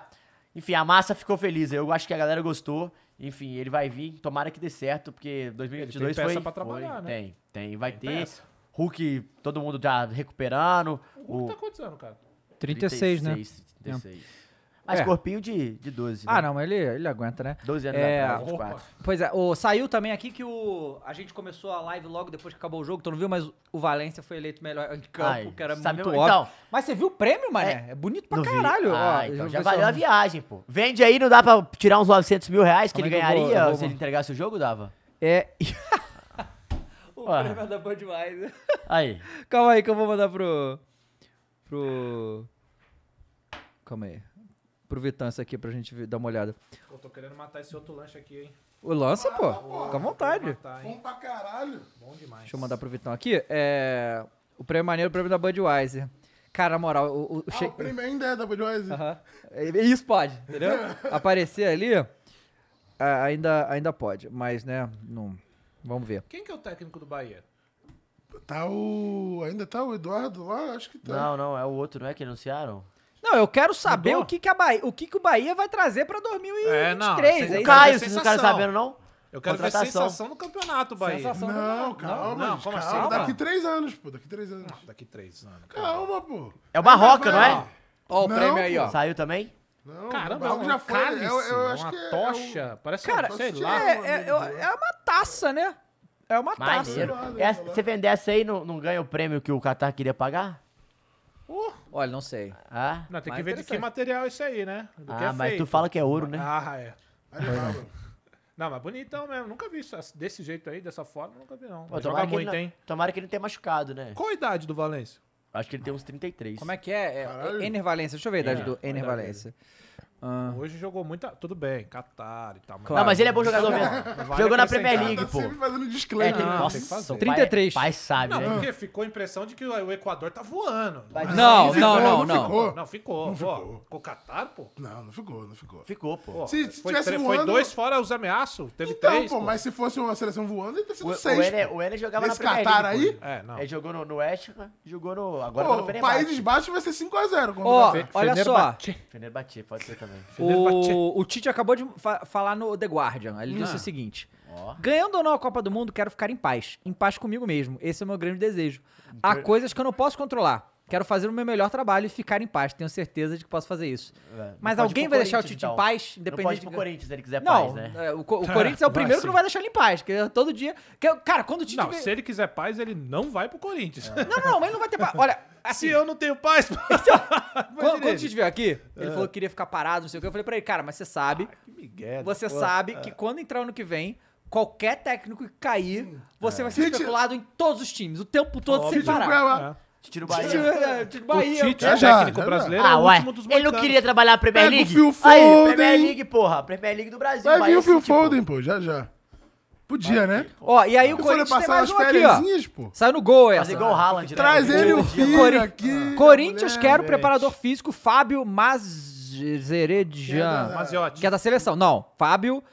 Enfim, a massa ficou feliz. Eu acho que a galera gostou. Enfim, ele vai vir. Tomara que dê certo, porque 2022
Ele tem peça
foi.
pra
foi-
trabalhar, né?
Tem, tem. Vai ter.
peça.
Hulk, todo mundo já recuperando.
O que
O
tá acontecendo, cara?
36, né?
36. Mas
É.
corpinho de, de 12.
Ah,
né?
não, mas ele, ele aguenta, né?
12 anos
É,
atrás,
opa.
24.
Pois é, o, saiu também aqui que o. A gente começou a live logo depois que acabou o jogo, então não viu, mas o Valência foi eleito melhor em campo,
Ai,
que era
sabe-
muito óbvio.
então-
mas você viu o prêmio, mané? É, bonito pra
Não vi.
caralho.
Ah,
ó,
então
eu vou ver
já
se
valeu
eu-
a viagem, pô. Vende aí, não dá pra tirar uns 900 mil reais que
Calma aí
ele
é que eu vou-
ganharia
eu vou-
se ele entregasse o jogo, dava?
É. o
Ué.
prêmio é da Budweiser.
Aí.
Calma aí que eu vou mandar pro. Pro. Calma aí. Pro Vitão isso aqui pra gente ver- dar uma olhada.
Eu tô querendo matar esse outro lanche aqui, hein?
O lance, pô. Fica à vontade.
Matar, hein?
Bom pra caralho.
Bom demais.
Deixa eu mandar pro Vitão aqui. É. O prêmio maneiro, o prêmio é da Budweiser. Cara, na moral, o, o, o
Ah,
shake-
o prêmio ainda é da Budweiser.
Aham. E- Isso pode, entendeu? Aparecer ali, a- ainda, ainda pode, mas né, não. Vamos ver.
Quem que é o técnico do Bahia?
Tá o... Ainda tá o Eduardo lá? Acho que tá.
Não, não, é o outro, não é que anunciaram?
Não, eu quero saber
Mudou?
o que, que a Bahia, o que, que o Bahia vai trazer pra 2023.
É, não, sem-
aí
Eu
O
quero
Caio,
ver
vocês não
sensação.
ficaram sabendo, não?
Eu quero ver
Contratação.
sensação no campeonato, Bahia.
Sensação.
Não, calma,
Tá Não,
gente,
como assim?
calma.
Calma.
Daqui três anos, pô. Daqui três anos.
Daqui três anos. cara.
Calma, pô.
É o Barroca, não
Não,
é?
Ó, o
Não,
prêmio aí,
pô.
ó.
Saiu também?
Não,
Caramba,
o
é
bagulho
um
já foi.
cálice,
eu, eu acho
uma
que é-
tocha. Parece
Cara,
um, sei
isso
lá.
É, é, é- é uma taça, né? É uma taça.
Maneiro.
Sensacional,
Tá Essa-
né,
Você vender essa aí, não, não ganha o prêmio que o Qatar queria pagar?
Olha, não sei.
Ah,
Não, tem
Mas
que ver de que
interessante.
material é isso aí, né? Do que
ah
é
mas
feito.
tu fala que é ouro, né?
Ah, é.
é o- Alibaba.
Não, mas bonitão mesmo. Nunca vi isso assim, desse jeito aí, dessa forma, nunca vi não.
Pô,
Joga
tomara, que ele
muito,
não,
hein?
tomara que ele não tenha machucado, né?
Qual a idade do Valência?
Acho que ele tem uns 33.
Como é que é?
Caralho.
é Ener Valência. Deixa eu ver a idade
É,
do Ener
vai dar
Valência. Ah,
Hoje jogou muita. Tudo bem, Qatar e tal. Mas...
Não, mas ele é bom jogador mesmo.
Vale
Jogou na
acrescentar.
Premier League,
Tá
pô.
sempre fazendo
É,
disclaimer.
tem,
Não,
nossa,
tem que fazer.
o pai-
33.
Pai, sabe,
Não,
né?
porque ficou a impressão de que o Equador tá voando.
Não,
Ficou,
não, não, não.
Ficou.
Não, ficou. Não
ficou.
Com o Qatar, pô.
Não, não ficou, não ficou.
Ficou, pô.
Pô,
Se
foi,
tivesse
tre- foi
voando-
dois fora os ameaços, teve
Então,
três.
pô,
pô.
mas se fosse uma seleção voando, ia ter
O,
sido
o,
seis.
Ener-
pô.
o Ener jogava
Esse
na Premier
Qatar
League,
aí,
pô.
É, não.
Ele jogou no, no West, Ham, jogou no... Agora
pô,
no Fenerbahçe.
Países Baixos vai ser 5x0.
Ó,
Fe-
olha só.
Fenerbahçe.
Fenerbahçe, pode ser também.
O, o Tite acabou de fa- falar no The Guardian. Ele disse o seguinte:
Ah. Ó.
Ganhando ou não a Copa do Mundo, quero ficar em paz. Em paz comigo mesmo. Esse é o meu grande desejo. Há coisas que eu não posso controlar. Quero fazer o meu melhor trabalho e ficar em paz. Tenho certeza de que posso fazer isso.
É,
Mas
não pode ir
alguém
pro
vai deixar o
Corinthians,
Tite em
então.
paz,
Não pode
independente
ir pro
de-
Corinthians se ele quiser
Não,
paz, né?
é, o, Co- o Corinthians é o
Vai
primeiro que
sim.
não vai deixar ele em paz. Que é todo dia. que- cara, quando o Tite.
Não,
vê-
se ele quiser paz, ele não vai pro Corinthians.
É.
Não, não, mas ele não vai ter paz. Olha,
se
assim,
eu não tenho paz, pô.
quando, quando o Tite veio aqui, ele
É.
falou que queria ficar parado, não sei o que. Eu falei pra ele, cara, mas você sabe
Que Miguel.
Você
pô.
sabe que quando entrar ano que vem, qualquer técnico que cair, você vai ser
Tite-
especulado em todos os times, o tempo todo sem
Tite no
parar.
Tá.
Cuiabá.
Tite do
Tite,
Bahia.
né?
é, Tite
O
Bahia.
Ah, Tite
Já,
é
já,
técnico
já, já.
brasileiro, é
Ah,
o
ué.
último dos
Ele não
moicanos.
queria trabalhar na Premier
Pega o
League?
Phil
Aí, Premier
Foden.
Legue, porra. Premier League do Brasil.
Vai vir
Bahia
o Phil
City, pô.
Foden, pô, já já. Podia, né?
Ó, e aí o
Eu falei
Corinthians tem
passar
mais
as
um aqui, ó.
férias, pô.
Saiu no gol essa.
Fazer igual o Haaland, né?
Traz
Outro
ele e o
dia.
filho
Cori-
aqui.
Corinthians
mulher.
quer o preparador físico Fábio Mazeredian.
Maziotti.
Que é da seleção. Não, Fábio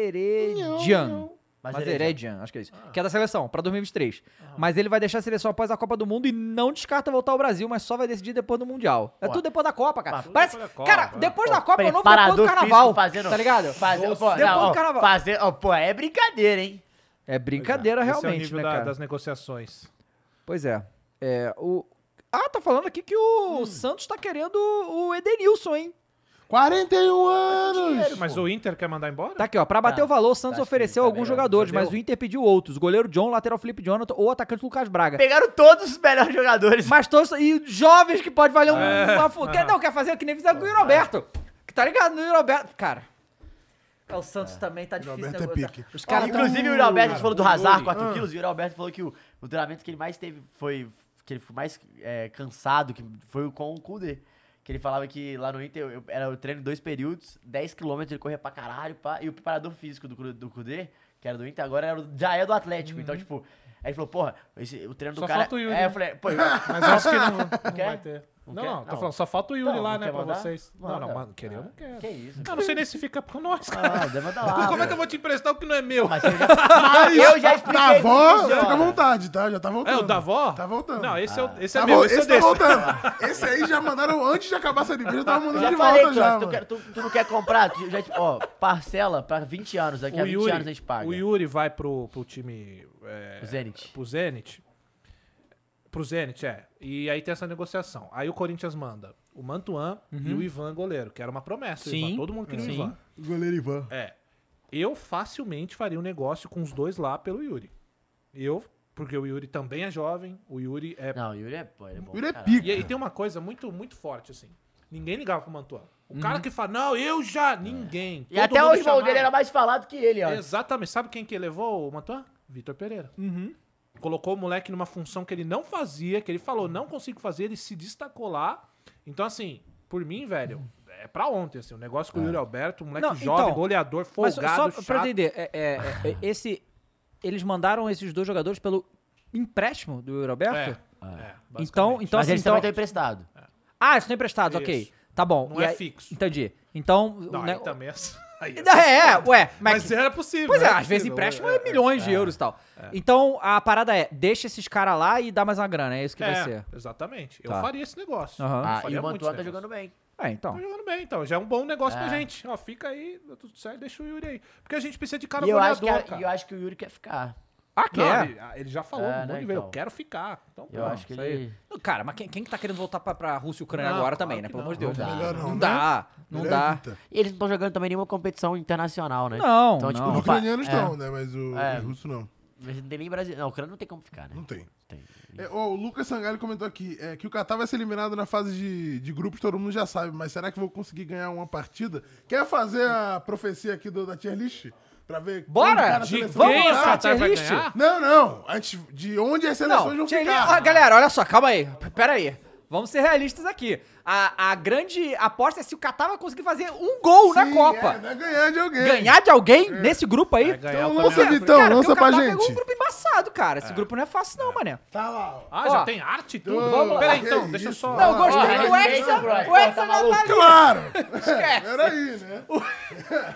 Mazeredian.
Mas ele-
Mazeredian, acho que é isso.
Ah.
Que é da seleção, pra 2023. Mas ele vai deixar a seleção após a Copa do Mundo e não descarta voltar ao Brasil, mas só vai decidir depois do Mundial. É
Pô.
tudo depois da Copa, cara.
Pô, tudo
Parece,
depois da Copa,
cara,
né?
depois
Pô,
da Copa é o novo depois
preparador
do
físico
Carnaval,
fazendo-
tá ligado?
Fazer, pô,
Depois
não,
do
ó,
carnaval.
fazer, ó, pô, é brincadeira, hein?
É brincadeira
Esse é o
realmente,
nível
né,
da-
cara?
das negociações.
Pois é. É, o... Ah, tá falando aqui que
Hum.
o Santos tá querendo o Edenilson, hein?
41 anos.
Mas o Inter quer mandar embora?
Tá aqui, ó. Pra bater
Tá.
o valor, o Santos
Tá, acho que
ofereceu
tá
alguns
melhor.
jogadores, mas o
Entendeu?
Inter pediu outros. Goleiro John, lateral Felipe Jonathan ou atacante Lucas Braga.
Pegaram todos os melhores jogadores.
Mas todos... E jovens que pode valer um... uma... fu- Quer, não, quer fazer que nem fizeram com
É.
o Yuri Roberto. Que tá ligado? No Yuri Roberto... Cara... O Santos também tá difícil.
Roberto é
né?
pique.
Os caras tão-
Inclusive, o Yuri Alberto, a gente falou do Hazard,
Ah.
4 quilos, e o Yuri Alberto falou que o, o treinamento que ele mais teve foi... Que ele foi mais é, cansado, que foi com o Kudê. Que ele falava que lá no Inter eu, eu- era o treino dois períodos, 10km ele corria pra caralho, pá, e o preparador físico do, Cru- do Cudê, que era do Inter, agora era, o- já é do
Uhum.
Atlético. Então, tipo, aí ele falou, porra, esse- o treino do
Só
cara.
falta o Yuri,
é, eu
né?
falei, pô,
Mas eu acho que não, não
Quer?
vai ter.
Não
Não,
quer?
não, tá
Não.
falando, só falta o Yuri
Então,
lá,
não
né,
quer
pra
mandar?
vocês.
Manda.
Não, não, mano, querer eu não quero.
que isso?
Eu não sei nem se fica com nós, cara.
Ah, deve mandar lá.
Como é que eu
velho.
vou te emprestar o que não é meu?
Mas eu já, mas eu já expliquei.
Da
como
avó,
funciona.
fica à vontade, tá? Já tá voltando.
É, o da avó?
Tá voltando.
Não, esse, é, o- esse é
Tá
meu,
vo-
esse,
esse
é
tá
desse.
voltando. Esse aí já mandaram antes de acabar essa livrinha, já tava
Eu
mandando
já
de
falei,
volta já.
Klaus, tu,
mano.
quer- tu- tu não quer comprar? Tu já, ó, parcela pra 20 anos, daqui a
O
20
Yuri,
anos a gente paga.
o Yuri vai pro, pro time. é,
O Zenit.
pro Zenit. Pro Zenit, é. E aí tem essa negociação. Aí o Corinthians manda o Mantuan e
Uhum.
o Ivan goleiro, que era uma promessa. o Ivan.
Sim.
Todo mundo queria o
Sim.
Ivan.
Goleiro Ivan.
É. Eu facilmente faria um negócio com os dois lá pelo Yuri. Eu, porque o Yuri também é jovem, o Yuri é.
Não, o Yuri é, pô, ele é bom.
Ele é
pra caralho.
E,
pica.
aí tem uma coisa muito, muito forte, assim. Ninguém ligava pro Mantuan. O cara que fala, não, eu já. Ninguém.
Uhum. É. E
Todo
até
mundo
o irmão
chamava.
dele era mais falado que ele, ó.
Exatamente. Sabe quem que levou o Mantuan? Vitor Pereira.
Uhum.
Colocou o moleque numa função que ele não fazia, que ele falou, não consigo fazer, ele se destacou lá. Então, assim, por mim, velho, é pra ontem, assim. O negócio
É.
com o Yuri Alberto, um moleque
Não,
jovem,
então,
goleador,
Mas
folgado,
só
chato.
pra entender, é- é- é- é- esse, eles mandaram esses dois jogadores pelo empréstimo do
É,
Roberto?
é,
então, então,
Mas
assim, então...
eles também tá estão emprestados.
Ah, eles estão emprestados, ok.
Isso.
Tá bom.
Não
e
é
aí-
fixo.
Entendi. Então...
Não,
o ne-
aí também é... aí é-
É, é, ué. Mas,
Mas era possível. né?
Pois é,
era
às vezes
possível,
empréstimo é, milhões de euros e tal. Então, a parada é, deixa esses caras lá e dá mais uma grana, é isso que vai
É,
ser.
exatamente. Eu
Tá.
faria esse negócio.
Aham.
Eu
Ah, e
faria
o
muito
Mantuan
esse
tá
negócio.
jogando bem.
É,
Tá
então.
jogando bem, então. Já é um bom negócio pra
É.
gente. Ó, fica aí, deu tudo certo, deixa o Yuri aí. Porque a gente precisa de cara
E eu, acho que
goleador,
a-
cara.
e eu acho que o Yuri quer ficar.
Ah,
Não,
quer?
ele, ele já falou
É,
um monte
né,
de vezes.
então.
Eu quero ficar. Então,
Eu
pô,
acho que
isso aí.
ele...
Cara, mas quem, quem que tá querendo voltar pra, pra Rússia e Ucrânia
Não,
agora
claro
também, né?
que
Pelo amor de
não.
Deus.
Não dá.
Não,
Melhor não, né?
dá, não
Melhor tá.
dá.
evita.
E eles não estão jogando também nenhuma competição internacional, né?
Não,
então, tipo,
não.
Os
fa-
ucranianos
é,
estão, né? Mas o
É.
o russo não.
Mas não tem nem Brasil. Não, o Ucrânia não tem como ficar, né?
Não tem.
Tem.
É, ó, o Lucas Sangalho comentou aqui é, que o Catar vai ser eliminado na fase de, de grupos, todo mundo já sabe, mas será que vou conseguir ganhar uma partida? Quer fazer a profecia aqui do, da tier list? Pra ver. onde
Bora!
cada
De
seleção
Vamos
quem
vai
o
lá,
parar?
Qatar
tier
vai
list?
ganhar?
Não, não. Antes de onde as seleções
Não,
vão
tinha-
ficar.
ah, galera, olha só, calma aí. p- Pera aí. Vamos ser realistas aqui. A, a grande aposta é se o Catar vai conseguir fazer um gol na
Sim, É,
Copa.
vai ganhar de alguém.
Ganhar de alguém nesse grupo aí.
Vai ganhar
Então
o
lança,
campeonato.
Vitão,
É, porque
lança
o
pra
Catar pegou um
gente.
grupo embaçado, cara. Esse grupo não é fácil não, mané.
Tá lá, ó.
Ah,
Ó.
já tem arte e tudo?
Ô,
Vamos lá. Peraí,
que
então,
isso,
deixa eu só...
mano.
Não, gostei.
ó,
o
respeita,
Edson,
bro.
o Edson não tá ali.
Claro!
Esquece.
Peraí, né?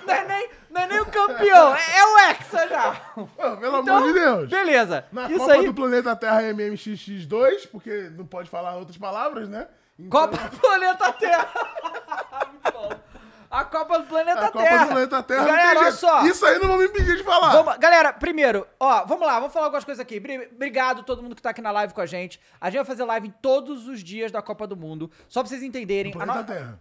Não é nem, não é nem o campeão, é, é o Hexa já.
Pô, pelo
Então,
amor de Deus.
Beleza.
Na
Isso
Copa
aí.
do Planeta Terra é MMXX2, porque não pode falar outras palavras, né? Então,
Copa do Planeta Terra. Muito bom. A Copa do Planeta
a Copa
Terra.
do Planeta Terra. não
Galera,
tem
olha
jeito.
só.
Isso aí não vão me impedir de falar.
Vamos- galera, primeiro, ó, vamos lá, vamos falar algumas coisas aqui. Bri- Obrigado a todo mundo que tá aqui na live com a gente. A gente vai fazer live em todos os dias da Copa do Mundo. Só pra vocês entenderem. a
Planeta
no-
Terra.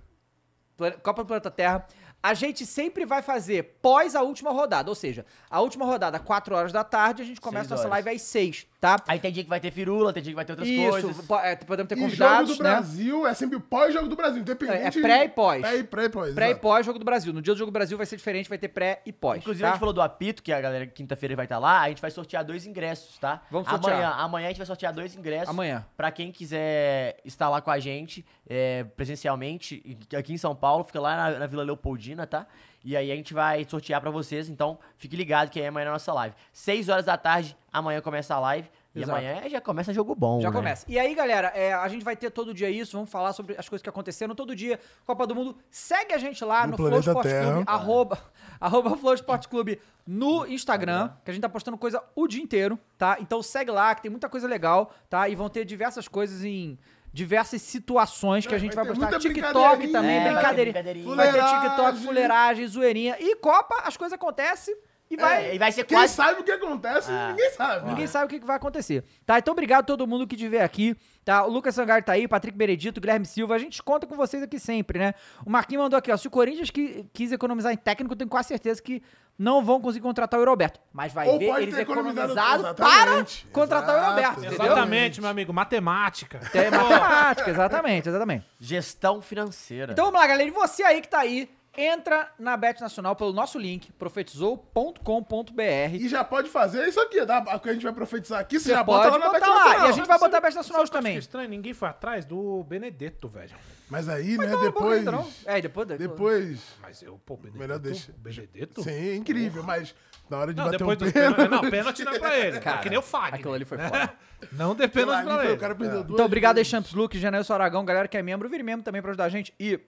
Plane- Copa do Planeta Terra. A gente sempre vai fazer pós a última rodada, ou seja, a última rodada, 4 horas da tarde, a gente começa
Seis
nossa
horas.
live às 6, tá?
Aí tem dia que vai ter firula, tem dia que vai ter outras
Isso,
coisas.
po- é, podemos ter
E jogo
convidados,
do
né?
Brasil é sempre o pós-jogo do Brasil, independente.
É, é pré e pós.
Pré e pré e pós.
Pré e
exato.
pós Jogo do Brasil. No dia do Jogo do Brasil vai ser diferente, vai ter pré e pós.
Inclusive,
tá?
a gente falou do apito, que a galera quinta-feira vai estar lá. A gente vai sortear dois ingressos, tá?
Vamos sortear.
amanhã, amanhã a gente vai sortear dois ingressos.
Amanhã.
Pra quem quiser estar lá com a gente é, presencialmente, e- aqui em São Paulo, fica lá na, na Vila Leopoldina, tá? E aí a gente vai sortear pra vocês, então fique ligado que aí amanhã é a nossa live. Seis horas da tarde, amanhã começa a live. E
Exato.
amanhã já começa jogo bom,
Já
né?
começa. E aí, galera, é, a gente vai ter todo dia isso, vamos falar sobre as coisas que aconteceram todo dia. Copa do Mundo, segue a gente lá no,
No
Flow
Planeta
Esporte
Terra.
Clube, arroba, arroba Flow Esporte Clube no Instagram, que a gente tá postando coisa o dia inteiro, tá? Então segue lá, que tem muita coisa legal, tá? E vão ter diversas coisas em diversas situações que a
É,
gente vai
vai ter
postar.
muita
TikTok
brincadeirinha.
também,
É, vai ter
brincadeirinha.
brincadeirinha.
Vai ter TikTok,
Fuleiragem.
fuleiragem, zoeirinha. E Copa, as coisas acontecem e vai...
É, e vai ser
Quem
quase
sabe o que acontece, ninguém sabe.
Ah. Ninguém sabe o que que vai acontecer. Tá? Então, obrigado a todo mundo que estiver aqui. Tá? O Lucas Sangar tá aí, Patrick Benedito, Guilherme Silva. A gente conta com vocês aqui sempre, né? O Marquinhos mandou aqui, ó. Se o Corinthians qui- quis economizar em técnico, eu tenho quase certeza que não vão conseguir contratar o Roberto. Mas vai
Ou
ver
pode
eles
ter economizado-
economizaram para
Exatamente.
contratar o
Exato,
Roberto, entendeu?
Exatamente, meu amigo. Matemática.
É matemática, exatamente, exatamente.
gestão financeira.
Então vamos lá, galera. E você aí que tá aí, Entra na Bet Nacional pelo nosso link, profetizou.com.br.
E já pode fazer isso aqui, tá? O que a gente vai profetizar aqui, você,
Você
já bota
pode
lá na
botar
Bet
lá,
Nacional.
e a gente vai botar a Bet
Sabe o
Nacional
que eu achei
também.
estranho, ninguém foi atrás do Benedetto, velho.
Mas aí,
Mas tá na
né,
boca
depois...
ainda, não? É, depois...
Depois...
Mas eu, pô, Benedetto.
Melhor deixa.
Benedetto?
Sim, é incrível, mas na hora de
Não,
bater
depois
um
do
pênalti...
pênalti. Não, pênalti não é pra ele.
Cara,
que nem o Fagner.
Aquilo ali foi foda.
Não dê
Sei lá,
pênalti
ali
pra
foi,
ele. É.
O cara perdeu duas
Então, obrigado aí,
vezes.
Champs Luke, Janelson Aragão, galera que é membro, vire membro também pra ajudar a gente. E,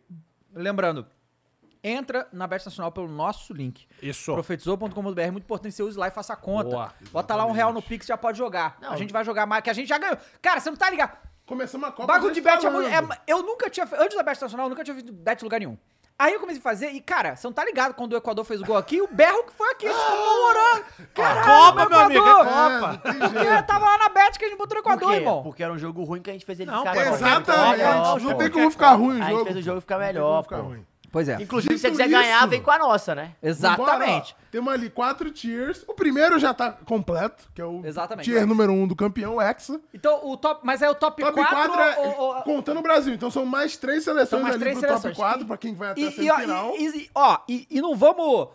lembrando, entra na Bet Nacional pelo nosso link,
Isso.
profetizou.com.br, muito importante, você use lá e faça a conta.
Boa.
Bota lá um real no Pix, já pode jogar.
Não.
A gente vai jogar mais, que a gente já ganhou. Cara, você não tá ligado.
Começamos a Copa... tá
Bagulho
já
de bet é
falando.
muito. é- eu nunca tinha. fe- Antes da bet nacional, eu nunca tinha visto bet em lugar nenhum. Aí eu comecei a fazer, e cara, você não tá ligado quando o Equador fez o gol aqui, o berro que foi aqui, eles ficam comemorando. Caralho,
Ah, Copa, meu amigo,
Equador!
é Copa. tá-
É, não tem
Porque
jeito.
tava lá na bet que a gente botou no
Por
Equador,
quê?
irmão.
Porque era um jogo ruim que a gente fez ele
Não,
ficar
pô,
melhor.
Exatamente. Não
pô.
tem como ficar ruim o
A gente fez o
jogo.
jogo ficar melhor,
Ficar
pô.
ruim.
Pois é.
Inclusive, se você
Dito
quiser ganhar,
isso-
vem com a nossa, né?
Exatamente.
Bora, ó. Temos ali quatro tiers. O primeiro já tá completo, que é o
Exatamente.
tier número um do campeão, o Hexa.
Então, o top. Mas é o top
Top
4.
4 é contando o Brasil. Então são mais três
São
seleções
mais
ali
três
pro
seleções.
top 4, pra quem vai até
E,
a
e, ó,
semifinal.
e, e- ó, e- e não vamos.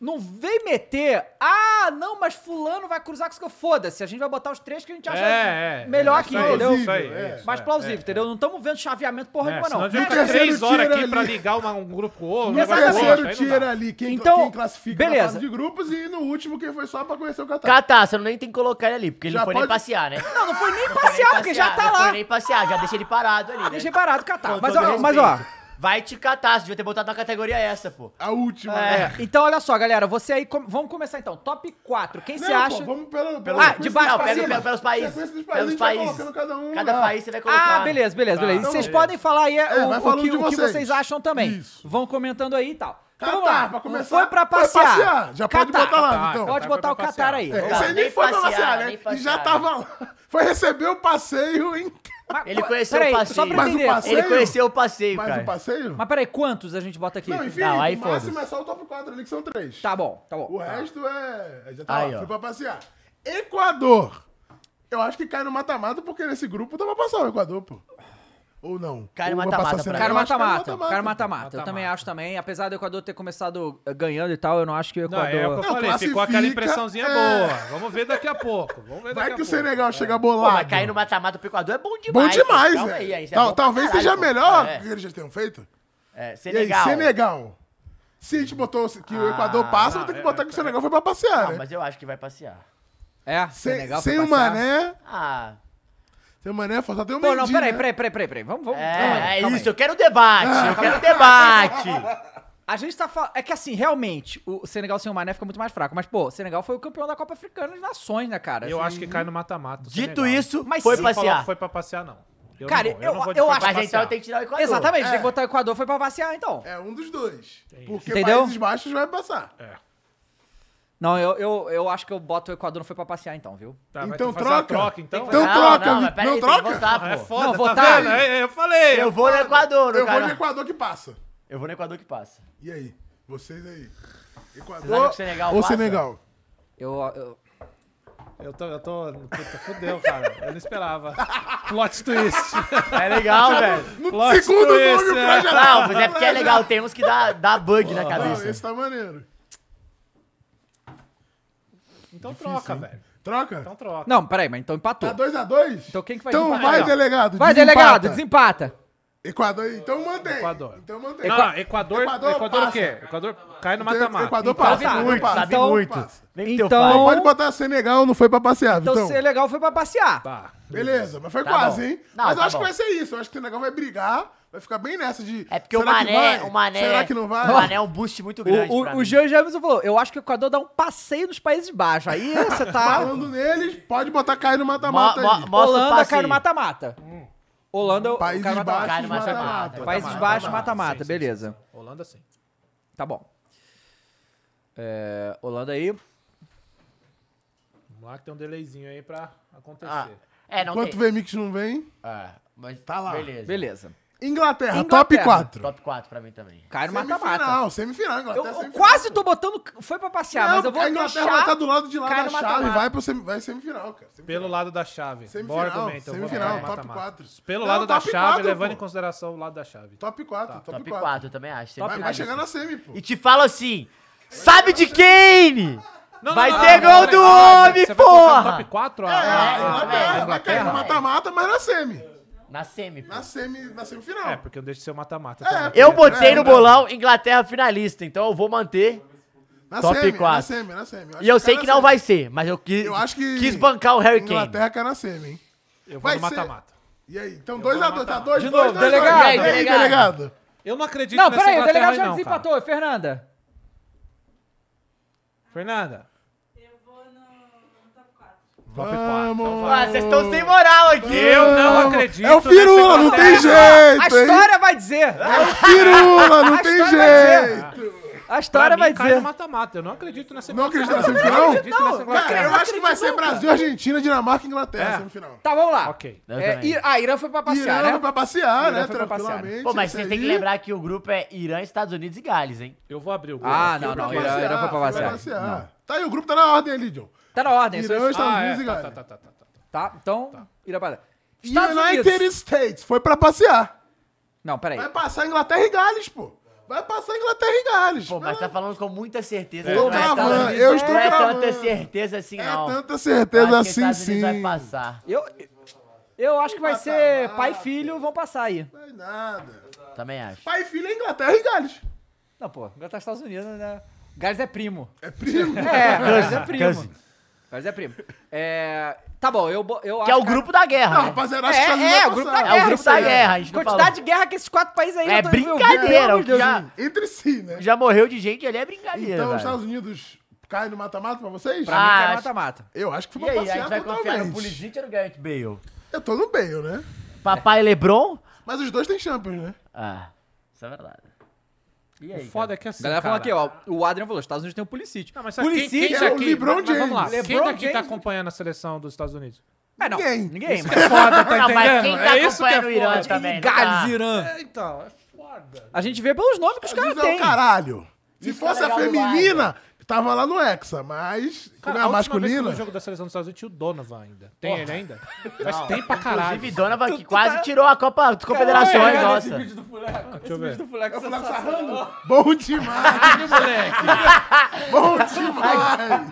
Não vem meter. Ah, não, mas Fulano vai cruzar com isso que eu foda-se. A gente vai botar os três que a gente acha
É, é.
melhor
É
aqui,
isso aí,
entendeu?
isso aí, é, isso
mais
aí,
plausível,
é,
entendeu? Não estamos vendo chaveamento porra
É,
nenhuma,
senão
não.
a gente
E o
fica
terceiro
três horas
tiro
aqui
ali.
pra ligar uma- um grupo com o outro. um
No
negócio com o
terceiro
outro, aí não
tier
dá.
ali, quem,
Então,
quem classifica na
beleza.
fase de grupos, e no último, quem foi só pra conhecer o Catar.
Catar, você não nem tem que colocar ele ali, porque ele
É. Já
não foi
pode-
nem passear, né?
Não, não foi nem parcial, porque já tá
não
lá.
foi nem passear, já deixei ele parado ali. né?
Deixei parado, catar.
Com
Mas,
todo
ó, mas ó.
respeito. Vai te catar, você devia ter botado na categoria essa, pô.
A última. né?
é, então, olha só, galera. Você aí. com- Vamos começar então. Top 4. Quem
Não,
você
pô,
acha?
vamos pelo, pelo
Ah, de baixo
Não,
pra
pega,
cima.
pela- pelos países.
Sequência dos países, a
Pelos
gente vai
países.
colocando cada um, né?
país você vai colocar.
Ah, beleza, beleza,
Tá,
beleza.
então
e vocês
beleza.
podem falar aí é,
É,
o,
vai
o
falando
que,
de
o que
vocês.
vocês acham também.
Isso.
Vão comentando aí e tal. Então, vamos lá.
Catar, pra começar.
Foi pra
Foi
passear.
passear, já pode botar lá, então.
Pode
Catar
botar
foi
o Catar
pra passear.
aí.
É,
Não,
Esse aí nem
nem
foi pra
passear,
passear, né?
nem
E já
passear.
tava lá. Foi receber o passeio, hein?
Mas-
Ele conheceu
peraí,
o passeio.
Só pra
Mas o
entender.
passeio-
Ele conheceu o passeio,
Mais
cara.
um passeio?
Mas peraí, quantos a gente bota aqui?
Não, enfim,
Não, aí
o máximo
foda-se.
é só o top 4 ali, que são 3.
Tá bom, tá bom.
O resto é. Já tá
Aí,
lá,
ó.
fui pra passear. Equador. Eu acho que cai no mata-mata, porque nesse grupo dá pra passar o Equadar, pô. Ou não?
Cai no
Ou vai
mata-mata
passar
pra
será?
Cara
Eu acho que cai no
mata-mata, cara mata-mata. Eu
Mata-mata.
também acho também, apesar do Equador ter começado eh, ganhando e tal, eu não acho que o
Não, é o que eu
Equador...
Não,
falei, ficou
classifica,
aquela impressãozinha
é.
boa. Vamos ver daqui a pouco. Vamos ver daqui
Vai
a
que o
pouco.
Senegal chega
Pô,
bolado.
mas cair no mata-mata do Equador é bom
Bom
demais.
demais,
Calma aí,
né?
aí, isso é
Tal-
bom pra
Talvez
caralho,
seja
pô.
melhor
É,
que eles já tenham feito.
É,
E aí,
Senegal.
Senegal. Se a gente botou que o Equador passa,
não,
vai ter que
é,
botar que o Senegal foi pra passear,
Não,
né?
mas eu acho que vai passear.
É,
Sem,
Senegal foi
sem né? o
passear.
Mané,
Ah,
sem o Mané, só tem o
Pô,
Mendy,
não, peraí,
né?
peraí, peraí, peraí, peraí. Vamos, vamos.
é,
calma aí,
é
calma aí.
isso, eu quero debate, eu quero debate.
A gente tá falando. É que assim, realmente, o Senegal sem o Mané fica muito mais fraco. Mas, pô, o Senegal foi o campeão da Copa Africana de Nações, né, cara?
Eu
Assim,
acho que cai no mata-mata. o
Dito
Senegal.
isso,
Mas
foi
se-
Não falou que
passear.
foi pra passear, não. Eu
Cara,
não vou,
eu-
não vou de
eu
foi
acho-
pra
Mas então tem que tirar o Equador.
Exatamente,
É.
tem que botar o Equador foi pra passear, então.
É um dos dois. Porque
Entendeu?
Países Baixos vai passar.
Não, eu, eu, eu acho que eu boto o Equador não foi pra passear, então, viu?
Tá, vai
Então
ter que fazer a
troca.
troca, então.
Então
não,
troca,
não,
Vi-
mas peraí,
não
tem que
troca?
voltar,
Ah, é
pô.
foda,
Não,
tá
votar-
vendo? É, eu falei.
Eu vou no Equador,
Eu
cara.
vou de Equador que passa.
Eu vou no Equador que passa.
E aí? Vocês aí.
Vocês acham
Equador
que o Senegal
ou
passa?
Senegal?
Eu, eu-
Eu tô, eu tô. Puta, fudeu, cara. Eu não esperava. Plot twist.
É legal, velho.
No
Plot
segundo
twist,
nome, o
é.
cara já
Não,
tá-
mas é porque é legal, tem uns que dá, dá bug na
Não,
cabeça.
esse tá maneiro.
Então troca, velho.
Troca?
Então troca.
Não, peraí, mas então empatou.
Tá 2x2?
Então quem que vai
Então
desempatar?
vai,
Não.
delegado.
Vai,
desempata.
delegado, desempata.
Equador, então mantém.
Equador.
Então mantém.
Não,
tá
não, Ah, Equador. Equador,
Equador
o
passa.
quê? Equador cai no
Então,
mata-mata.
Equador
Então
passa.
tá,
Equador
muito,
passa.
sabe
Equador
muito.
passa.
Vem que teu
Então-
pai.
Não pode botar Senegal, não foi pra passear,
Então,
Vitão.
Senegal foi pra passear.
Tá.
Beleza, mas foi
Tá
quase,
bom.
hein?
Não,
mas eu
tá
acho
bom.
que vai ser isso. Eu acho que o Senegal vai brigar, vai ficar bem nessa de.
É porque o
será que
Mané,
vai?
o Mané.
Será que não vai?
O Mané é um boost muito grande.
O,
pra
o,
mim.
o Jean Jameson falou: Eu acho que o Equador dá um passeio nos Países Baixos. Aí você
Ah.
tá.
Falando neles, pode botar cair no
Mo-
mata-mata
mo-
aí.
mostra o
Holanda
passe
cai no
aí.
mata-mata.
Hum.
Holanda
Países
cai no mata-mata.
Baixos,
no mata-mata.
mata-mata.
Países
Mata-mata,
Baixos,
mata-mata.
mata-mata,
Sim, sim,
beleza.
sim. Holanda sim.
Tá bom. É, Holanda aí.
Vamos lá que tem um delayzinho aí pra acontecer.
Ah, é, não
Enquanto o
tem.
VMix não vem,
Ah, mas
Tá lá.
Beleza.
Beleza.
Inglaterra,
Inglaterra.
top 4.
Top 4 pra mim também.
Cai no
é
mata-mata.
Semifinal, semifinal.
Eu,
Inglaterra, é
eu
semifinal.
quase tô botando. Foi pra passear,
Não,
mas eu
porque
vou
A Inglaterra vai
deixar.
estar do lado de lá
cai
da
no
chave,
mata-mata.
vai, pro semi, vai semifinal, cara.
Pelo lado da chave.
Semifinal,
Bom argumento, eu vou
semifinal,
botar
top
então, mata-mata.
4.
Pelo
Não,
lado da
top
chave,
4,
levando
pô.
em consideração o lado da chave.
Top 4, top,
Top
4.
4 eu também acho.
Vai, vai chegar na semi, pô.
E te falo assim, sabe de quem?
Não,
Vai
não,
ter
não,
gol
não,
do
não, não,
homem,
você vai colocar
porra!
no Top 4 a,
É,
a-
a
a-
Inglaterra
a
vai cair no
Inglaterra?
mata-mata, mas na semi.
Na semi. pô.
Na semi, na semifinal.
É, porque não deixa de ser o mata-mata
É,
também.
Eu botei
É,
no
não.
bolão Inglaterra finalista, então eu vou manter.
na
top
semi, Na
4.
semi, na semi. acho
E eu
cai
sei
na
que não
semi.
vai ser, mas eu quis,
Eu acho que.
quis bancar o Harry Kane.
Inglaterra cai na semi, hein?
Eu vou
vai
no
ser-
mata-mata.
E aí? Então 2x2, tá 2
De novo, delegado.
E
E
aí,
aí, delegado?
Eu não acredito
Não,
nessa
peraí, o
Inglaterra
delegado
aí
já
não, cara.
desempatou. Fernanda.
Fernanda.
Vamos.
Ah, vocês estão sem moral aqui.
Eu não
Vamos.
acredito
É o
nessa
Firula, não tem
Inglaterra.
jeito!
A
hein?
história vai dizer.
Firula, não tem
história vai
é jeito!
A
Pra
história
mim,
vai
cai
dizer.
no mata-mata. Eu não acredito nessa
Não acredito na
Eu
semifinal?
não acredito nessa
Cara, eu
Inglaterra.
acho que vai ser Brasil, Argentina, Dinamarca e Inglaterra
É.
semifinal.
Tá, vamos lá.
Ok.
Eu
É,
também.
I- ah, Irã foi pra passear,
Irã
né?
pra passear,
Irã
né?
foi pra passear.
Tranquilamente.
Pô, mas vocês
isso
têm que
aí.
lembrar que o grupo é Irã, Estados Unidos e Gales, hein?
Eu vou abrir o gol.
Ah,
aqui.
não, não.
Pra
Irã, Irã foi pra
pra
passear.
passear. Tá aí, o grupo tá na ordem ali, John.
Tá na ordem.
Irã,
isso aí.
Estados
Ah,
Unidos e
é. Tá,
Gales.
tá, tá, tá, tá.
Tá, então, Irã pra Estados
United
Unidos.
States foi pra passear.
Não, peraí.
Vai passar Inglaterra e Gales, pô. Vai passar Inglaterra e Gales.
Pô, mas tá falando com muita certeza.
Eu tô
Não é Estados
cravando,
Unidos,
eu estou
Não é tanta
cravando.
certeza assim,
É
não.
tanta
Eu acho
certeza
que
assim,
Estados Unidos vai
sim.
passar.
Eu, eu acho que vai
Mata-mata.
ser pai e filho vão passar aí.
Vai é nada.
Também acho.
Pai e filho é Inglaterra e Gales.
Não, pô, Gales tá Estados Unidos, né? Gales é primo.
É primo.
É, Gales é
Cousin.
primo. Gales é primo. É, tá bom, eu, bo- eu
Que é o grupo da
Não,
guerra. né?
Ah, rapaziada,
É,
acho que tá Estados
é,
Unidos
o
vai
grupo da
passar.
guerra.
É o grupo
isso aí.
da guerra, a gente não
Quantidade
falou.
de guerra que esses quatro países aí
É
eu tô- eu-
brincadeira,
pelo amor
o
de Deus.
já
Entre si, né?
já morreu de gente ali é brincadeira,
Então, os
velho.
Estados Unidos cai no mata-mata pra vocês?
Pra mim,
Ah,
cara,
acho-
mata-mata.
Eu acho que foi uma
E aí, a gente
passeada
vai confiar no
totalmente.
Pulisic ou no Garrett Bale?
Eu tô no Bale, né?
Papai Lebron?
Mas os dois têm Champions, né?
Ah, isso é verdade. E aí,
Foda é que
A
assim,
galera
cara.
falando aqui, ó, o Adrian falou, Estados Unidos tem um Pulisic.
Não, mas sabe quem,
Pulisic,
quem
é o
daqui-
LeBron
mas vamos lá,
James.
quem
LeBron
daqui tá
James.
acompanhando a seleção dos Estados Unidos?
É, não,
Ninguém.
ninguém. mas-
Foda, tá
Não, mas quem tá
É isso que é
acompanhando o Irã
foda.
também? não tá?
Gales, Irã.
É, então, é foda.
A gente vê pelos nomes que os caras
Estados Unidos é
têm.
o caralho. Se
Isso
fosse
tá
a
legal do
feminina, tava lá no Hexa, mas como é
a
a
última vez que
masculina.
eu vi o jogo da seleção dos Estados Unidos tinha o Donovan ainda. Tem ele ainda? Mas tem pra caralho.
Inclusive, Donovan que quase tirou a Copa das Confederações,
Olha esse
nossa.
vídeo do Fuleco.
Deixa eu ver.
É
Eu falava sarrando. Bom demais,
Ih, moleque.
bom demais.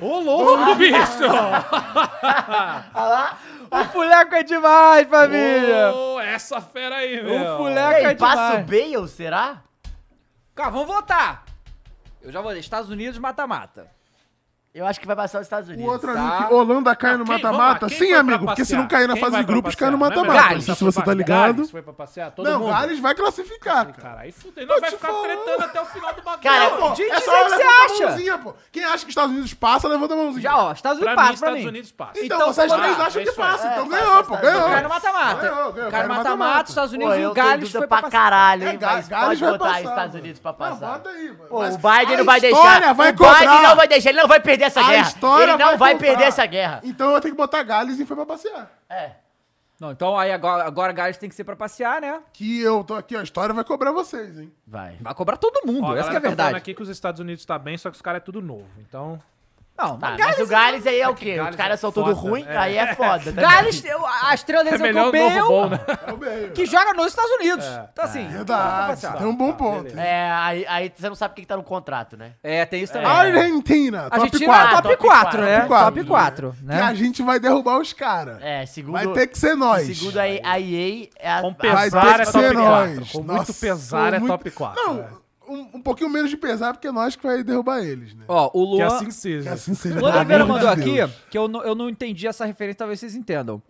Ô, louco, bicho!
O Fuleco é demais, família.
Ô, essa fera aí,
o
meu.
E
Fuleco é
aí, passa o
demais.
Bale, será?
Cara, vamos votar. Eu já vou Estados Unidos, mata-mata.
Eu acho que vai passar os Estados
O
Unidos.
outro amigo que Holanda cai no
Quem- vamos lá,
mata-mata?
quem
Sim,
foi pra
amigo, porque se
passear?
não cair na
Quem
fase
vai
de
pra
grupos, cai no
passear? Não é
mata-mata.
melhor
Não sei se
passar
você
pro
tá
Gales?
ligado.
Gales foi pra passear? Todo
Não,
mundo?
Gales vai classificar, cara.
Cara, aí fudeu. Não vai
te
ficar
falar.
tretando até o final do bagulho.
Cara,
Não,
Diz
É
diz
só
aí o que você
levantar a
acha.
mãozinha, pô. Quem acha que os Estados Unidos passa, levanta a mãozinha.
Já, ó, Estados Unidos
pra mim,
passa pra
Estados
mim.
Unidos passa.
Então,
Então,
vocês
vamos
três
lá.
acham
É
que
isso aí.
passa,
É,
então
passa,
ganhou, pô,
passa,
ganhou.
Cai no mata-mata.
Ganhou, ganhou,
Cai no mata-mata, os Estados
Pô,
Unidos e
eu
o
tô em
Gales
dúvida
foi
pra
pra
caralho,
É,
hein?
Ga-
Mas
Gales
pode
vai
botar os
passar,
Estados
mano.
Unidos pra
Não,
passar.
bota aí, mano.
Pô,
Mas
o Biden
a
não vai deixar.
história vai
o Biden
cobrar.
não vai deixar, ele não vai perder essa
A
guerra.
história
ele não vai
contar.
perder essa guerra.
Então eu tenho que botar Gales e foi pra passear.
É.
Não, então aí agora, agora Gales tem que ser pra passear, né?
Que eu tô aqui, ó, a história vai cobrar vocês, hein?
Vai.
Vai cobrar todo mundo,
Ó, a
essa que é
galera
a
tá falando
verdade.
aqui que os Estados Unidos tá bem, só que os caras é tudo novo. Então,
Não,
Tá,
mas
mas
Gales...
o Gales aí é o quê?
Gales
Os caras
é
são tudo
foda,
ruim,
é.
aí é foda. também.
Gales, eu- a estrela
é
deles é,
melhor
o
o novo bom, né? É.
Bale,
É o meio.
que joga nos Estados Unidos. Então assim,
Verdade,
Tá,
tem um bom ponto.
É, aí, aí você não sabe quem tá no contrato, né?
é, tem isso também.
Argentina,
A
top
gente
4.
tá
top 4, né?
Top quatro,
Top 4,
né? Que a
né?
gente vai derrubar os caras.
É, segundo.
vai ter que ser nós.
Segundo aí, a EA é a.
Com
Vai
Pesar
ter
é
que
top
ser
quatro.
nós.
Com muito pesar
com
é top quatro, é.
Não, um, um pouquinho menos de pesar, porque é nós que vai derrubar eles, né?
Ó, o
que
Luan...
assim seja.
Que assim seja.
O Luan
pelo
Oliveira
amor de
mandou aqui
Deus.
que eu não, eu não entendi essa referência, talvez vocês entendam.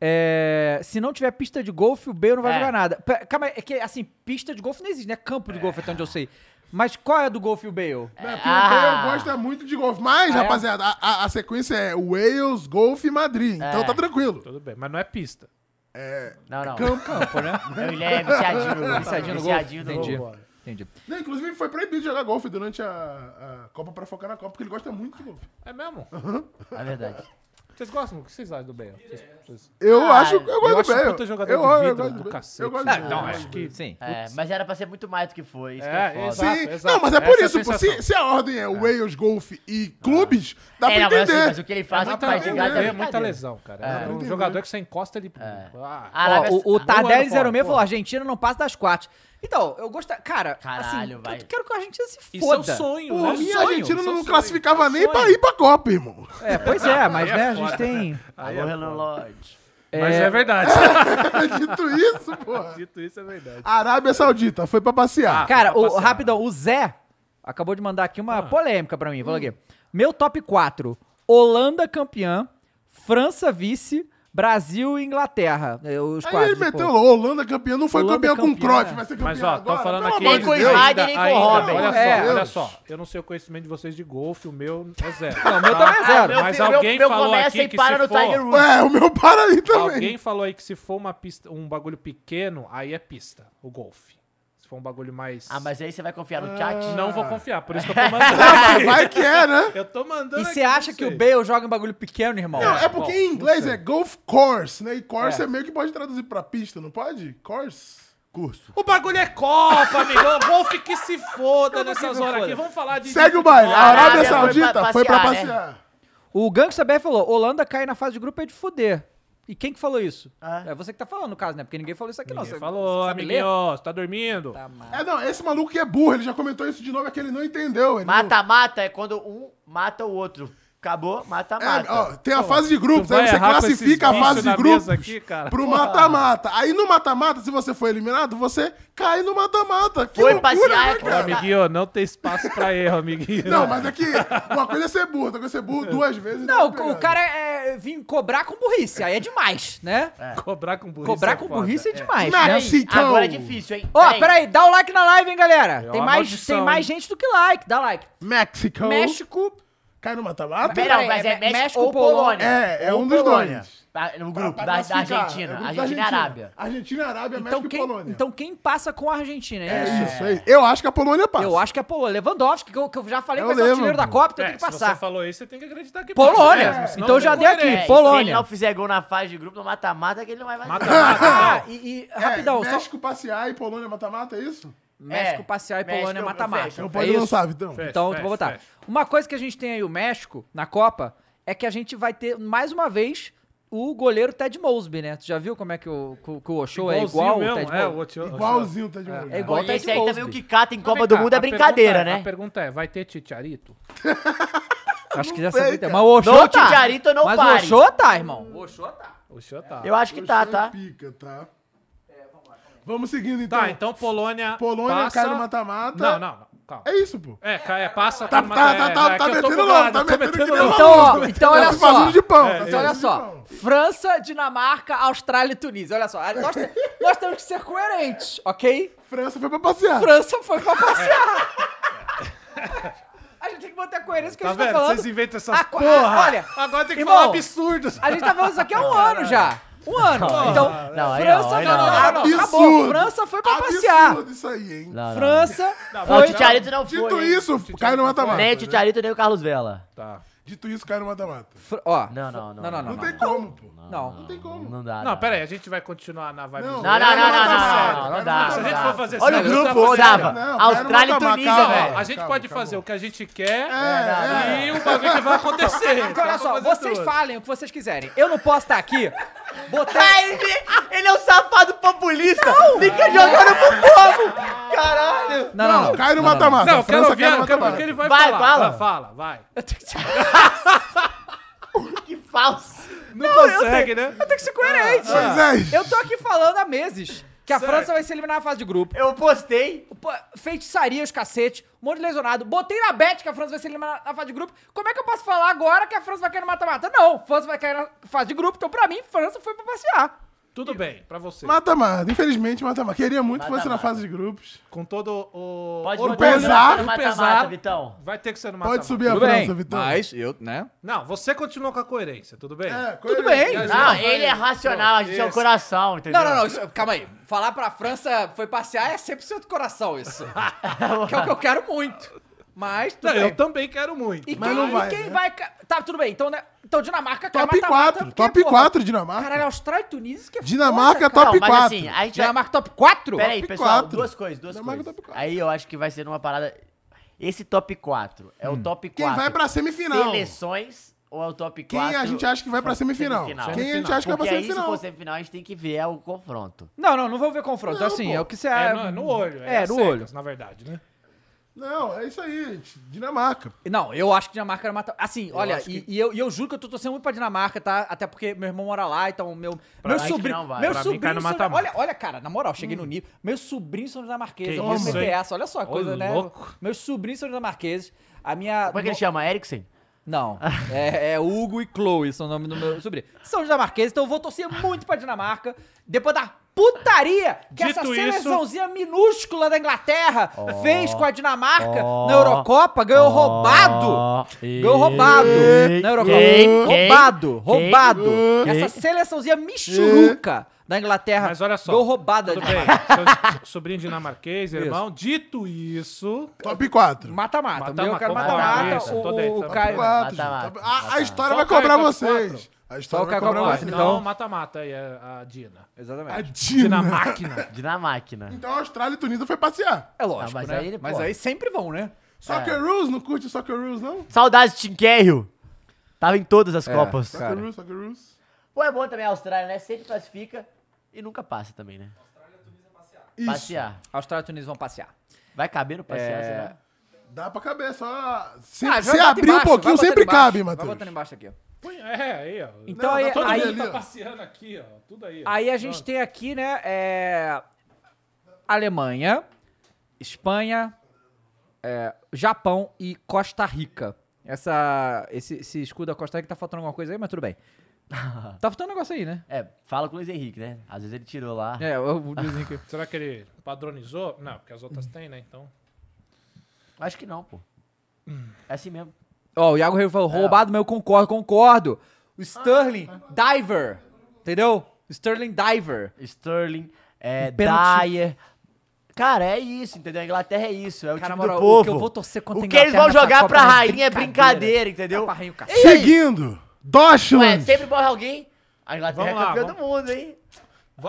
É, se não tiver pista de golfe, o Bale não vai
É.
jogar nada. Pe- Calma, aí, é que assim, pista de golfe não existe, né? Campo de golfe, até onde eu sei. Mas qual é a do golfe e o Bale?
É, porque
Ah.
o Bale gosta muito de golfe. Mas,
Ah, é?
rapaziada, a, a- a sequência é Wales, golfe e Madrid. Então
É.
tá tranquilo.
Tudo bem, mas não é pista.
Não, não.
Campo, campo, né?
Ele é viciadinho no
Viciadinho no golfe?
Viciadinho no
Entendi.
gol.
Entendi.
Não, inclusive, foi proibido de jogar golfe durante a, a Copa pra focar na Copa, porque ele gosta muito de golfe.
É mesmo?
É verdade.
Vocês gostam? O que vocês acham do Bale? Vocês- vocês-
Eu
Ah,
acho que eu gosto
eu
do
acho um
Bale.
puta jogador
eu,
de
eu,
vidro
gosto
do
Bale.
cacete.
Eu gosto
Ah,
do
não,
Bale.
acho que
Sim.
É, mas era pra ser muito mais do que foi. Isso
É,
que é foda.
exato.
Sim, não, mas é
exato.
por
Essa é a
isso. pô, se,
sensação.
se a ordem é, Wales, Golf e clubes, dá
É, não,
pra
mas, assim, mas
entender.
o que ele faz é
Muita,
pra jogar
é,
é
muita
brincadeira.
lesão, cara. É, um jogador que você encosta ele. Ah,
A Arábia-
Ó, o o
Ah,
um ano fora,
Tardelli06 falou:
porra.
Argentina não passa das quatro. Então, eu gosto. Cara,
Caralho,
assim,
vai.
eu quero que a Argentina se
Isso é
foda.
um
Tá.
sonho,
Pô,
né?
a minha
Sonho,
Argentina
isso é um
não
sonho.
classificava nem pra ir pra Copa, irmão.
É, pois é, mas
Aí é
né, a gente
fora,
tem.
Aí
Alô,
é
Renan
foda.
Lodge.
Mas é verdade.
Dito isso, porra.
Dito isso, é verdade.
Arábia Saudita, foi pra Ah, passear.
Cara, o,
passear.
rapidão, o Zé acabou de mandar aqui uma polêmica pra mim. Vou aqui. Meu top 4: Holanda campeã, França vice, Brasil e Inglaterra. Eh, Os
Aí ele
quatro.
meteu lá, Holanda campeã, não foi
Holanda
campeã com o
campeã,
Cruyff,
é.
vai ser campeã
né? Mas ó,
agora.
tão falando
Pelo
aqui.
amor
Nem
de
com o
Deus.
Snyder, nem com o Robin.
Olha só,
É.
olha só. Eu não sei o conhecimento de vocês de golfe, o meu é zero.
Não, o meu também é zero.
Mas
meu-
alguém
meu
falou
começa
aqui
e
que
para
se
no
for-
Tiger Woods.
É, o meu para aí também.
Alguém falou aí que se for uma pista, um bagulho pequeno, aí é pista, o golfe. Se for um bagulho mais.
Ah, mas aí você vai confiar no chat?
Não vou confiar, por isso que eu tô mandando.
Ah,
aqui.
vai que é, né?
Eu tô mandando.
E
aqui,
você
não
acha que
sei.
o Bale joga em bagulho pequeno, irmão?
Não, é porque
bom,
em inglês
não
é golf course, né? E course é. meio que pode traduzir pra pista, não pode? Course? Curso.
O bagulho é Copa, amigão. Golfe que se foda nessas horas aqui. Vamos falar de.
Segue o baile. A
Ah,
Arábia
Arábia
foi pra
Saudita foi pra
passear,
né?
passear.
O Gangsta Bear falou: Holanda cai na fase de grupo é de fuder. E quem que falou isso?
Ah.
É você que tá falando, no caso, né? Porque ninguém falou isso aqui, não.
Ninguém
Você
falou,
você sabe ler?
amiguinho, você tá dormindo?
Tá, mano.
É, não, esse maluco que é burro, ele já comentou isso de novo, é que ele não entendeu. Ele não-
Mata-mata é quando um mata o outro. Acabou,
É,
mata-mata.
ó, tem a fase de grupos,
Tu
aí
vai
você
errar com esses
classifica a
bichos
fase de
na
grupos
mesa aqui, cara.
pro mata-mata. Aí no mata-mata, se você for eliminado, você cai no mata-mata. Que
Foi
loucura,
passear,
né,
é
Ô,
cara?
amiguinho, não tem espaço pra erro, amiguinho.
Não, mas é que uma coisa é ser burro, outra coisa é ser burro duas vezes.
Não,
tá
o, o cara é, vim cobrar com burrice, aí é demais, né?
É. Cobrar com burrice.
Cobrar
é
com
foda.
burrice é demais, né?
Messi, então.
Agora é difícil, hein?
Ó,
Peraí.
peraí, dá o like na live, hein,
É
galera.
uma
Tem mais,
maldição,
tem mais gente do que like, dá like.
Então, México.
México,
Cai no mata-mata?
Pera- Não, mas é México ou Polônia.
É, é
Ou
um dos
Polônia.
dois.
Tá,
Ah,
No
Pra-
grupo
pra
da, da
classificar. É
Argentina.
grupo da
Argentina e Arábia.
Argentina, Arábia,
então
México e
quem,
Polônia.
então quem passa com a Argentina,
é
né?
isso aí. Eu acho que a Polônia passa.
Eu acho que é Polônia. Lewandowski, que eu, que eu já falei que
Eu
vai ser o
lembro,
artilheiro da
pô.
Copa, então
É,
tem que
Se você
passar.
falou isso, você tem que acreditar que
Polônia.
passa mesmo, senão
Então
não é,
já
tem
dei
como
aqui.
errar.
e
Polônia.
Se ele não fizer gol na fase de grupo, no mata-mata, que ele não vai mais.
Mata-mata.
Ah, e, e
É,
rapidão, só
México passear e Polônia mata-mata, é isso?
México passear e
México,
Polônia
eu-
mata-mata.
fecha, eu
Não
É
pode
isso.
lançar, então.
Fecha,
Então,
fecha,
vou botar.
fecha.
Uma coisa que a gente tem aí, o México, na Copa, é que a gente vai ter, mais uma vez, o goleiro Ted Mosby, né? Tu já viu como é que o, que o- que o Ochoa é igual
Igualzinho
o Ted
mesmo, é, o
Mosby?
outro-
Igualzinho, tá de olho.
É igual
Bom,
o Ted
esse aí também, o
Mosby.
que cata em
Mas
Copa
vem
do
cá,
Mundo
a
é brincadeira,
pergunta é- A
né?
pergunta é, vai ter Titiarito?
Acho que já
sei,
sabe.
cara.
Mas o Ochoa
No
tá.
Chicharito não
Mas
pare.
o Ochoa tá, irmão. O Ochoa tá.
O senhor tá.
Eu acho que tá,
Poxa,
tá?
Pica, tá?
É,
Vamos seguindo, então.
Tá, então Polônia
Polônia
passa...
cai no mata-mata.
Não, não, não, calma.
É isso, pô.
É, cai, é, passa...
Tá,
cai no
tá, tá,
mata- é,
tá,
é
tá
que eu tô
metendo
bolado,
louco, tá
tô
metendo que nem
louco.
louco.
Então, ó, então
Tá
olha
se
só.
fazendo de pau.
É,
tá se
Então, olha
fazendo de
só.
pau.
França, Dinamarca, Austrália e Tunísia. Olha só. Nós, te- nós temos que ser coerentes, ok?
França foi pra passear.
França foi pra passear. A gente tem que manter a coerência que a
Tá
gente tá
vendo?
falando.
Vocês inventam essas
A co-
porra.
Olha,
Ah, Agora tem que
irmão,
falar um absurdos.
A gente tá falando isso aqui há um ano já. Um ano. então,
não, aí
França
não, aí
não,
não.
não, não, não, acabou.
Absurdo.
França foi pra
Absurdo
passear.
isso aí, hein?
França
Não, o
foi.
Chicharito não foi.
Dito
hein?
isso, cai no mata-mata.
Nem
né?
o Chicharito, nem o Carlos Vela.
Tá.
Dito isso, cai no mata-mata.
Fr- Ó.
Não, não, não.
Não, não,
Não
não.
tem como, pô.
Não.
Não tem como.
Não dá.
Não, pera aí, a gente vai continuar na vibe.
Não,
zoeira.
Não, não, não, não,
Sério,
não, não,
cara,
não dá.
se a
não
gente
dá.
for fazer
Olha o
sério,
grupo,
eu
ô,
tava
dava.
sério. Não,
Austrália e
cara, não
Tunísia,
mata-mata,
Calma,
velho.
ó, a gente
Calma,
pode
calma.
fazer o que a gente quer
É,
e o bagulho vai acontecer.
Então, olha só,
vamos tá fazer
vocês
tudo.
falem o que vocês quiserem. Eu não posso estar aqui.
Ah,
Botei.
ele- Ele é um safado populista. Fica jogando pro povo. Caralho.
Não, não, não.
Cai no
Não,
mata-mata.
eu quero
França
ouvir,
cai no
eu quero ver o
mata-mata.
que ele vai,
Vai,
falar.
fala.
Vai, fala, vai.
Que falso.
Não, consegue, né? Ah,
Eu tenho que ser coerente.
Pois é.
Eu tô aqui falando há meses que a França vai se eliminar na fase de grupo.
Eu postei.
Pô, Feitiçaria, os cacete, um monte de lesionado. Botei na bet que a França vai se eliminar na fase de grupo. Como é que eu posso falar agora que a França vai cair no mata-mata? Não, França vai cair na fase de grupo. Então, pra mim, França foi pra passear.
Tudo bem, pra você.
Mata-mata. Infelizmente, mata-mata. Queria muito que fosse na
Mata-mata.
fase de grupos.
Com todo o...
Pode botar
orgulho,
o Lula
pesar,
no
o
mata-mata,
pesar,
Vitão.
vai ter que ser no mata
Pode subir a França, Vitão.
eu, né?
Não, você continua com a coerência, tudo bem?
É,
Tudo
coerente.
bem.
Mas
Não,
não,
ele é
vai-
racional, a gente é o
Isso.
coração, entendeu?
Não, não, não. isso- calma aí. Falar pra França foi passear é 100% do coração isso. que é o que eu quero muito. Mas tudo
Não,
bem.
eu também quero muito.
E
Mas
quem,
não vai,
e quem
né?
vai... ca- Tá, tudo bem. Então, né, Então, Dinamarca cai
Top
mata-mata,
4,
porque,
top
porra,
4 Dinamarca.
Caralho, Austrália e Tunísia que é
Dinamarca
foda, cara.
top
mas
4.
assim, a gente vai...
Dinamarca top 4?
Peraí,
top
pessoal,
quatro.
duas coisas, duas
Dinamarca
coisas.
top quatro.
Aí eu acho que vai ser numa parada... Esse top 4 é o top 4.
Hum. Quem vai pra semifinal?
Seleções ou é o top 4?
Quem a gente acha que vai pra semifinal? Quem a gente acha que vai pra
Porque aí, se
semifinal?
for semifinal, a gente tem que ver é o confronto.
Não, não, não vou ver confronto.
Não,
assim,
pô.
é o que você
É, no, no olho.
É,
às
no
cegas,
olho.
Na verdade, né?
Não, é isso aí, gente. Dinamarca.
Não, eu acho que Dinamarca era mata. Assim, olha,
acho
e,
que-
e eu, e eu juro que eu tô torcendo muito pra Dinamarca, tá? Até porque meu irmão mora lá, então meu. meu
mim que
sobrinho.
não vai.
Meu
Pra mim cai
sobrinho.
no
são-
mata-mata.
olha, olha, cara, na moral,
Hum.
cheguei no nível. Meus sobrinhos são dinamarqueses.
Que
Eu vou
isso,
meter
hein?
essa. Olha só a
Ô,
coisa, né?
louco.
Meus sobrinhos são dinamarqueses. A minha.
Como é que ele
no-
chama? Eriksen?
Não. É, é Hugo e Chloe, são o nome do meu sobrinho. São dinamarqueses, então eu vou torcer muito pra Dinamarca. Depois da putaria que essa
Dito isso-
seleçãozinha minúscula da Inglaterra fez com a Dinamarca
Ó.
na Eurocopa, ganhou roubado. Ganhou roubado na Eurocopa. roubado, roubado. Essa seleçãozinha michuruca da Inglaterra
Mas olha só,
ganhou Ah, roubada da
Tudo bem.
Dinamarca.
Seu Sobrinho dinamarquês, irmão. Dito isso,
Top 4.
Mata-mata.
Mata-mata,
Mata, eu quero
tô
mata-mata.
dentro,
O,
tô dentro,
o
tô
Caio...
dentro.
Mata,
4.
mata,
A,
mata.
a história
né? Só
vai cobrar
cai top
vocês. A história
Só
vai
cai
cobrar
top
vocês.
quatro. é
então mata-mata aí a, a Dina. É
A
Exatamente.
Dina
Dinamarca.
máquina.
Dinamáquina.
Então a Austrália e Tunísia foi passear.
É lógico,
Ah, mas
né?
aí,
mas
pô.
aí sempre vão, né?
Soccer Rules, não curte Soccer Rules, não?
Saudades de Tim Cahill. Tava em todas as Copas.
É, cara.
Soccer Rules, Soccer Rules.
Pô, é bom também a Austrália, né? Sempre classifica e nunca passa também, né?
é
Isso.
Passear.
Austrália e Tunísia vão passear.
Vai caber no
É.
passear, será?
Dá pra caber, só. Se,
Ah, vai
se
botar
abrir
embaixo,
um
vai
pouquinho,
botar
sempre
embaixo,
cabe,
Vai
Matheus.
botando embaixo aqui, ó.
É, aí, ó.
Então
Não,
aí,
tá todo
aí,
mundo ali,
tá
ó.
passeando aqui, ó. Tudo aí. ó.
aí a gente tem aqui, né, é, Alemanha, Espanha, é, Japão e Costa Rica. Essa, esse, esse escudo da Costa Rica tá faltando alguma coisa aí, mas tudo bem. Tá faltando um negócio aí, né?
É, fala com o Luiz Henrique, né? Às vezes ele tirou lá.
É, eu vou dizer que...
Será que ele padronizou? Não, porque as outras têm, né? Então.
Acho que não, pô.
Hum.
É assim mesmo.
É, Ó, o Iago Rei falou, roubado, mas eu concordo, concordo. O Sterling, Diver, entendeu? Sterling Diver.
Sterling, é,
Um pênalti.
Dyer. Cara, é isso, entendeu? A Inglaterra é isso, é o
Cara,
time
moral,
do povo.
o que eu vou torcer é contra
O
a
que eles vão
Inglaterra nessa
jogar
Copa
pra
é
rainha é
brincadeira.
brincadeira, entendeu? É.
Tá pra rainha o cacete.
Seguindo.
Ué,
Deutschland.
sempre morre alguém. A Inglaterra
Vamos
é
lá,
campeã
vamos-
do mundo, hein?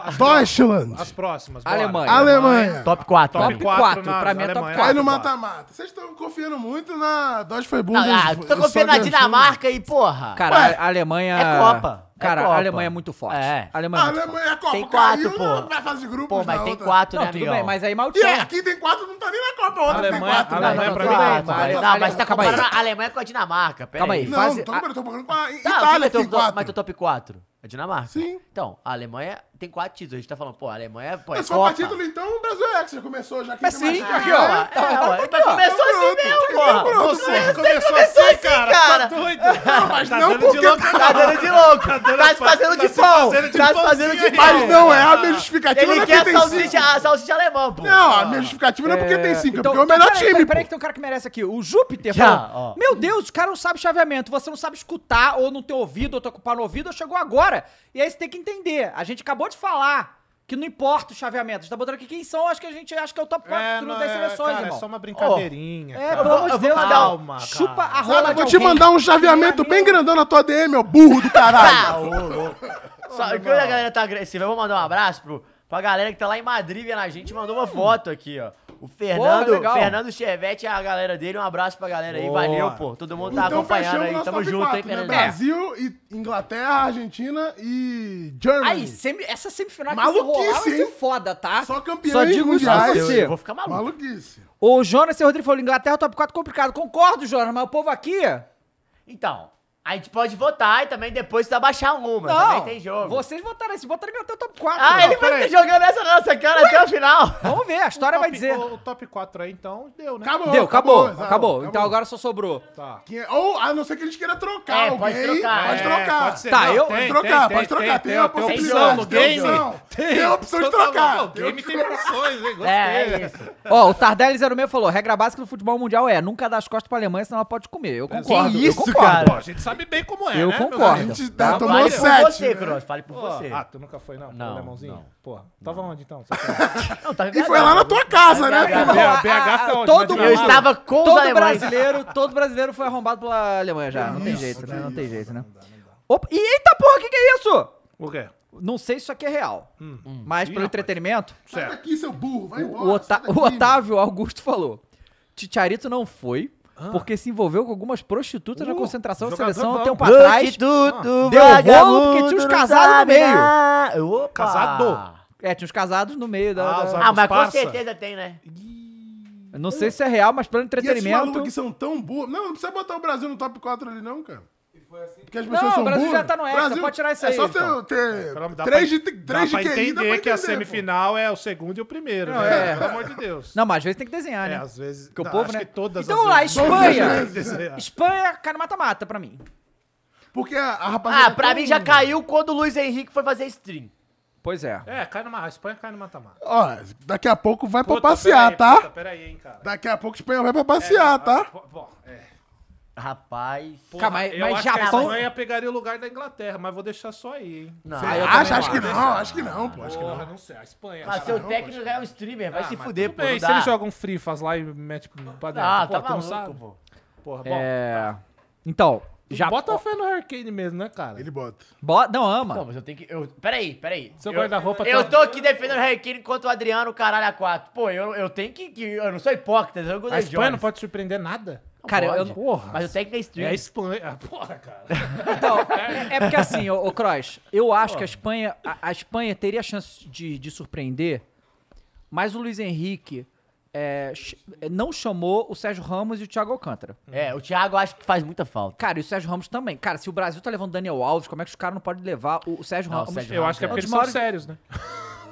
As,
Deutschland.
as próximas.
Alemanha.
Alemanha.
Top 4.
Top
Top
4,
quatro, pra mim é top
Cai
quatro.
no mata-mata. Vocês estão confiando muito na Dodge foi bunda.
Ah, ah, tô confiando na Dinamarca e, porra.
Cara,
Ué,
a Alemanha.
é Copa, é
Cara,
Copa.
a Alemanha é muito forte.
É.
A Alemanha.
A
é muito forte.
Alemanha é Copa.
Tem quatro,
caiu
pô.
na- Na fase de grupos,
Pô,
na
mas tem
outra.
4, né,
Não, tudo
amigão?
bem, mas aí
E
maldição.
é, aqui tem quatro, não tá nem na Copa. Outra tem
Alemanha-
quatro. né?
Alemanha
Não,
pra
tudo
mim
bem,
é
mas-
Copa.
Não, mas tá
Calma aí.
comparando a Alemanha com a Dinamarca. Pera
Calma aí.
aí.
Não,
fase-
tô,
a-
eu tô procurando com a
Tá,
Itália, que
teu
tem
top,
quatro.
mas teu top 4 é Dinamarca.
Sim.
Então, a Alemanha tem 4 títulos. A gente tá falando, pô, a Alemanha, pô, é
Mas se for
Copa.
pra título, então, o Brasil é que já começou, já que
Mas
tem
sim,
mais-
aqui, ó.
Ah,
É, ó, mas começou assim
pronto.
mesmo,
Então,
porra.
pronto.
Você começou assim, cara. Tá
cara.
doido.
Mas
Tá
não
dando de louco.
porque...
Tá dando de louco. Tá se fazendo de pão.
fazendo de
Tá se
pãozinho
fazendo de
aí.
Mas
pão.
não é a minha justificativa, não
Ele
é porque
quer a
tem
salsicha,
cinco.
a salsicha alemã, pô.
Não, a minha justificativa não é porque tem cinco, é porque é o melhor
Então, peraí,
time,
Peraí,
pô.
peraí que tem um cara que merece aqui. O Júpiter
Já,
falou,
ó.
Meu Deus, o cara não sabe chaveamento. Você não sabe escutar, ou não tem ouvido, ou tá ocupado no ouvido, ou chegou agora. E aí você tem que entender. A gente acabou de falar que não importa o chaveamento. A gente tá botando aqui quem são, acho que a gente acha que é o top 4
É, não,
das
é,
seleções,
cara, é
irmão.
só uma brincadeirinha.
É,
cara.
pelo amor de Deus, cara.
Calma, cara.
um- Chupa a rola
Sabe, eu
de
vou te
tá alguém. é
mandar um chaveamento bem grandão na tua DM, ô burro do
Tá.
caralho.
Tá. Só, quando a galera tá agressiva, eu vou mandar um abraço pro, pra galera que tá lá em Madrid vendo a gente. Mandou uma foto aqui, ó. O Fernando,
Porra, legal.
Fernando Chevette e a galera dele. Um abraço pra galera aí. Valeu, pô. Todo mundo tá
Então
acompanhando
fechamos
aí.
nosso
Tamo
top
junto, hein,
4, né?
Fernando.
Brasil, e Inglaterra, Argentina e Germany.
Aí, semi, essa semifinal que
Maluquice,
vai rolar vai ser
hein?
foda, tá?
Só campeões
Só digo isso pra
mundiais.
você.
Eu vou ficar maluco.
Maluquice.
O Jonas e o Rodrigo falou, Inglaterra top 4 complicado. Concordo, Jonas, mas o povo aqui...
Então, a gente pode votar e também depois tá baixar uma.
Não,
Também tem jogo.
vocês votaram esse, votaram Inglaterra top 4.
Ah, ele
Não,
vai
peraí.
ficar jogando essa na nossa cara até o final.
Vamos ver, a história
O
vai
top-
dizer.
O, o top 4 aí, então, deu, né?
Acabou,
Deu, acabou, acabou,
exato,
Então agora só sobrou.
Tá.
Quem é- Ou, a não ser que a gente queira trocar
É,
alguém.
pode trocar,
Pode
é,
trocar.
pode ser.
Tá, eu-
Pode trocar, pode trocar. Tem, a
tem
possibilidade.
no
Tem,
game.
opção. Tem a opção de trocar.
O game tem opções, hein? Gostei.
É, é isso.
Ó, o Tardelli06 falou, regra básica do futebol mundial é nunca dar as costas pra Alemanha, senão ela pode comer. Eu concordo, eu
isso,
concordo.
cara?
Pô, a gente sabe bem como é,
Eu
né? meus
concordo.
A
amigos?
gente tá, tomou
Fale por
sete.
você,
né?
Cross. Fale por você.
Ah, tu nunca foi, não?
Não,
Não, não.
não.
Porra, tava onde, então? Você foi-
Não, tá
E foi lá na tua casa, né?
Obrigado.
filho?
Não,
a-
BH fica
a-
onde?
todo- tá
Na
Eu
Dinamarca?
estava com os
Todo
alemães.
brasileiro, todo brasileiro foi arrombado pela Alemanha já. Não tem jeito, né? Não tem jeito, né? Opa, e eita porra, o que, que é isso?
O quê?
Não sei se isso aqui é real, mas pelo entretenimento,
Sai daqui, seu burro, vai embora. é
o, Ota-
sai daqui,
o Otávio Augusto falou: Ticharito não foi. Porque se envolveu com algumas prostitutas na concentração da
jogador
seleção há um
bom.
tempo atrás.
Prostituto,
Deu um rolo
vagabundo,
porque tinha uns
não
casados no
sabe
meio.
nada. Opa.
Casado.
É, tinha uns casados no meio da.
Ah,
da-
os
Ah, mas com
Parça.
certeza tem, né?
Eu Não sei se é real, mas pelo
E esses malucos
entretenimento.
que são tão burros. Não, não precisa botar o Brasil no top 4 ali, não, cara.
assim.
Porque as
Não,
pessoas são
o Brasil
burras.
já tá no extra, pode tirar isso
é
aí,
só ter,
então.
ter
Pelo amor- dá
três
pra-
de, três
dá
de
pra
QI, dá pra
entender que a
entender, pô.
semifinal é o segundo e o primeiro,
Não,
né?
é.
Pelo amor de Deus.
Não, mas às vezes tem que desenhar,
É,
né?
às vezes.
Porque o
não,
povo,
acho
né?
que todas
Então, lá,
as vezes- é.
Espanha.
Desenhar.
Espanha, cara, mata-mata pra mim.
Porque a, a rapaziada. é
Ah,
é
pra
tão-
mim já caiu quando o Luiz Henrique foi fazer stream.
Pois é.
É, cai numa. A Espanha cai no mata-mata.
Ó, daqui a pouco vai pra
Puta,
passear,
peraí,
tá?
puta, Peraí, hein, cara.
Daqui a pouco o Espanha vai pra passear, tá?
Pô, pô, é.
Rapaz.
Porra,
mas-
eu
mas
acho
Japão-
Que a Espanha é pegaria o lugar da Inglaterra, mas vou deixar só aí, hein?
Não.
Ah, eu também
acho, acho que
acho.
não, acho que não, pô. Acho que não.
Porra, não sei. A Espanha.
Mas
cara.
seu técnico é um streamer, vai
Ah,
se
mas
fuder,
tudo
pô.
Bem,
não
se
dá.
ele joga um free, faz lá e mete pra dentro.
Ah,
pô,
tá
um tu não
maluco,
sabe?
pô.
Porra, bom.
É. Então, já.
Bota a fé no Arcane mesmo, né, cara?
Ele bota.
Bo- Não,
Não,
ama.
mas eu tenho que. Eu, peraí, peraí.
Seu
eu,
guarda-roupa tá-
Eu tô aqui defendendo o Harry Kane contra o Adriano, caralho, a 4. Pô, eu, eu tenho que, que- Eu não sou hipócrita, eu gosto
A
de
Espanha não
jogos.
pode surpreender nada.
Cara, eu- eu-
Porra.
Mas o técnico é
É
streamer.
a Espanha. Ah, porra, cara.
Então, é porque assim, ô, ô Croix, eu acho que a Espanha, a, a Espanha teria chance de, de surpreender, mas o Luiz Henrique é, ch- não chamou o Sérgio Ramos e o Thiago Alcântara.
É, o Thiago acho que faz muita falta.
Cara, e o Sérgio Ramos também. Cara, se o Brasil tá levando Daniel Alves, como é que os caras não podem levar o, o Sérgio
Não, o
Ramos?
Sérgio
Eu acho que é
Não,
porque eles
de
são
maiores-
sérios, né?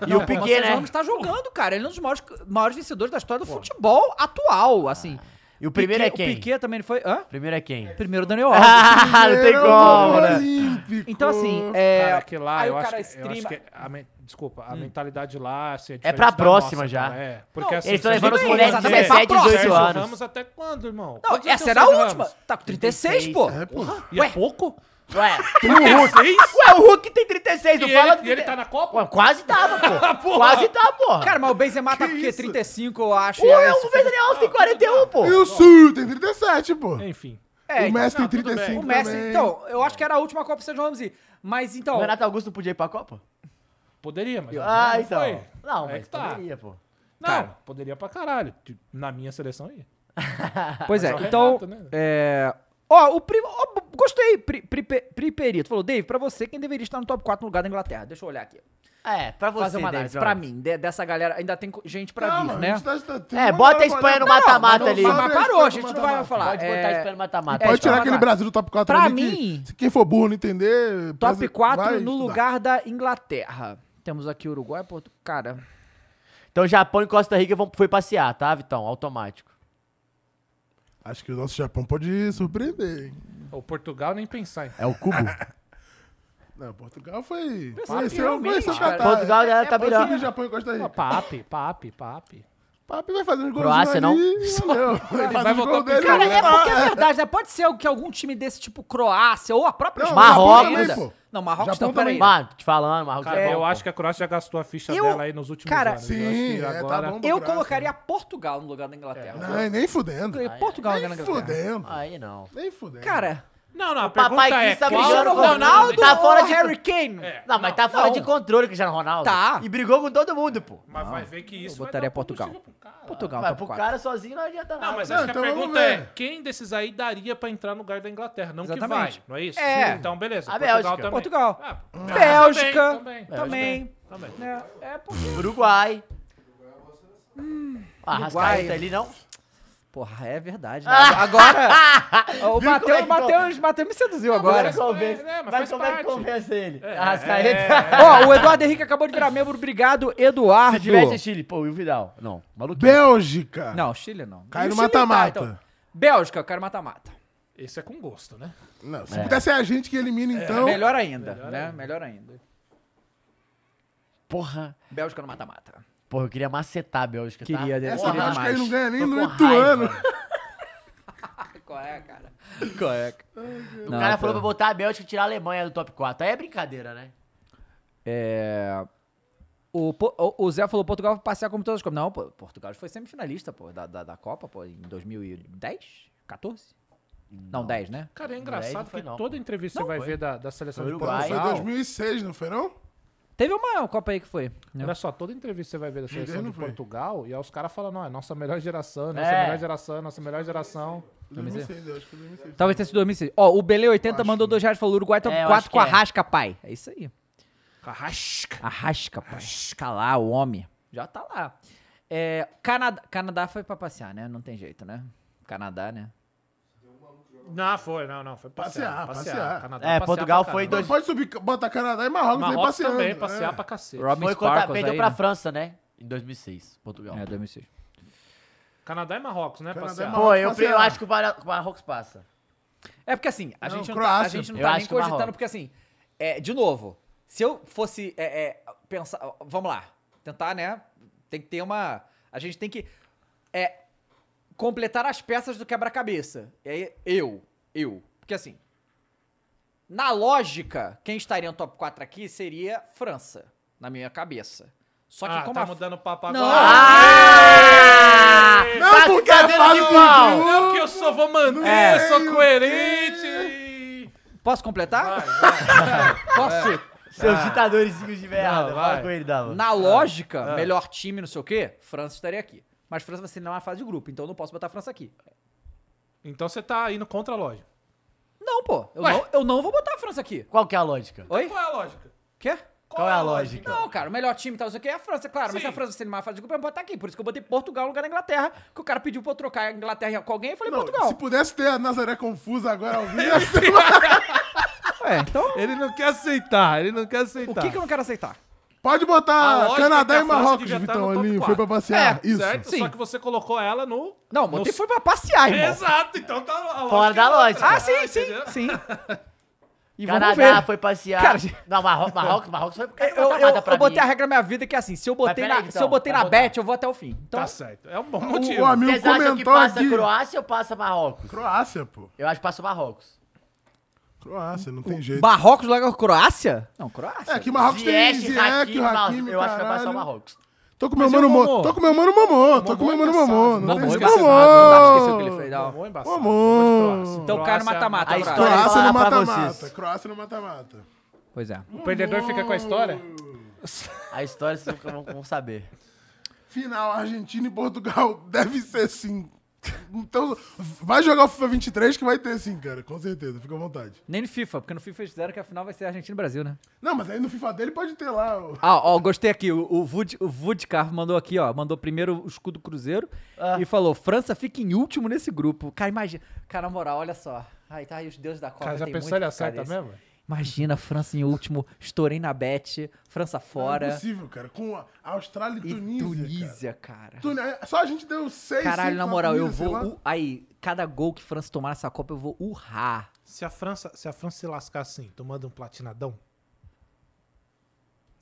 E o
o
Piquet,
Sérgio
né?
Ramos tá jogando, cara. Ele é um dos maiores, maiores vencedores da história do futebol atual, assim.
E o primeiro é
Piquet- O
quem?
Piquet também foi... Hã?
O primeiro é quem?
Primeiro Daniel Alves.
Ah, não tem como,
é
né?
Olímpico.
Então, assim, é...
cara, que lá,
aí
eu,
o
acho,
cara
que- eu acho
streama- Hum.
que. é- a men- Desculpa, a mentalidade lá. Assim, é
pra
diferente da
próxima
nossa,
já.
cara, É. Porque assim.
Eles estão
se a
levando
gente
bem,
os moleques de
exatamente,
17,
pra próxima.
18
Sérgio
anos.
Ramos até quando, irmão?
Não,
Quantos anos
essa
tem o
era a
Sérgio
última.
Ramos?
Tá com 36, pô.
É, pô.
E
Ué.
é pouco?
Ué,
Seis?
ué, o um Hulk tem 36,
E
não fala
ele, e ele tá na Copa?
Ué, quase tava, pô. quase tá, porra.
Cara, mas o Benzema tá
Que
com o quê?
isso?
35, eu acho.
Ah, Pô, é um
e aí
eu
isso
vou ver Daniel Alves tem 41, pô.
E o Sul tem 37, pô.
Enfim.
É,
o Messi
não,
tem
tudo bem.
35
o Messi.
também.
Então, eu acho que era a última Copa do Sérgio Ramos ir. Mas então.
O Renato Augusto não podia ir pra Copa?
Poderia, mas.
Ah,
não
então.
foi.
Não,
É
mas
que tá.
poderia, pô.
Não,
Cara.
poderia pra caralho. Tipo, Na minha seleção aí.
pois é,
mas é o
então.
Renato, né?
É. Ó, o Pri. ó, b- gostei, Pri, Pri- Pri- Priperito. Falou, Dave, pra você, quem deveria estar no top 4 no lugar da Inglaterra? Deixa eu olhar aqui.
É, pra você,
Fazer uma análise.
David
Pra
Jones.
mim, de- dessa galera, ainda tem co- gente pra
Calma,
vir,
a
né? Ah, tá,
gente tá- tá- tem
É,
uma
bota a
hora pra
Espanha no
olhar.
mata-mata ali.
sabe
Mas
a
parou, a
história
gente
do
não vai
mata-mata.
falar.
Pode botar
É,
a Espanha no mata-mata.
é,
Pode tirar
Espanha
aquele
vai.
Brasil do top 4
Pra
ali que-
mim,
se quem for burro não entender...
Top
Brasil-
4
vai
no
estudar.
lugar da Inglaterra. Temos aqui Uruguai, Porto. Cara.
Então Japão e Costa Rica vão, foi passear, tá, Vitão? Automático.
Acho que o nosso Japão pode surpreender, hein?
O Portugal nem pensar.
É o cubo.
Não, Portugal foi...
Pensando que
Conheceu,
realmente,
conheceu o
cara, É
Catar.
Portugal já tá melhor.
Conseguiu Japão e Costa Rica.
Papi, papi, papi.
Papi vai fazer uns gols
Croácia, não?
Vai
voltar pro
Cara, é
Não,
porque é verdade, né? Pode ser que algum time desse, tipo Croácia ou a própria
Não,
Espanha
Marrocos.
ainda.
Japão também, pô.
Não, Marrocos
Japão
não, peraí.
Mano, te falando, Marrocos.
Cara,
é bom,
eu
pô.
acho que a Croácia já gastou a ficha
Eu-
dela aí nos últimos
cara,
anos. Eu acho que
Sim, é, tá
agora-
bom. pra
Eu
Croácia.
colocaria Portugal no lugar da Inglaterra.
Não, é. nem fudendo.
Eu- é Portugal no lugar da
Nem
Inglaterra.
fudendo.
Aí não.
Nem fudendo.
Cara,
Não, não, a
papai
pergunta é
quis saber
qual...
jogar
Cristiano
não, não,
Ronaldo
tá fora
ou
de-
Harry Kane?
É,
Não, mas tá fora
não.
de controle, Cristiano Ronaldo.
Tá.
E brigou com todo mundo, pô.
Mas vai ver que isso
eu botaria
vai dar
Portugal.
combustível pro cara.
Portugal
Mas
top
pro
4.
cara sozinho não adianta nada.
Não, mas
Não,
acho que a
então vamos
pergunta
ver.
é quem desses aí daria pra entrar no lugar da Inglaterra? Não
Exatamente.
que vai, não é isso?
É.
Sim. Então, beleza.
A Bélgica. É.
também.
Portugal.
Ah,
Bélgica
também,
também.
também.
né? É porque...
Uruguai.
Hum.
Ah, Rascaeta
Uruguai.
ali não.
Porra, é verdade. né? Agora, o
Viu como é
Matheus,
que
Matheus, Matheus me seduziu agora.
Vai convence.
É, mas
Mas
faz
como é que
parte.
convence ele?
É,
Arrascaeta.
Ó, o Eduardo Henrique acabou de virar membro. Obrigado, Eduardo.
Se tivesse Chile, pô, e o Vidal? Não, maluquinho.
Bélgica.
Não, Chile não.
Cai
E
no
Chile tá,
mata-mata.
então. Bélgica, eu quero mata-mata.
Esse é com gosto, né?
Não, se pudesse é a gente que elimina, então.
Melhor ainda, né? Melhor ainda.
Porra.
Bélgica no mata-mata.
Porra, eu queria macetar a Bélgica, tá?
Queria,
né? Essa
queria
Bélgica aí
demais.
não ganha nem
Tô
no
com
oito
raiva.
ano.
Qual é, cara?
Qual é? O
Não,
cara
pô.
falou pra botar a Bélgica e tirar a Alemanha do top 4. Aí é brincadeira, né?
É... O, Po- o, o Zé falou Portugal vai passear como todas as Copas. Não, pô, Portugal foi semifinalista, pô, da, da, da Copa, pô, em 2010, 14. Não, 10, né?
Cara, é
Não
engraçado
foi,
que
não.
toda entrevista que você vai ver da, da seleção de
Uruguai.
Foi em
Portugal.
2006, não foi não?
Teve uma Copa aí que foi. né?
Olha é só, toda entrevista que você vai ver da seleção
não
de
foi.
Portugal e aí os caras falando, ó, é nossa melhor geração, nossa
É.
melhor geração, nossa melhor geração.
2006, eu acho que foi 2006.
Talvez tenha sido 2006. Ó, o Bele80 mandou 2 reais e falou: Uruguai top
É, eu
4
acho
com
que
a
é.
Rasca, pai. É isso aí. Arrasca. Arrasca, pai. Arrasca lá, o homem. Já tá lá. É, Canadá, Canadá foi pra passear, né? Não tem jeito, né? Canadá, né?
Não, foi, não, não. Foi passear.
Passear,
passear.
passear.
Canadá,
É,
passear
Portugal
pra
foi
caramba.
dois-
Pode subir, bota Canadá e Marrocos, aí
Marrocos
passeando.
também, passear
é.
pra cacete.
Robin
Foi contra,
Sparkles
perdeu
aí,
pra
né?
França, né? Em 2006, Portugal.
É, 2006.
Canadá e Marrocos, né?
Canadá e
passear.
Marrocos.
Pô, eu,
Passear.
eu acho que o Mara- o Marrocos passa.
É porque assim, a
Não,
gente não tá, a
Croácia.
gente não
Eu
tá
acho
nem
que Marrocos.
cogitando, porque assim, é, de novo, se eu fosse é, é, pensar. Vamos lá. Tentar, né? Tem que ter uma. A gente tem que é, completar as peças do quebra-cabeça. E aí, eu, eu. Porque assim, na lógica, quem estaria no top 4 aqui seria França, na minha cabeça. Só que
Ah,
como
tá
a-
mudando o papo
Não.
agora.
Não,
Tá
porque
fazendo
é fácil
de
de
pau.
ver.
Não, que eu só vou manter,
É.
eu sou coerente.
Posso completar? Posso?
É.
Seus ditadores de merda.
Ah. Não,
Fala
vai.
com ele, Dava.
Na lógica, melhor time, não sei o quê, França estaria aqui. Mas França vai ser na fase de grupo, então eu não posso botar a França aqui.
Então você tá indo contra a lógica.
Não, pô. Eu,
Ué.
não, eu não vou botar a França aqui.
Qual que é a lógica?
Oi?
Qual é a lógica?
Quê?
Qual é a lógica?
Não, cara, o melhor time, tal, não sei o que, é a França, claro. Mas
Sim.
se a França ser numa fase de grupo, eu vou botar aqui. Por isso que eu botei Portugal no lugar da Inglaterra, que o cara pediu pra eu trocar a Inglaterra com alguém, eu falei
Não,
Portugal.
se pudesse ter a Nazaré confusa agora ao vivo, ia ser-
Ué, então...
Ele não quer aceitar, ele não quer
O
aceitar.
que, que eu não quero aceitar?
pode
A
botar
lógica
Canadá
é que
e
a França
Marrocos,
devia estar
Vitão,
no top
ali, foi
quatro. É,
pra passear. Isso.
Certo? Só que você colocou ela no.
Não, botei foi pra passear, irmão.
Exato, então tá. a
Fora da
é outra.
lógica.
Ah, sim,
entendeu?
sim, sim. E vamos
Canadá
ver.
foi passear.
Cara,
não, Marro- Marrocos, Marrocos foi
Eu,
pra
eu,
mata-mata
eu,
pra
botei a
mim.
regra da minha vida que é assim, se eu botei
peraí,
na, se
então,
eu botei
vai
na
botar.
bet, eu vou até o fim. Então,
Tá certo. É um bom
O,
motivo.
o amigo
Vocês acham que
comentou
passa
aqui.
Croácia ou passa Marrocos?
Croácia, pô.
Eu acho que passa o Marrocos.
Croácia, não tem jeito.
Marrocos lá com Croácia? Não, Croácia.
É, que Marrocos tem
Ziyech,
Ziyech,
Hakimi,
o Hakimi,
Marrocos. Eu acho que vai passar o
caralho.
Marrocos.
Tô com meu
Mas e o
mano Momô.
Momô?
Tô com meu mano Momô. Tô com meu
é
mano Momô. Não
Momô
tem
embaçado,
jeito.
não dá pra
esquecer o que ele
Momô.
fez. Não.
Mamou embaçado.
Mamou.
Vou de Croácia.
Então cai no
Croácia-
mata-mata,
a
Brasil.
história-
Croácia
Falar
no
pra
mata-mata.
vocês.
Croácia no mata-mata.
Pois é.
O perdedor fica com a história?
A história vocês nunca vão- vão saber.
Final, Argentina e Portugal. Deve ser sim. Então, vai jogar o FIFA 23 que vai ter sim, cara. Com certeza. Fica à vontade.
Nem no FIFA, porque no FIFA eles fizeram que a final vai ser Argentina e Brasil, né?
Não, mas aí no FIFA dele pode ter lá. o-
Ah, ó, gostei aqui. O, o, Vud, o Vudkar mandou aqui, ó. Mandou primeiro o escudo Cruzeiro e falou: França fica em último nesse grupo. Cara, imagina. Cara, na moral, olha só. Ai, tá aí os deuses da Copa.
Cara, já
tem
pensou
muito
ele
cara
acerta
desse.
mesmo?
Imagina, França em último, estourei na Bet, França
Não é
fora.
possível, cara. Com a Austrália e
e
Tunísia. Tunísia.
Ah,
é,
Tunísia, é cara.
Só a gente deu seis.
Caralho,
cinco
na
pra
moral, eu
Tunísia, sei
vou.
lá.
u- Aí, cada gol que França tomar nessa Copa, eu vou urrar.
Se a França se, a França se lascar assim, tomando um platinadão.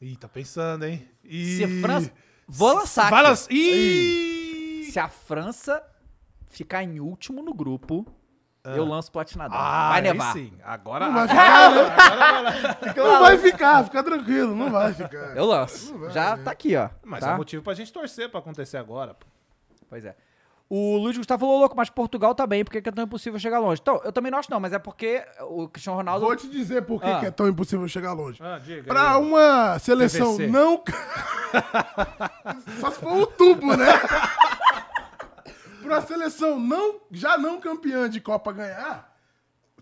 Ih, tá pensando, hein? Ih.
Se a França. Vou lançar.
Vai
aqui.
lançar. Ih!
Se a França ficar em último no grupo, eu lanço platinadão.
Ah,
vai
aí
nevar.
sim. Agora.
Ah,
ah,
Não vai
agora-
ficar, né? Então
agora vai lá.
Não vai ficar, fica tranquilo, não vai ficar.
Eu lanço.
Não vai,
Já
né?
tá aqui, ó.
Mas
tá?
é motivo pra gente torcer pra acontecer agora. pô.
Pois é. O Luiz Gustavo falou, louco, mas Portugal tá bem, porque é tão impossível chegar longe. Então, eu também não acho não, mas é porque o Cristiano Ronaldo...
Vou te dizer por que,
Ah.
que é tão impossível chegar longe.
Ah, diga.
Pra
aí.
uma seleção
PVC.
não. ca- Só se for o tubo, né? pra uma seleção não, já não campeã de Copa ganhar,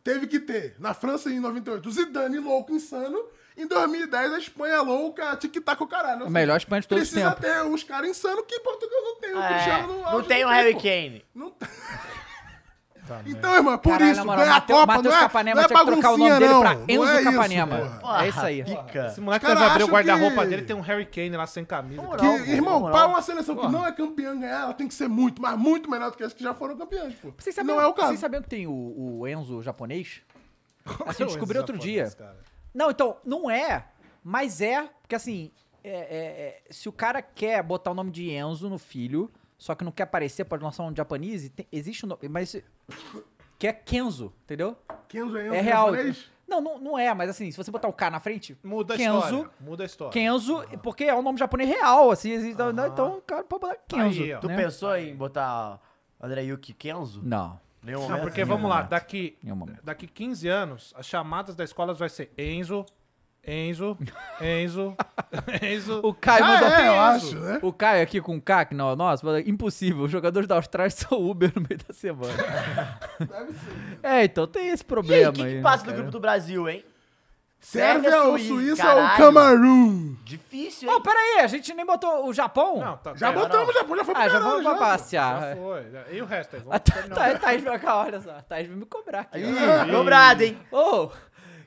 teve que ter, na França em 98, o Zidane louco, insano. Em 2010, a Espanha louca, tic-tac o
é
caralho. Ou
O
seja,
melhor espanhol de todos os
Precisa
tempos.
ter uns caras insanos que Portugal não tem. O
É,
Cristiano no
não
auge
tem o
não
Harry
pô.
Kane.
Não tem. Então, irmão, por
Caralho,
isso,
na moral,
ganha a
Mateu-
Copa,
Matheus
não é,
Capanema
não é
tinha que trocar o nome
baguncinha,
dele pra
não. Não
Enzo
é isso,
Capanema.
porra.
é isso aí.
Pica.
Esse moleque
Os
vai
caras
abrir o
acham
guarda-roupa
que-
dele, tem um Harry Kane lá sem camisa.
Que,
Moral, pô,
irmão,
moral.
para uma seleção que não é campeã ganhar, ela tem que ser muito, mas muito melhor do que as que já foram campeãs, pô.
Vocês sabiam,
não é o caso.
Vocês sabiam que tem o, o Enzo japonês?
Qual
Assim,
é o
descobri
Enzo
outro
japonês,
dia.
cara?
Não, então, não é, mas é, porque assim, é- é- é, se o cara quer botar o nome de Enzo no filho, só que não quer aparecer, pode lançar um japonês, e tem- existe um nome, mas esse- que é Kenzo, entendeu?
Kenzo
um
é,
É real. Não, não, não é, mas assim, se você botar o K na frente,
Muda a
Kenzo.
história. Muda a história.
Kenzo, porque é um nome japonês real, assim, existe- então, cara, pode botar Kenzo.
Aí, ó.
Tu
né?
pensou é em botar André Yuki Kenzo?
Não.
Nenhum
Não,
momento.
porque
Em um
vamos lá,
momento.
daqui,
Em um momento.
daqui 15 anos, as chamadas da escola vai ser Enzo, Enzo, Enzo, Enzo.
O Caio
Ah,
mandou
é, eu
peso.
acho, né?
O Caio aqui com o K, que não, nossa, mas é impossível. Os jogadores da Austrália são Uber no meio da semana. É, então tem esse
E aí,
problema
o que,
aí.
que
né,
passa do
cara?
grupo do Brasil, hein?
Sérvia ou
Suí-
Suíça ou
caralho.
Camarão?
Difícil,
Não,
hein?
pera aí, a gente nem botou o Japão?
Não, tá,
Já
tá,
botamos, já, já foi pro
ah, já
caralho,
vamos pra
Já
passear.
foi. E o resto aí? Vamos
Ah, tá, tá, Thaís, vai cá, olha só. Thaís vai me cobrar aqui. ó.
Dobrado, hein?
Ô,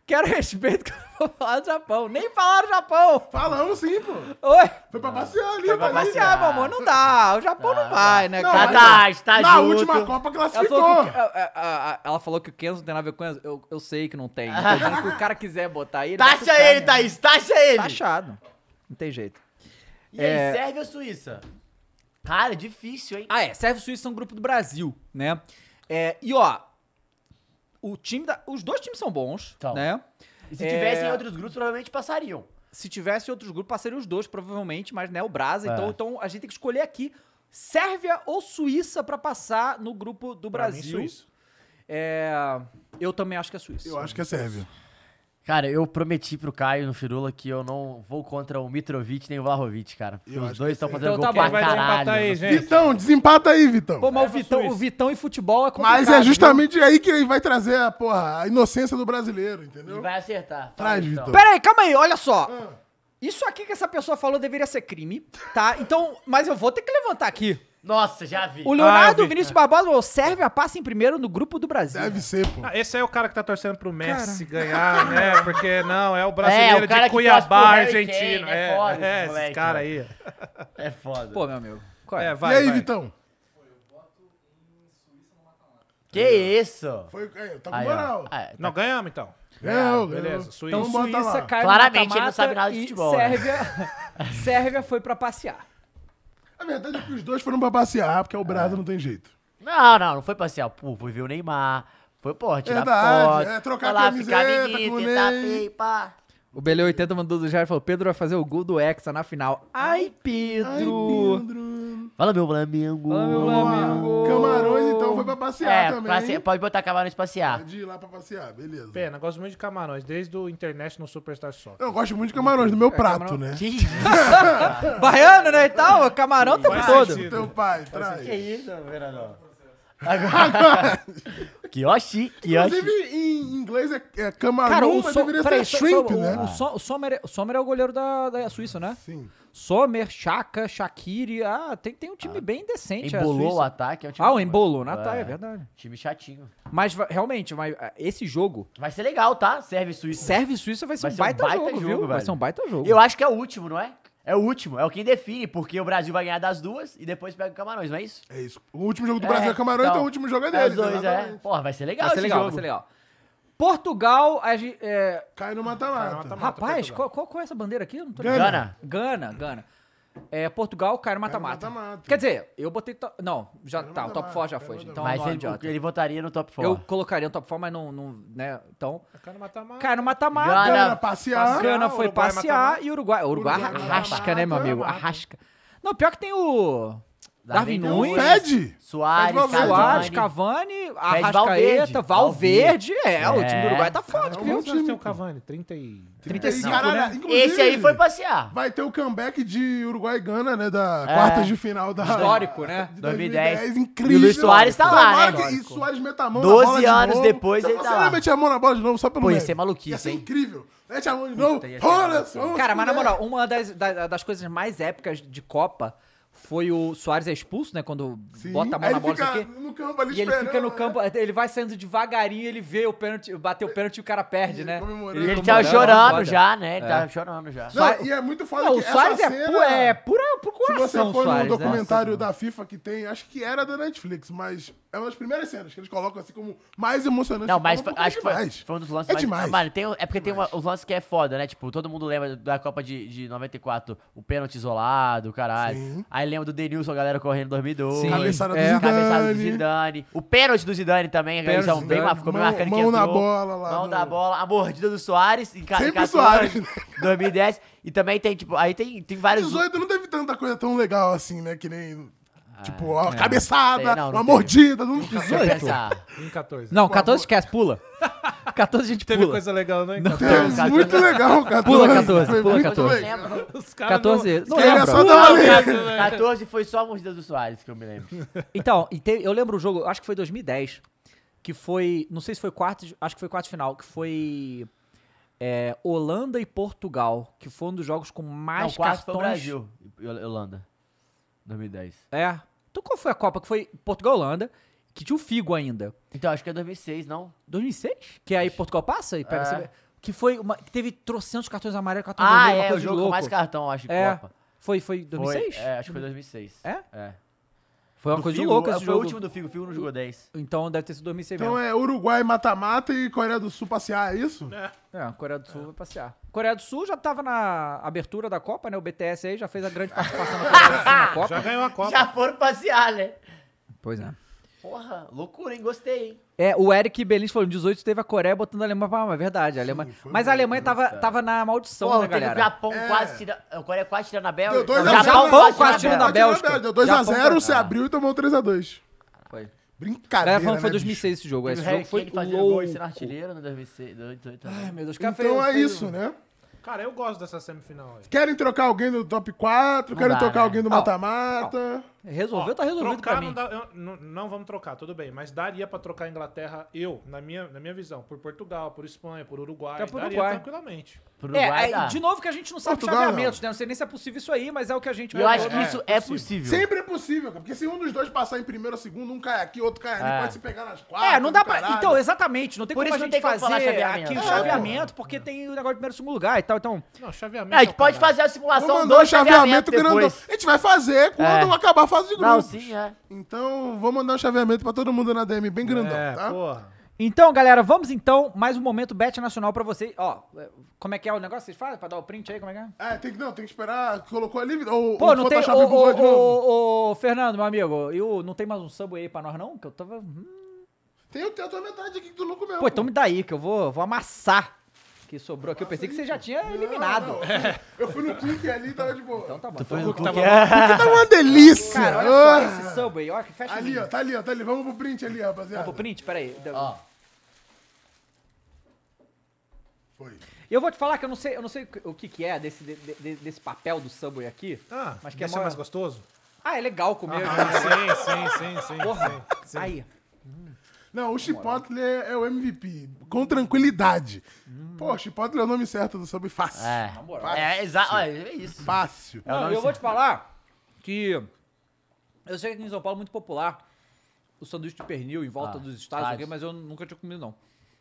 quero respeito que eu não vou falar do Japão. Nem falar do Japão.
Falamos sim, pô.
Oi.
Foi pra passear ali,
Vai
tá ali.
passear, meu amor. Não dá. O Japão não vai, né,
Ah, Não,
cara?
mas-
Tá, tá, tá
Na
junto.
última Copa
Ela
classificou.
falou, que, a- a- a- ela falou que o Kenzo não tem nada a ver com o Enzo. Eu, eu sei que não tem. Eu Tô dizendo que o cara quiser botar ele. vai
Taxa
puxar,
ele, tá
né?
Thaís, taxa ele.
Taxado. Não tem jeito.
E aí,
É.
Sérvia ou Suíça? Cara, difícil, hein?
Ah, é. Sérvia e Suíça são grupo do Brasil, né? É, e ó, o time da- os dois times são bons,
Então.
né?
E se
É.
tivessem outros grupos, provavelmente passariam.
Se tivesse outros grupos, passariam os dois, provavelmente, mas né, o Brasa.
É.
Então, então a gente tem que escolher aqui Sérvia ou Suíça pra passar no grupo do
Pra mim,
Brasil.
Suíça.
É, eu também acho que é Suíça.
Eu acho que é Sérvia.
Cara, eu prometi pro Caio no Firula que eu não vou contra o Mitrovic nem o Vlahovic, cara. Porque
Eu
os
acho
dois estão fazendo
Então
gol
tá
pra
bom, vai
caralho.
Tá aí, gente.
Vitão, desempata aí, Vitão.
Pô, mas o
Leva a
Vitão, o
Suíça.
Vitão em futebol é complicado.
Mas é
viu?
justamente aí que ele vai trazer a, porra, a inocência do brasileiro,
E
entendeu?
vai acertar.
Traz,
Então.
Vitor.
Pera aí, calma aí, olha só.
Ah.
Isso aqui que essa pessoa falou deveria ser crime, tá? Então, mas eu vou ter que levantar aqui.
Nossa, já vi.
O Leonardo
Ah, vi.
Vinícius Barbosa ou Sérvia passa em primeiro no grupo do Brasil.
Deve ser, pô.
Ah, esse aí é o cara que tá torcendo pro Messi ganhar, né? Porque não, é o brasileiro
o cara
de
que
Cuiabá,
torce pro Harry Kane,
argentino.
é
É,
foda
é,
esse moleque,
esses caras aí.
É foda.
Pô, meu amigo. Qual é?
É,
e
vai,
aí,
vai.
Vitão?
que isso?
Foi, é, tá com
Aí, ó.
moral.
Ah, tá-
Não, ganhamos então.
Ganhou,
Beleza,
ganhou.
Suíça.
então,
Então bota
Suíça
lá.
cai no
Claramente,
mata-mata
ele não sabe nada de
e
futebol, né?
Sérvia, Sérvia foi pra passear.
A verdade é que os dois foram pra passear, porque o
É.
Brasa não tem jeito.
Não, não, não foi passear. Pô, foi ver o Neymar. Foi, porra, tirar
Verdade,
foto.
é, trocar
foi lá,
camiseta
ficar menino,
com o
tentar
Ney.
pei, pá.
O Belê 80 mandou do Jair e falou: Pedro vai fazer o gol do Hexa na final. Ai,
Ai,
Pedro!
Pedro.
Fala, meu Flamengo.
Fala, meu amigo.
Camarões, então, foi pra passear
É,
também.
passe- pode botar camarões passear.
Pode ir lá pra passear, beleza.
Pena, gosto muito de camarões, desde o International Superstar Soccer.
Eu gosto muito de camarões, do meu prato,
camarão-
né?
Que isso?
Baiano, né? E tal? Camarão o tempo
Faz
todo.
sentido.
Teu pai, traz.
Kioshi,
Inclusive,
Kioshi.
em inglês é, é camarão,
Cara, o
mas
som,
deveria
peraí,
ser
só-
shrimp,
só- o-
né?
o Som- o Sommer, é- o Sommer é o goleiro da, da Suíça, né?
Sim.
Sommer, Chaka, Shaqiri. Ah, tem, tem um time bem decente. a
Embolou o
Suíça.
ataque. É um time
Ah, o
bom.
embolou, né? Tá, é
É.
verdade.
Time chatinho.
Mas va- realmente, mas, ah, esse jogo,
Vai ser legal, tá? Serve Suíça.
Sérvia e Suíça vai ser, um, baita jogo, viu? Vai
velho.
ser um baita jogo.
Eu acho que é o último, não é? É o último, é o que define, porque o Brasil vai ganhar das duas e depois pega o Camarões, não é isso?
É isso. O último jogo do
É,
Brasil é camarão, então,
então,
o último jogo é
É
deles.
os dois, é.
exatamente.
Porra, vai ser legal
vai ser
esse
legal,
jogo.
vai ser legal. Portugal, a gente, é,
Cai no mata-mata.
mata-mata.
rapaz,
Portugal.
qual, qual, qual é essa bandeira aqui? Eu não tô
Gana.
Gana.
Gana, Gana. É, Portugal cai no mata-mata.
mata-mata.
Quer dizer, eu botei. to- Não, já
Cai no
tá, o top
mata-mata,
4 já
cai
foi.
no
Então
Mas
não
ele,
adianta.
ele votaria no top 4.
Eu colocaria no top 4, mas não, não. né? Então.
Cara, tá mata-mata.
Cai no
Gana.
mata-mata.
Gana, passear.
Passear.
Gana foi
Uruguai
passear
mata-mata.
e Uruguai. Uruguai,
Uruguai
arrasca,
mata-mata,
né, meu amigo?
mata.
Arrasca. Não, pior que tem o. Darwin
Darwin
Nunes.
Nunes.
Fede.
Suárez,
Fede Valverde.
Soares,
Cavani.
Cavani,
Valverde.
Arrascaeta, Valverde. É, o time do
É.
Uruguai tá forte, viu?
Quantos anos tem o Cavani? 30 e...
35,
né?
Esse aí foi passear.
Vai ter o comeback de Uruguai e Gana, né? Da quartas de final da.
Histórico, né?
De
2010.
2010, incrível.
É. E o Luiz Soares tá
Tomara
lá, né?
que- E Soares meta a mão na
12
bola de
anos
novo.
depois
Se
ele tá
você
lá.
mete a mão na bola de novo só pelo
Pô, ia
mérito.
ser maluquice,
Ia ser
hein?
incrível. Mete a mão de novo.
ia ser
Olha
maluquice.
só.
Cara, mas na moral, uma das, da- da- das coisas mais épicas de Copa foi o Soares é expulso, né? Quando
Sim.
bota a mão
Aí
na
ele
bola isso
fica
aqui.
no campo ali
E ele
esperando,
fica no
né?
campo, ele vai saindo devagarinho, ele vê o pênalti, bateu o pênalti e o cara perde,
Ele
né?
comemorando.
Ele
comemorando,
tava chorando
foda.
já, né? Ele
É.
tava chorando já.
Não,
Soares-
e é muito foda
Não,
que
o
essa
Soares é,
cena-
pu é pura, pura
Se você
coração,
for
Soares,
no
né?
documentário da FIFA que tem, acho que era da Netflix, mas é uma das primeiras cenas que eles colocam assim como mais emocionante.
Não,
de
mas
Copa, porque
acho que
é
foi,
demais.
foi um dos lances
É
mais...
demais.
Mano, tem, o- é porque tem uma- os lances que é foda, né? Tipo, todo mundo lembra da Copa de, de 94, o pênalti isolado, caralho.
Sim.
Aí lembra do Denilson, a galera correndo em 2002.
Sim.
Cabeçada do
É.
Zidane.
Cabeçada do Zidane. O pênalti do Zidane também, a
Pênalti
galera
do
bem,
Zidane.
mar- ficou bem
Mão-
marcando
mão
que
na
entrou.
bola lá
Mão
do-
da bola, a mordida do Soares em ca-
Sempre o
14,
Soares, né?
2010. E também tem, tipo, aí tem, tem vários...
18 não teve tanta coisa tão legal assim, né? Que nem Tipo, uma cabeçada,
Tem, não, não
uma
tem.
mordida, não 18.
Essa-
Em 14.
Não, 14 esquece, pula. 14 a gente
Teve
pula.
coisa legal, né? em 14?
É, muito legal, 14.
Pula 14,
Foi
pula
muito
14.
legal.
Os caras
14. Não
Ele é
lembro.
só dar uma lida.
14 foi só a mordida do Soares, que eu me lembro.
Então, e te- eu lembro o jogo, acho que foi 2010, que foi, não sei se foi quarto, de- acho que foi quarto de final, que foi é, Holanda e Portugal, que foi um dos jogos com
Não,
mais
quarto foi o
cartões.
Brasil e Hol- Holanda. 2010.
É. Então qual foi a Copa? Que foi Portugal e Holanda, que tinha o Figo ainda.
Então, acho que é 2006, não?
2006? Que aí Portugal passa e pega
É.
esse- Que foi uma. Que teve trocentos cartões amarelos, cartões
Ah,
vermelhos, uma
é, o
coisa de
jogo com
louco.
mais cartão, acho, de
É.
Copa.
Foi, foi
Foi,
2006?
é, acho que foi 2006.
É?
É.
Foi uma
Do
coisa
Figo,
de louco esse
Foi
jogo.
o último do é Figo, o Figo não jogou 10.
Então deve ter sido 2006
Então
mesmo.
é Uruguai mata-mata e Coreia do Sul passear, é isso?
É, a Coreia do Sul vai passear. Coreia do Sul já tava na abertura da Copa, né? O BTS aí já fez a grande participação da Coreia do Sul na Copa.
Já ganhou a Copa.
Já é. foram passear, né?
Pois é.
Porra, loucura, hein? Gostei, hein?
É, o Eric Belins falou, em 18 teve a Coreia botando a Alemanha pra mas é verdade. A Alemanha... Mas a Alemanha tava, tava na maldição,
Porra,
né,
teve o
galera?
Japão quase tirando... A Coreia quase tirando a Bélgica.
Deu 2
Não,
a 0
Japão
Japão
quase
quase
tirando a
tirando
Bélgica.
a Bélgica.
Deu 2 a
Japão
0
pra-
se abriu e tomou 3 a 2
Foi.
Brincadeira,
A galera falando que foi
né,
2006 esse jogo.
Teve
Esse
o Harry
jogo foi
Kane fazendo gol e
louco.
sendo artilheiro no 2006, 2008 também.
Ai, meu Deus,
bicho?
cara,
Então
fez-
é
fez- um
isso, né?
Cara, eu gosto dessa semifinal aí.
Querem trocar alguém do top 4, querem
dá,
trocar
né?
alguém do
Não,
mata-mata.
Resolveu,
Ó,
tá resolvido
trocar
pra
não
mim.
dá- eu- não, não vamos trocar, tudo bem. Mas daria pra trocar a Inglaterra, eu, na minha, na minha visão, por Portugal, por Espanha, por Uruguai.
Tá por
daria
Uruguai.
tranquilamente.
Pro
É,
Uruguai
é,
dá.
de novo que a gente não sabe os
Portugal,
chaveamentos, né? Não sei nem se é possível isso aí, mas é o que a gente...
E eu acho que
É,
isso é
possível.
possível.
Sempre é possível, cara. Porque se um dos dois passar em primeiro ou segundo, um cai aqui, outro cai ali,
É.
pode se pegar nas quatro.
É, não dá
do
pra.
caralho.
Então, exatamente, não tem
Por
como
isso
a gente
não tem como falar
fazer
chaveamento.
aqui o
É,
chaveamento, porque tem o negócio de primeiro segundo lugar e tal. Então,
Não, chaveamento.
É, a gente
o
pode
caralho.
fazer a
Vou
simulação
mandar um
do
chaveamento
chaveamento
grandão.
depois.
A gente vai fazer quando
É.
acabar a fase de grupos.
Não, sim, é.
Então, vou mandar um chaveamento pra todo mundo na DM bem grandão,
É,
tá?
porra.
então galera, vamos então mais um momento bet nacional pra vocês. Ó, como é que é o negócio? Vocês fazem pra dar o print aí? Como é que é?
É, tem que, não, tem que esperar. Colocou ali. Ou,
Pô,
ou
não tem. Ô,
Photoshop é bugou de
ô,
novo.
ô, ô, Fernando, meu amigo, eu, não tem mais um subway aí pra nós, não? Que eu tava. hum.
Tem o teu da metade aqui do louco mesmo.
Pô, então me dá aí, que eu vou, vou amassar. Que sobrou aqui. Eu pensei que você já tinha é eliminado.
Não, não, eu fui- Eu fui no clique ali e tava de boa.
Então tá bom.
tá uma delícia.
Cara, olha só
Ah.
esse subway. Olha que fecha
Ali, ó, tá ali, ó, tá ali. Vamos pro print ali, rapaziada.
O print, peraí. Deu-
Ó.
Foi.
Eu vou te falar que eu não sei, eu não sei o que que é desse, de- de- desse papel do Subway aqui.
Ah,
mas que é
deixa
mó-
mais gostoso?
Ah, é legal comer. né?
sim, sim, sim, sim.
Porra.
sim, sim.
Aí.
Não, o Chipotle é o MVP. Com tranquilidade. Pô, Chipotle é o nome certo do sub fácil.
É. É, exato. É isso.
Fácil.
É o
Não,
nome
eu vou te falar que eu sei que aqui em São Paulo é muito popular o sanduíche de pernil em volta
Ah,
dos estados,
estádios.
aqui, mas eu nunca tinha comido, não.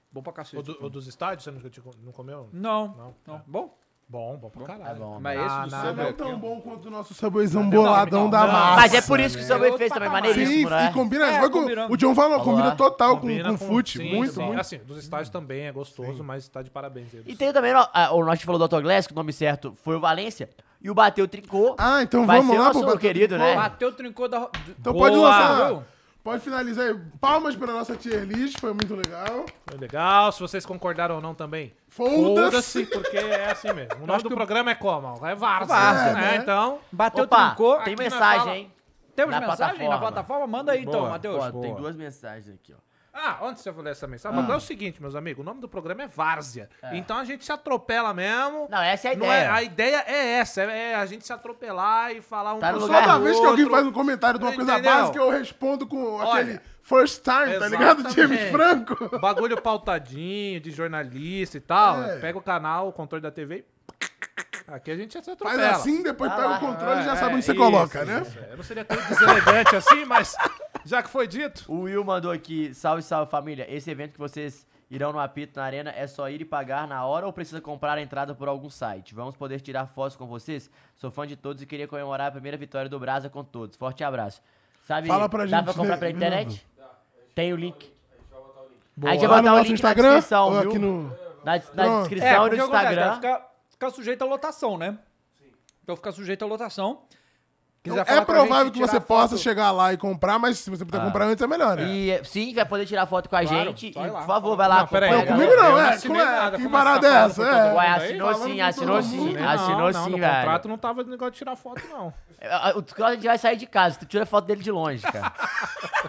Bom pra cacete.
O, do- o dos estádios, você nunca te com- não comeu?
Não, não.
Não?
Hum. Bom,
Bom, bom pra caralho.
Tá bom.
mas esse do
não,
Não é
né?
Subway
não
aqui, ó.
tão bom quanto o nosso saboizão boladão da
não.
massa.
Mas é por isso que o Subway
né?
fez também,
Outro
Sim,
maneiríssimo, né?
e combina.
É,
foi com-
combinando.
o John falou,
Olá.
combina total
Combina
com, com fute.
sim,
muito,
sim.
muito.
Assim, dos estádios também é gostoso, mas tá de parabéns. eles.
E tem também, ó, a- o Norte falou do Autoglass, que o nome certo foi o Valência, e o Bateu Trincou.
Ah, então
Vai
vamos
ser
lá
nosso
Batata
querido,
Trincou.
né?
Bateu, trincou da. ro-
Então
Boa!
pode
Viu?
lançar. Pode finalizar aí. Palmas pra nossa tier list, foi muito legal.
Foi legal, se vocês concordaram ou não também.
Foda-se.
Foda-se, porque é assim mesmo. O nome
que
do
o-
programa é como? É Varsa,
Várzea,
né?
né?
Então,
Bateu,
Opa,
trincou.
tem
aqui na sala.
mensagem, hein?
Temos
na
mensagem na
plataforma.
plataforma? Manda aí então,
Boa,
Matheus.
Ó, tem
boa.
duas mensagens aqui, ó.
Ah, antes de eu ler essa mensagem, mas é o seguinte, meus amigos, o nome do programa é Várzea. Então a gente se atropela mesmo.
Não, essa é a
Não
ideia.
a ideia é essa, é a gente se atropelar e falar um
Tá no
pro
lugar.
Toda
outro.
vez que alguém faz um comentário de uma coisa
Entendeu?
básica, eu respondo com aquele
Olha.
first time, tá ligado?
Exatamente.
James Franco.
Bagulho pautadinho, de jornalista e tal.
É.
Pega o canal, o controle da TV e... Aqui a gente já se
Faz
atropela.
assim, depois
Vai
pega
lá.
o controle e já
É,
sabe onde você
isso,
coloca, né?
isso. Eu não seria tão deselegante assim, mas já que foi dito...
O Will mandou aqui, salve, salve família. Esse evento que vocês irão no apito na arena é só ir e pagar na hora ou precisa comprar a entrada por algum site? Vamos poder tirar fotos com vocês? Sou fã de todos e queria comemorar a primeira vitória do Brasa com todos. Forte abraço. Sabe,
Fala pra
dá
gente,
pra comprar
né,
pela internet? Tem o link.
Boa.
A gente
Lá Tá no
vai botar o
nosso
link
Instagram
na descrição,
ou
viu?
aqui no-
Na, na
Pronto.
É,
descrição e
porque
no
tá
o que acontece,
Instagram.
Fica, fica sujeito à lotação, né? Então fica sujeito à lotação. Quiser falar
é
com a gente,
provável que
tirar
você
foto-
possa chegar lá e comprar, mas se você
Ah.
puder comprar antes é melhor. né?
E sim, vai poder tirar foto com a
Claro,
gente.
vai
e,
lá.
por favor, vai lá.
Não, peraí,
acompanha
Não,
a
comigo não,
galera.
Eu não
é.
assinei
como é?
nada,
que
como
parada
você
é
tá
essa?
falando com
É.
todo
Ué,
Aí,
assinou
falando
sim,
com
assinou
todo
sim,
mundo.
Não,
assinou
né? não,
sim,
no
velho.
contrato não tava negócio de tirar foto, não.
É, O Cláudio a gente vai sair de casa, tu tira foto dele de longe, cara.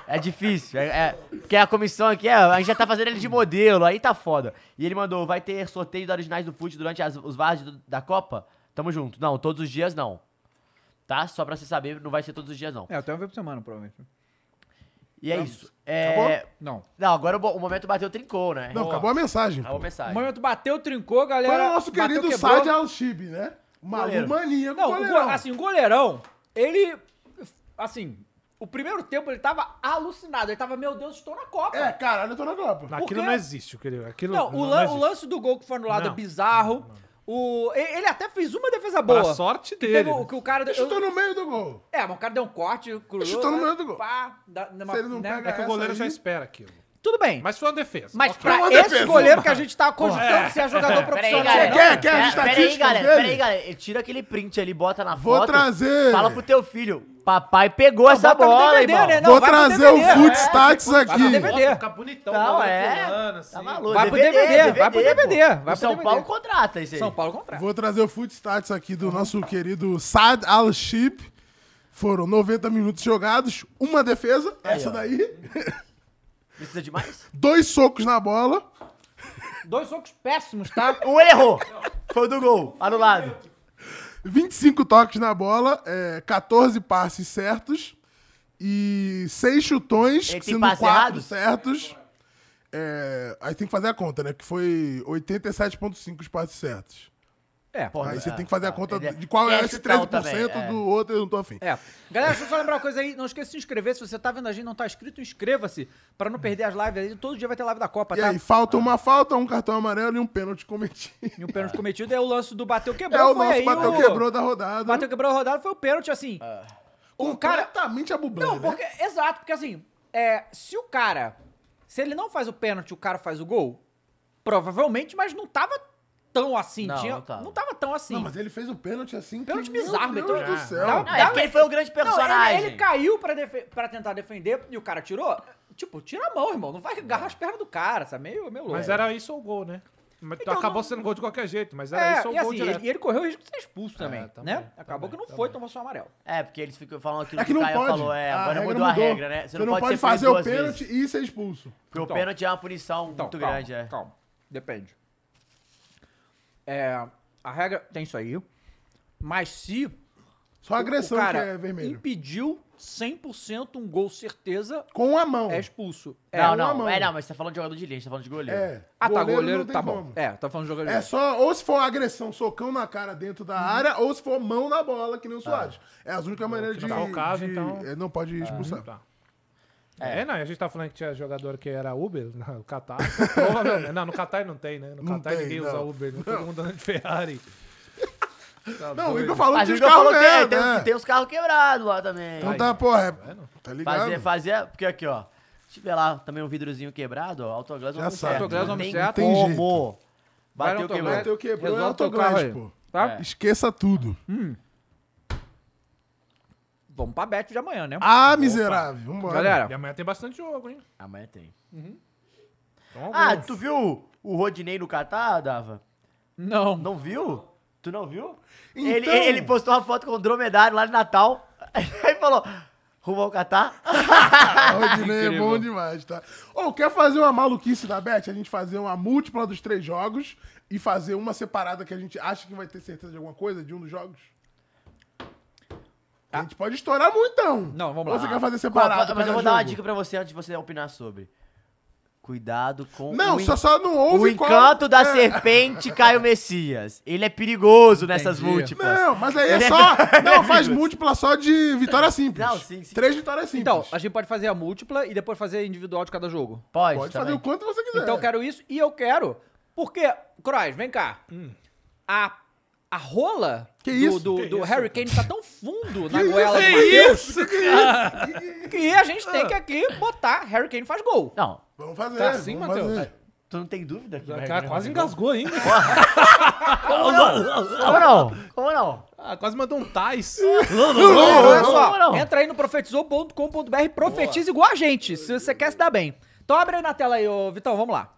é difícil. É, é- porque a comissão aqui, é, a gente já tá fazendo ele de modelo, aí tá foda. E ele mandou: vai ter sorteio de originais do Fute durante as- os vasos do- da Copa? Tamo junto. Não, todos os dias não. Tá? Só pra você saber, não vai ser todos os dias não.
É, até uma vez por semana, provavelmente.
E é isso. É,
Não.
não, agora o, bo- o momento bateu, trincou, né?
Não, acabou a mensagem.
Acabou a
O
mensagem.
momento bateu, trincou, galera.
Foi o nosso
bateu,
querido
quebrou.
Sad Al-Shib, né? Malu
Goleiro.
mania
Não, o go- assim, o goleirão, ele. Assim, o primeiro tempo ele tava alucinado. Ele tava, meu Deus, estou na Copa.
É, caralho, eu tô na Copa.
Aquilo
quê?
não existe, querido. Aquilo
Não, o, lan- o
existe.
lance do gol que foi anulado
Não.
é bizarro. O, e- ele até fez uma defesa
Pra
boa.
sorte
Que
dele.
teve o, que o cara.
Ele Chutou
eu-
no meio do gol.
É, mas o cara deu um corte, cruzou.
Chutou no
né?
meio do gol.
Pá, dá- numa-
Se ele não
né?
pega
É que o goleiro
essa
já
aí-
espera aquilo.
Tudo bem. Mas,
Mas foi uma defesa. Ok.
pra
uma
esse
defesa,
goleiro
uma-
que a gente tá cogitando se é jogador profissional.
galera.
não,
Quer, quer tá as
Pera- Peraí,
estatísticas
galera,
dele?
peraí, galera. Tira aquele print ali, bota na
Vou
foto.
trazer.
Fala pro teu filho. Papai pegou essa
bota no
bola,
DVD,
irmão.
né? Não,
Vou
vai pro
trazer o
DVD,
Food
é.
Stats
Vai pra
aqui.
DVD.
foto, fica bonitão.
Não,
bolando,
é.
pulando, assim.
Tá maluco.
Vai pro DVD, vai pro DVD,
né, pô.
vai
O
pro
São
DVD.
Paulo contrata isso aí.
São Paulo contrata.
Vou trazer o Food Stats aqui do nosso querido Sad Al-Shib. Foram 90 minutos jogados, uma defesa, essa daí,
Precisa de mais?
dois socos na bola.
Dois socos péssimos, tá?
Um ele errou. Foi o do gol, anulado.
25 toques na bola, é, 14 passes certos e 6 chutões,
Ele tem
sendo
passe
4
errado?
certos. É, aí tem que fazer a conta, né? Que foi 87,5 os passes certos.
É,
Porra,
Aí você
é,
tem que fazer a
tá.
conta
Ele-
de qual é
quer
esse
chutar
13%
um também, é.
do outro, eu não tô afim.
É. Galera, deixa eu só lembrar uma coisa aí. Não esqueça de se inscrever. Se você tá vendo a gente e não tá inscrito, inscreva-se pra não perder as lives aí. Todo dia vai ter live da Copa,
E
tá?
aí, falta uma falta, um cartão amarelo e um pênalti cometido.
E o pênalti cometido é o lance do bateu quebrou.
É o
foi
nosso
aí
bateu
o-
quebrou da rodada.
Bateu quebrou a rodada, foi o pênalti, assim. O cara,
completamente
Não,
abublando, né?
porque. Exato, porque assim, é, se o cara. Se ele não faz o pênalti, o cara faz o gol, provavelmente, mas não tava tão assim.
Não,
tinha-
não tava.
tão assim.
Não, mas ele fez o pênalti assim.
Pênalti
meu
bizarro,
Deus
Beto.
do
Ah,
céu.
não,
Não, é porque ele foi o grande
Não, ele-
personagem.
ele, caiu pra, defe- pra tentar defender e o cara tirou. Tipo, tira a mão, irmão. Não
É.
vai agarrar as pernas do cara, sabe? Meio, meio louco.
Mas era isso ou gol, né? Mas
Então,
acabou
não-
sendo gol de qualquer jeito, mas era
É,
isso ou
e
gol
assim,
direto. É,
ele, e ele correu o risco de ser expulso também,
também,
né? Acabou
também,
que não
também.
foi, tomou só amarelo.
É, porque eles ficam falando aquilo
É que
que o
não
Caio
pode.
falou. É, agora mudou, a regra, né?
Você, não pode
ser punido
fazer o
duas vezes.
pênalti e ser expulso.
Porque o
Então.
pênalti é uma punição
Então,
muito
calma,
grande, é.
Calma, depende. É, a regra tem isso aí, mas se
Só a agressão
o cara
que é vermelho.
impediu 100% um gol certeza,
Com a mão.
é
É.
expulso. É,
Não,
uma
não,
mão.
é, não, mas você tá falando de jogador de linha, você tá falando de goleiro.
Ah, tá, goleiro,
não tem
tá bom.
como. É.
É, tá falando de jogador de
só, ou se for agressão, socão na cara dentro da área, ou se for mão na bola, que nem o Soares. É as únicas maneiras de.
que não é o caso,
de-
então.
é, não pode expulsar.
Tá. É. não, a gente tá falando que tinha jogador que era Uber no Qatar. Provavelmente. Não, no Qatar não tem, né? No
Não
Qatar
tem,
ninguém
não.
usa Uber, né? todo mundo anda de Ferrari.
Não, o Igor falou
Mas
que
o
os
Igor
carros
falou que é,
mesmo,
tem,
né?
tem um os carros quebrados lá também.
Então tá, porra. é- Tá ligado?
Fazer, fazer, porque aqui, ó. Se tiver lá também um vidrozinho quebrado, ó, autoglass
Já sabe.
Autoglass,
não
homem
tem
certo.
Tem jeito.
como.
Vai no
Bateu
autoglass.
quebrado.
Bateu, quebrou, é
Resolve teu carro aí.
autoglass, pô.
Tá?
Esqueça tudo.
Vamos pra bet de amanhã, né?
Ah, miserável. Vambora.
Galera,
E amanhã tem bastante jogo, hein?
Amanhã tem.
Então,
Ah,
alguns.
tu viu o Rodinei no Catar, Dava?
não.
Não viu? Tu não viu?
Então-
Ele, ele postou uma foto com o dromedário lá de Natal. Aí falou, rumo ao Catar.
Ah, Rodinei é bom demais, tá? Ou quer fazer uma maluquice da Bet? A gente fazer uma múltipla dos três jogos e fazer uma separada que a gente acha que vai ter certeza de alguma coisa, de um dos jogos? A gente pode estourar muitão.
Não, vamos lá.
Ou você quer fazer
Qual-
separado?
mas eu
cada
vou dar uma
jogo?
dica pra você antes de você opinar sobre. Cuidado com
Não,
o
só,
en-
só não
O
ouve é
encanto da
certeza.
serpente Caio Messias. Ele é perigoso nessas
Entendi.
múltiplas.
Não, mas aí é só. Não, faz múltipla só de vitória simples.
Não, sim, sim.
Três vitórias simples.
Então, a gente pode fazer a múltipla e depois fazer individual de cada jogo.
Pode, tá
pode fazer
também.
o quanto você quiser.
Então eu quero isso e eu quero. Porque, Croix, vem cá. A, a rola
Hum. Que
do,
isso?
do,
Que
do
isso?
Harry Kane tá tão fundo na goela do
Que
Matheus
isso? Ah. Que isso?
que a gente tem que aqui botar Harry Kane faz gol.
Não,
Vamos fazer.
Tá assim,
vamos fazer.
Matheus?
tu não tem dúvida? que
O
vai
cara
ganhar
quase
o jogo?
engasgou ainda.
Como não? Como não? Como não?
Ah, quase mandou um Tais.
Então, olha só,
não, não.
entra aí no profetizou.com.br, profetiza igual a gente, se você quer se dar bem. Então abre aí na tela aí, ô Vitão, vamos lá.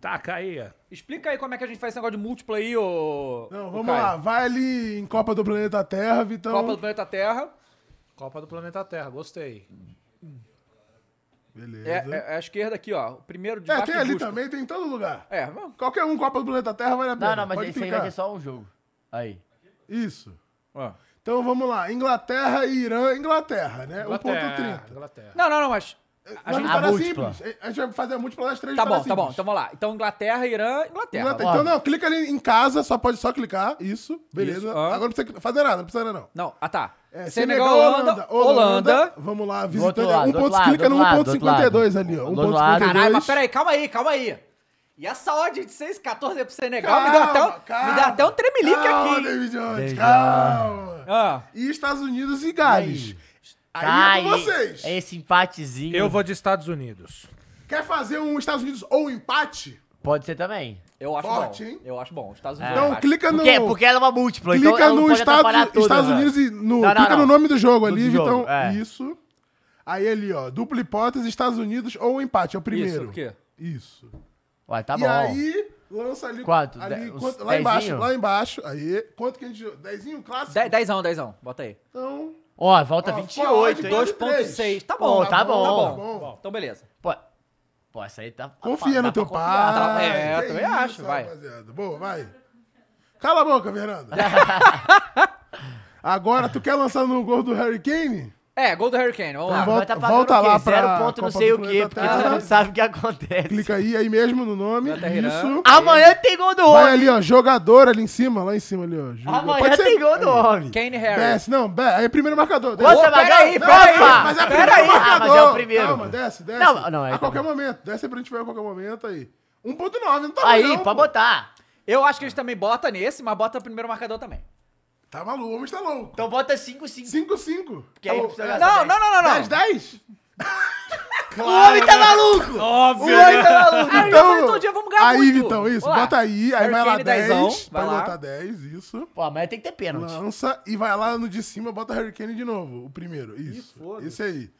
Taca aí, ó.
Explica aí como é que a gente faz esse negócio de múltiplo aí, ô.
Não,
ô
vamos
Caio.
lá. Vai ali em Copa do Planeta Terra, Vitão.
Copa do Planeta Terra.
Copa do Planeta Terra, gostei.
Beleza.
É,
É,
é- é a esquerda aqui, ó. O primeiro de baixo
tem
de
ali
busto.
também, tem em todo lugar.
É, vamos.
Qualquer um, Copa do Planeta Terra, vale a pena.
Não, não, mas
Pode
esse aí vai
clicar.
ser só um jogo. Aí.
Isso.
Ó.
Então vamos lá. Inglaterra e Irã. Inglaterra, né?
Inglaterra,
1.30.
Inglaterra.
Não, não, não, mas.
A gente
A
vai
múltipla.
simples. A gente vai fazer a múltipla das três
Tá
vitórias
bom, tá bom.
simples.
Então vamos lá. Então Inglaterra, Irã, Inglaterra.
assim, Inglaterra. Então não, clica ali em casa, só pode só clicar. Isso, beleza.
Isso, ó.
Agora não precisa fazer nada, não precisa nada não.
Não, ah tá.
É,
Senegal, Holanda, Holanda.
Vamos lá,
Do outro
visitando.
lado,
Um
do outro
ponto,
lado,
clica
do
no
outro lado, do outro lado.
1.52 ali, ó.
Do outro lado.
1.52.
Caralho, mas peraí, calma aí, calma aí. E essa odd de 6, 14 pro Senegal me deu
Calma,
até um,
calma.
me deu até um tremelique
Calma,
aqui. hein?
David Jones,
David
calma.
Ah,
E Estados Unidos e Gales. Aí, é com
Ai,
vocês.
Esse empatezinho.
Eu vou de Estados Unidos.
Quer fazer um Estados Unidos ou empate?
Pode ser também.
eu acho
Forte,
bom.
hein?
Eu acho bom. Os Estados Unidos. é
então
vai.
clica no...
Por quê? Porque ela é uma múltipla.
Clica
então ela não
no
pode atrapalhar
Estados,
tudo,
Estados
né?
Unidos e no,
Não, não,
clica
não.
no nome do jogo ali,
Do jogo,
então
é.
isso. Aí ali, ó, dupla hipótese, Estados Unidos ou empate, é o
Isso,
primeiro.
o quê?
Isso.
Ué, tá
e
bom.
aí lança ali,
Quanto?
ali
De- uns
quanto- lá embaixo,
dezinho?
lá embaixo. Aí, quanto que a gente, dezinho um clássico.
De- Dezão, dezão. Bota aí.
Então,
Ó, falta
Ó,
28,
fora
hein?
de dois-
2.6. Tá
Pô,
bom.
tá bom.
Tá bom.
Bom.
Então beleza.
Pô, pô, essa aí tá.
confia
dá
no
pra
teu
confiar.
tá bom.
pai.
É, eu
que
também acho, vai.
rapaziada. Boa, vai. Cala a boca, Fernando. Agora, tu quer lançar no gol do Harry Kane?
É, gol do Hurricane. Vamos
Ah,
lá.
Então
agora tá
Volta-
pagando
volta
o quê?
lá pra
Zero ponto não
Copa
sei
do
o quê,
Planeta
porque todo
Terra.
mundo sabe o que acontece.
Clica aí, aí mesmo no nome.
Inglaterra,
Isso.
Amanhã tem gol do
Vai
homem.
ali, ó, jogador ali em cima, lá em cima ali, ó. Joga-
Amanhã
ser-
tem gol do homem.
Kane e Harry.
Desce, não, desce. aí é primeiro marcador. Desce.
Você
Ô,
vai ganhar
peraí,
aí,
peraí,
papa!
Mas é
Pera
primeiro
aí.
Ah,
marcador.
mas é o primeiro.
Calma, desce, desce.
Não, não, aí
a
é
tá
qualquer
bom.
momento. Desce aí pra gente ver a qualquer momento aí. 1.9, não tá ruim,
Aí,
não,
pode
pô.
botar.
Eu acho que a gente também bota nesse, mas bota o primeiro marcador também.
Tá maluco, o homem tá louco.
Então bota 5-5.
5-5.
Que aí
Tá
precisa
bom.
gastar.
Não, não, não, não, não.
10, 10?
O homem tá maluco!
Óbvio!
O homem tá maluco!
Ah, eu já falei todo dia, vamos ganhar
Então, aí,
muito.
Vitão, isso.
Vamos lá.
Bota aí, aí
Harry
vai lá
Kane, dezão,
10.
vai
Vai
lá.
botar 10, isso.
Pô, amanhã tem que ter pênalti.
Lança e vai lá no de cima, bota Hurricane de novo. O primeiro, isso.
foda-se.
Esse aí.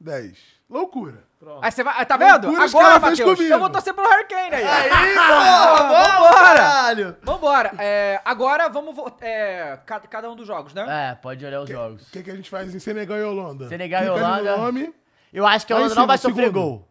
10. Loucura.
Aí você vai. ah, Tá vendo?
Loucura que o
Agora,
cara fez
Matheus,
comigo.
eu vou torcer pelo Hurricane aí.
Aí, porra! Vambora!
Vambora. É, agora vamos. vo- É, ca- cada um dos jogos, né?
É, pode olhar os jogos.
O que, que a gente faz em Senegal e Holanda?
Senegal e
Clica ali
Holanda.
No nome,
Eu acho que a
Lá em
Holanda não
cima,
vai sofrer
segundo.
gol.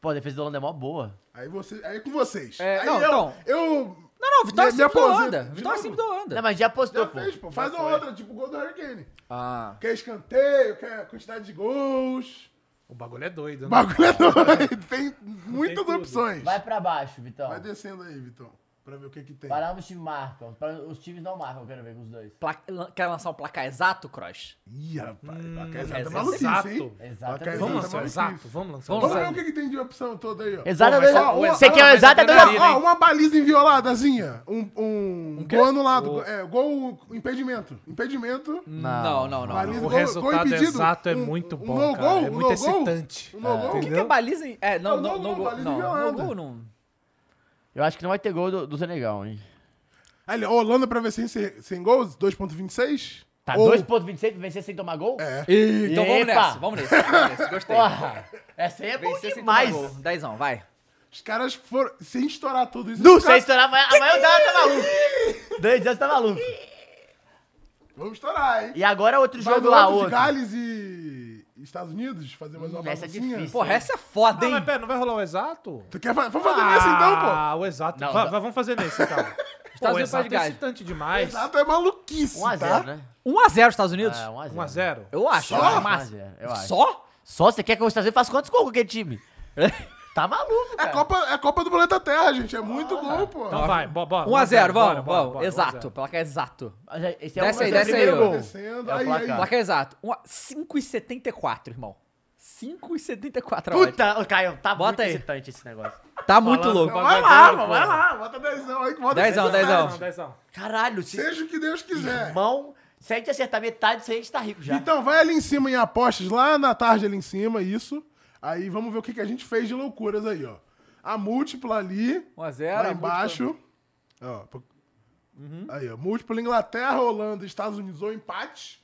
Pô, a defesa da Holanda é mó boa.
aí, você, aí é com vocês.
É,
aí
não,
eu,
então.
eu.
Não, é não, Vitória 5
Me- me
da
aposento.
Holanda.
De
Vitória
novo?
5 da Holanda.
Não, mas já apostou,
Já
pô.
fez, pô. Faz
Já
uma
foi.
outra, tipo o gol do Hurricane.
Ah.
Quer escanteio, quer quantidade de gols.
O bagulho é doido,
O
né?
bagulho é doido. Tem muitas
tudo.
opções. Vai,
Vai pra baixo, Vitão.
descendo aí, Vitão. Pra ver o que que tem.
Para onde os times marcam. Pra- Os times não marcam, eu quero ver com os dois.
Pla- lan- Quer lançar um placar exato, Cross?
Ih, rapaz. vaca exata
é
é maluquice,
exato.
hein?
Exato.
Vai cair.
Vamos
Tá
lançar o
maluquice.
exato, vamos
Vamos
lançar
Vamos
exato.
ver o que que tem de opção toda aí, ó.
Exato é
Pô, mas
dois.
só o
Você
exato
quer o
vai
exato é dois.
adrenalina,
Ó,
hein?
uma baliza invioladazinha. Um, um, gol anulado. É, gol impedimento. Impedimento.
Não, não, não. não.
Baliza,
O
gol- gol
resultado
impedido.
exato é
Um-
muito
um
bom,
no
cara.
gol,
é
um
muito
no gol.
excitante.
Um no gol.
O que, que é baliza em. É, não, não,
Não, não,
não,
não,
gol.
baliza
Não, não,
inviolada.
gol não.
Eu acho que não vai ter gol do, do Senegal, hein?
Aí, ó, Holanda pra ver sem, sem gols, 2.26.
Tá,
Ou-
2.26 pra vencer sem tomar gol? É.
Então vamos nessa, vamos nessa. Vamos nessa. Gostei.
Porra, essa aí é bom
Vencer sem tomar
demais.
gol. Dezão, vai.
Os caras foram. Sem estourar tudo isso.
Não
os
sei
caras-
estourar, mas amanhã o Dada tá maluco. Dois dias tá maluco.
Vamos estourar, hein?
E agora outro
Vai
jogo
no
lá,
outro de
outro.
Gales e Estados Unidos fazer mais uma
Hum, essa é
baguncinha.
difícil.
Porra, essa é foda,
Ah,
hein?
mas pera, não vai rolar o exato?
Tu quer fa- Vamos fazer nesse então, pô?
Ah, o exato.
Não,
Va-
dá-
va- vamos fazer nesse, então. Pô,
Unidos
o
faz
exato
de
é
gás.
excitante demais.
Exato, é maluquice,
1x0,
tá?
né?
1x0 Estados Unidos?
É, 1x0.
1x0.
Eu acho.
Só?
né? Mas-
1x0, eu acho.
Só?
Só você quer que os Estados Unidos faça quantos gols com aquele time? Tá maluco,
É
cara.
Copa, é Copa do Planeta Terra, gente. É muito gol, pô.
Então vai, bo- bora.
1x0, vamos,
bora, um
vamos.
bora,
Exato, placar exato.
Mas é- Esse
Desce
o
aí,
meu
desce aí,
primeiro
ó.
gol.
Descendo,
É o
aí, aí.
placar.
Placar exato. Um a- 5,74, irmão. 5,74 a odd.
Puta, ô, Caio, tá
Bota
muito
aí.
excitante esse negócio.
Tá muito
Falando
louco.
pra-
Vai lá, mano, vai lá. Bota dezão aí que bota
Dezão,
seis,
dezão.
sete.
Dezão.
Caralho, se
Seja o que Deus quiser.
irmão, se a gente acertar metade, isso aí a gente tá rico já.
Então, vai ali em cima em apostas, lá na tarde ali em cima, isso. Aí vamos ver o que, que a gente fez de loucuras aí, ó. A múltipla ali,
1x0.
lá embaixo. Ó, pro- Aí, ó. Múltiplo Inglaterra, Holanda, Estados Unidos ou empate.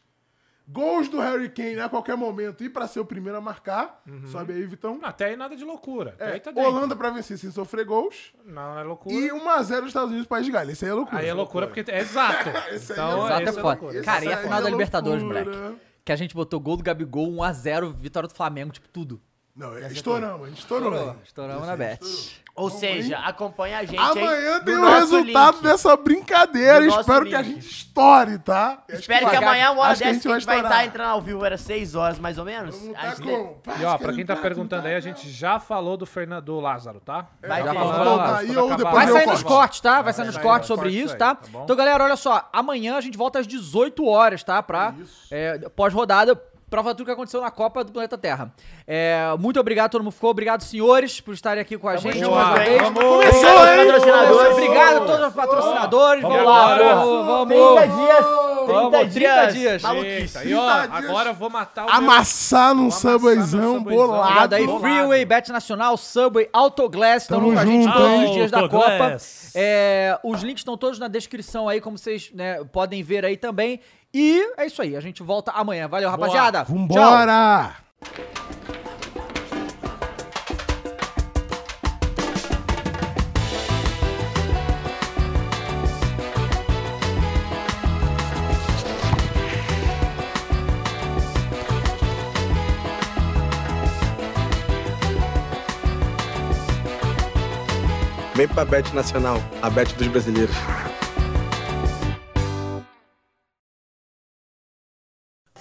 Gols do Harry Kane né, a qualquer momento e pra ser o primeiro a marcar. Sobe aí, Vitão.
Até aí nada de loucura. Até
É,
aí Ah, tá dentro.
Holanda pra vencer sem sofrer gols.
Não, não é loucura.
E 1x0 Estados Unidos, País de Gales. Isso aí é loucura.
Aí é loucura porque é exato.
Esse aí
então,
é exato,
é, isso
é
é
foda.
loucura.
Cara, e a
Isso
final
aí
da
é
Libertadores,
loucura.
moleque? Que a gente botou gol do Gabigol, 1x0, vitória do Flamengo, tipo tudo.
é
Não, estouramos, a gente estourou.
Estourou, Estouramos na bet.
Ou seja, acompanha a gente
Amanhã
aí
tem
no
o
nosso
resultado
link.
dessa brincadeira.
Do nosso
Espero que a
link.
gente estoure, tá? Acho
Espero que
vai.
amanhã, uma hora
Acho que a
dessa,
gente
que a gente vai
vai
estar
tá
estourar.
entrando ao vivo, era 6 horas mais ou menos.
Vamos
A
tá
gente-
com- Pá,
E ó,
acho
pra
ele
quem tá
tá-
perguntando aí, a gente já falou do Fernando Lázaro, tá?
É
Vai
já
ter-
falamos
Vamos voltar
quando
aí ou
acabar.
depois
Vai
Fazer o
sair nos
corte.
cortes, tá? Vai sair nos
sair,
cortes
vai,
sobre
corte
isso,
aí,
tá?
tá bom?
Então, galera, olha só. Amanhã a gente volta às 18 horas, tá? Pra é, pós-rodada. Pra falar tudo que aconteceu na Copa do Planeta Terra. É, muito obrigado, todo mundo que ficou. Obrigado, senhores, por estarem aqui com a gente
junto,
mais uma
hein?
vez.
Vamos!
Começou, hein?
Patrocinadores!
Obrigado a todos os patrocinadores.
Vamos
Vamos lá,
agora.
vamos, vamos.
30 dias! 30
Vamos, 30
dias!
dias.
Maluquice!
Eita, e ó,
30 dias.
agora eu vou matar o meu...
Amassar num
amassar num
sambaizão
sambaizão.
bolado.
Obrigado aí,
Bolado.
Freeway, Bet Nacional, Subway, Autoglass, estão
Tamo
com a gente
junto,
todos os
hein?
dias da Copa.
Autoglass.
É, os links estão todos na descrição aí, como vocês né, podem ver aí também. E é isso aí, a gente volta amanhã. Valeu, rapaziada. Tchau.
Vambora!
Vem pra Bet Nacional, a Bet dos brasileiros.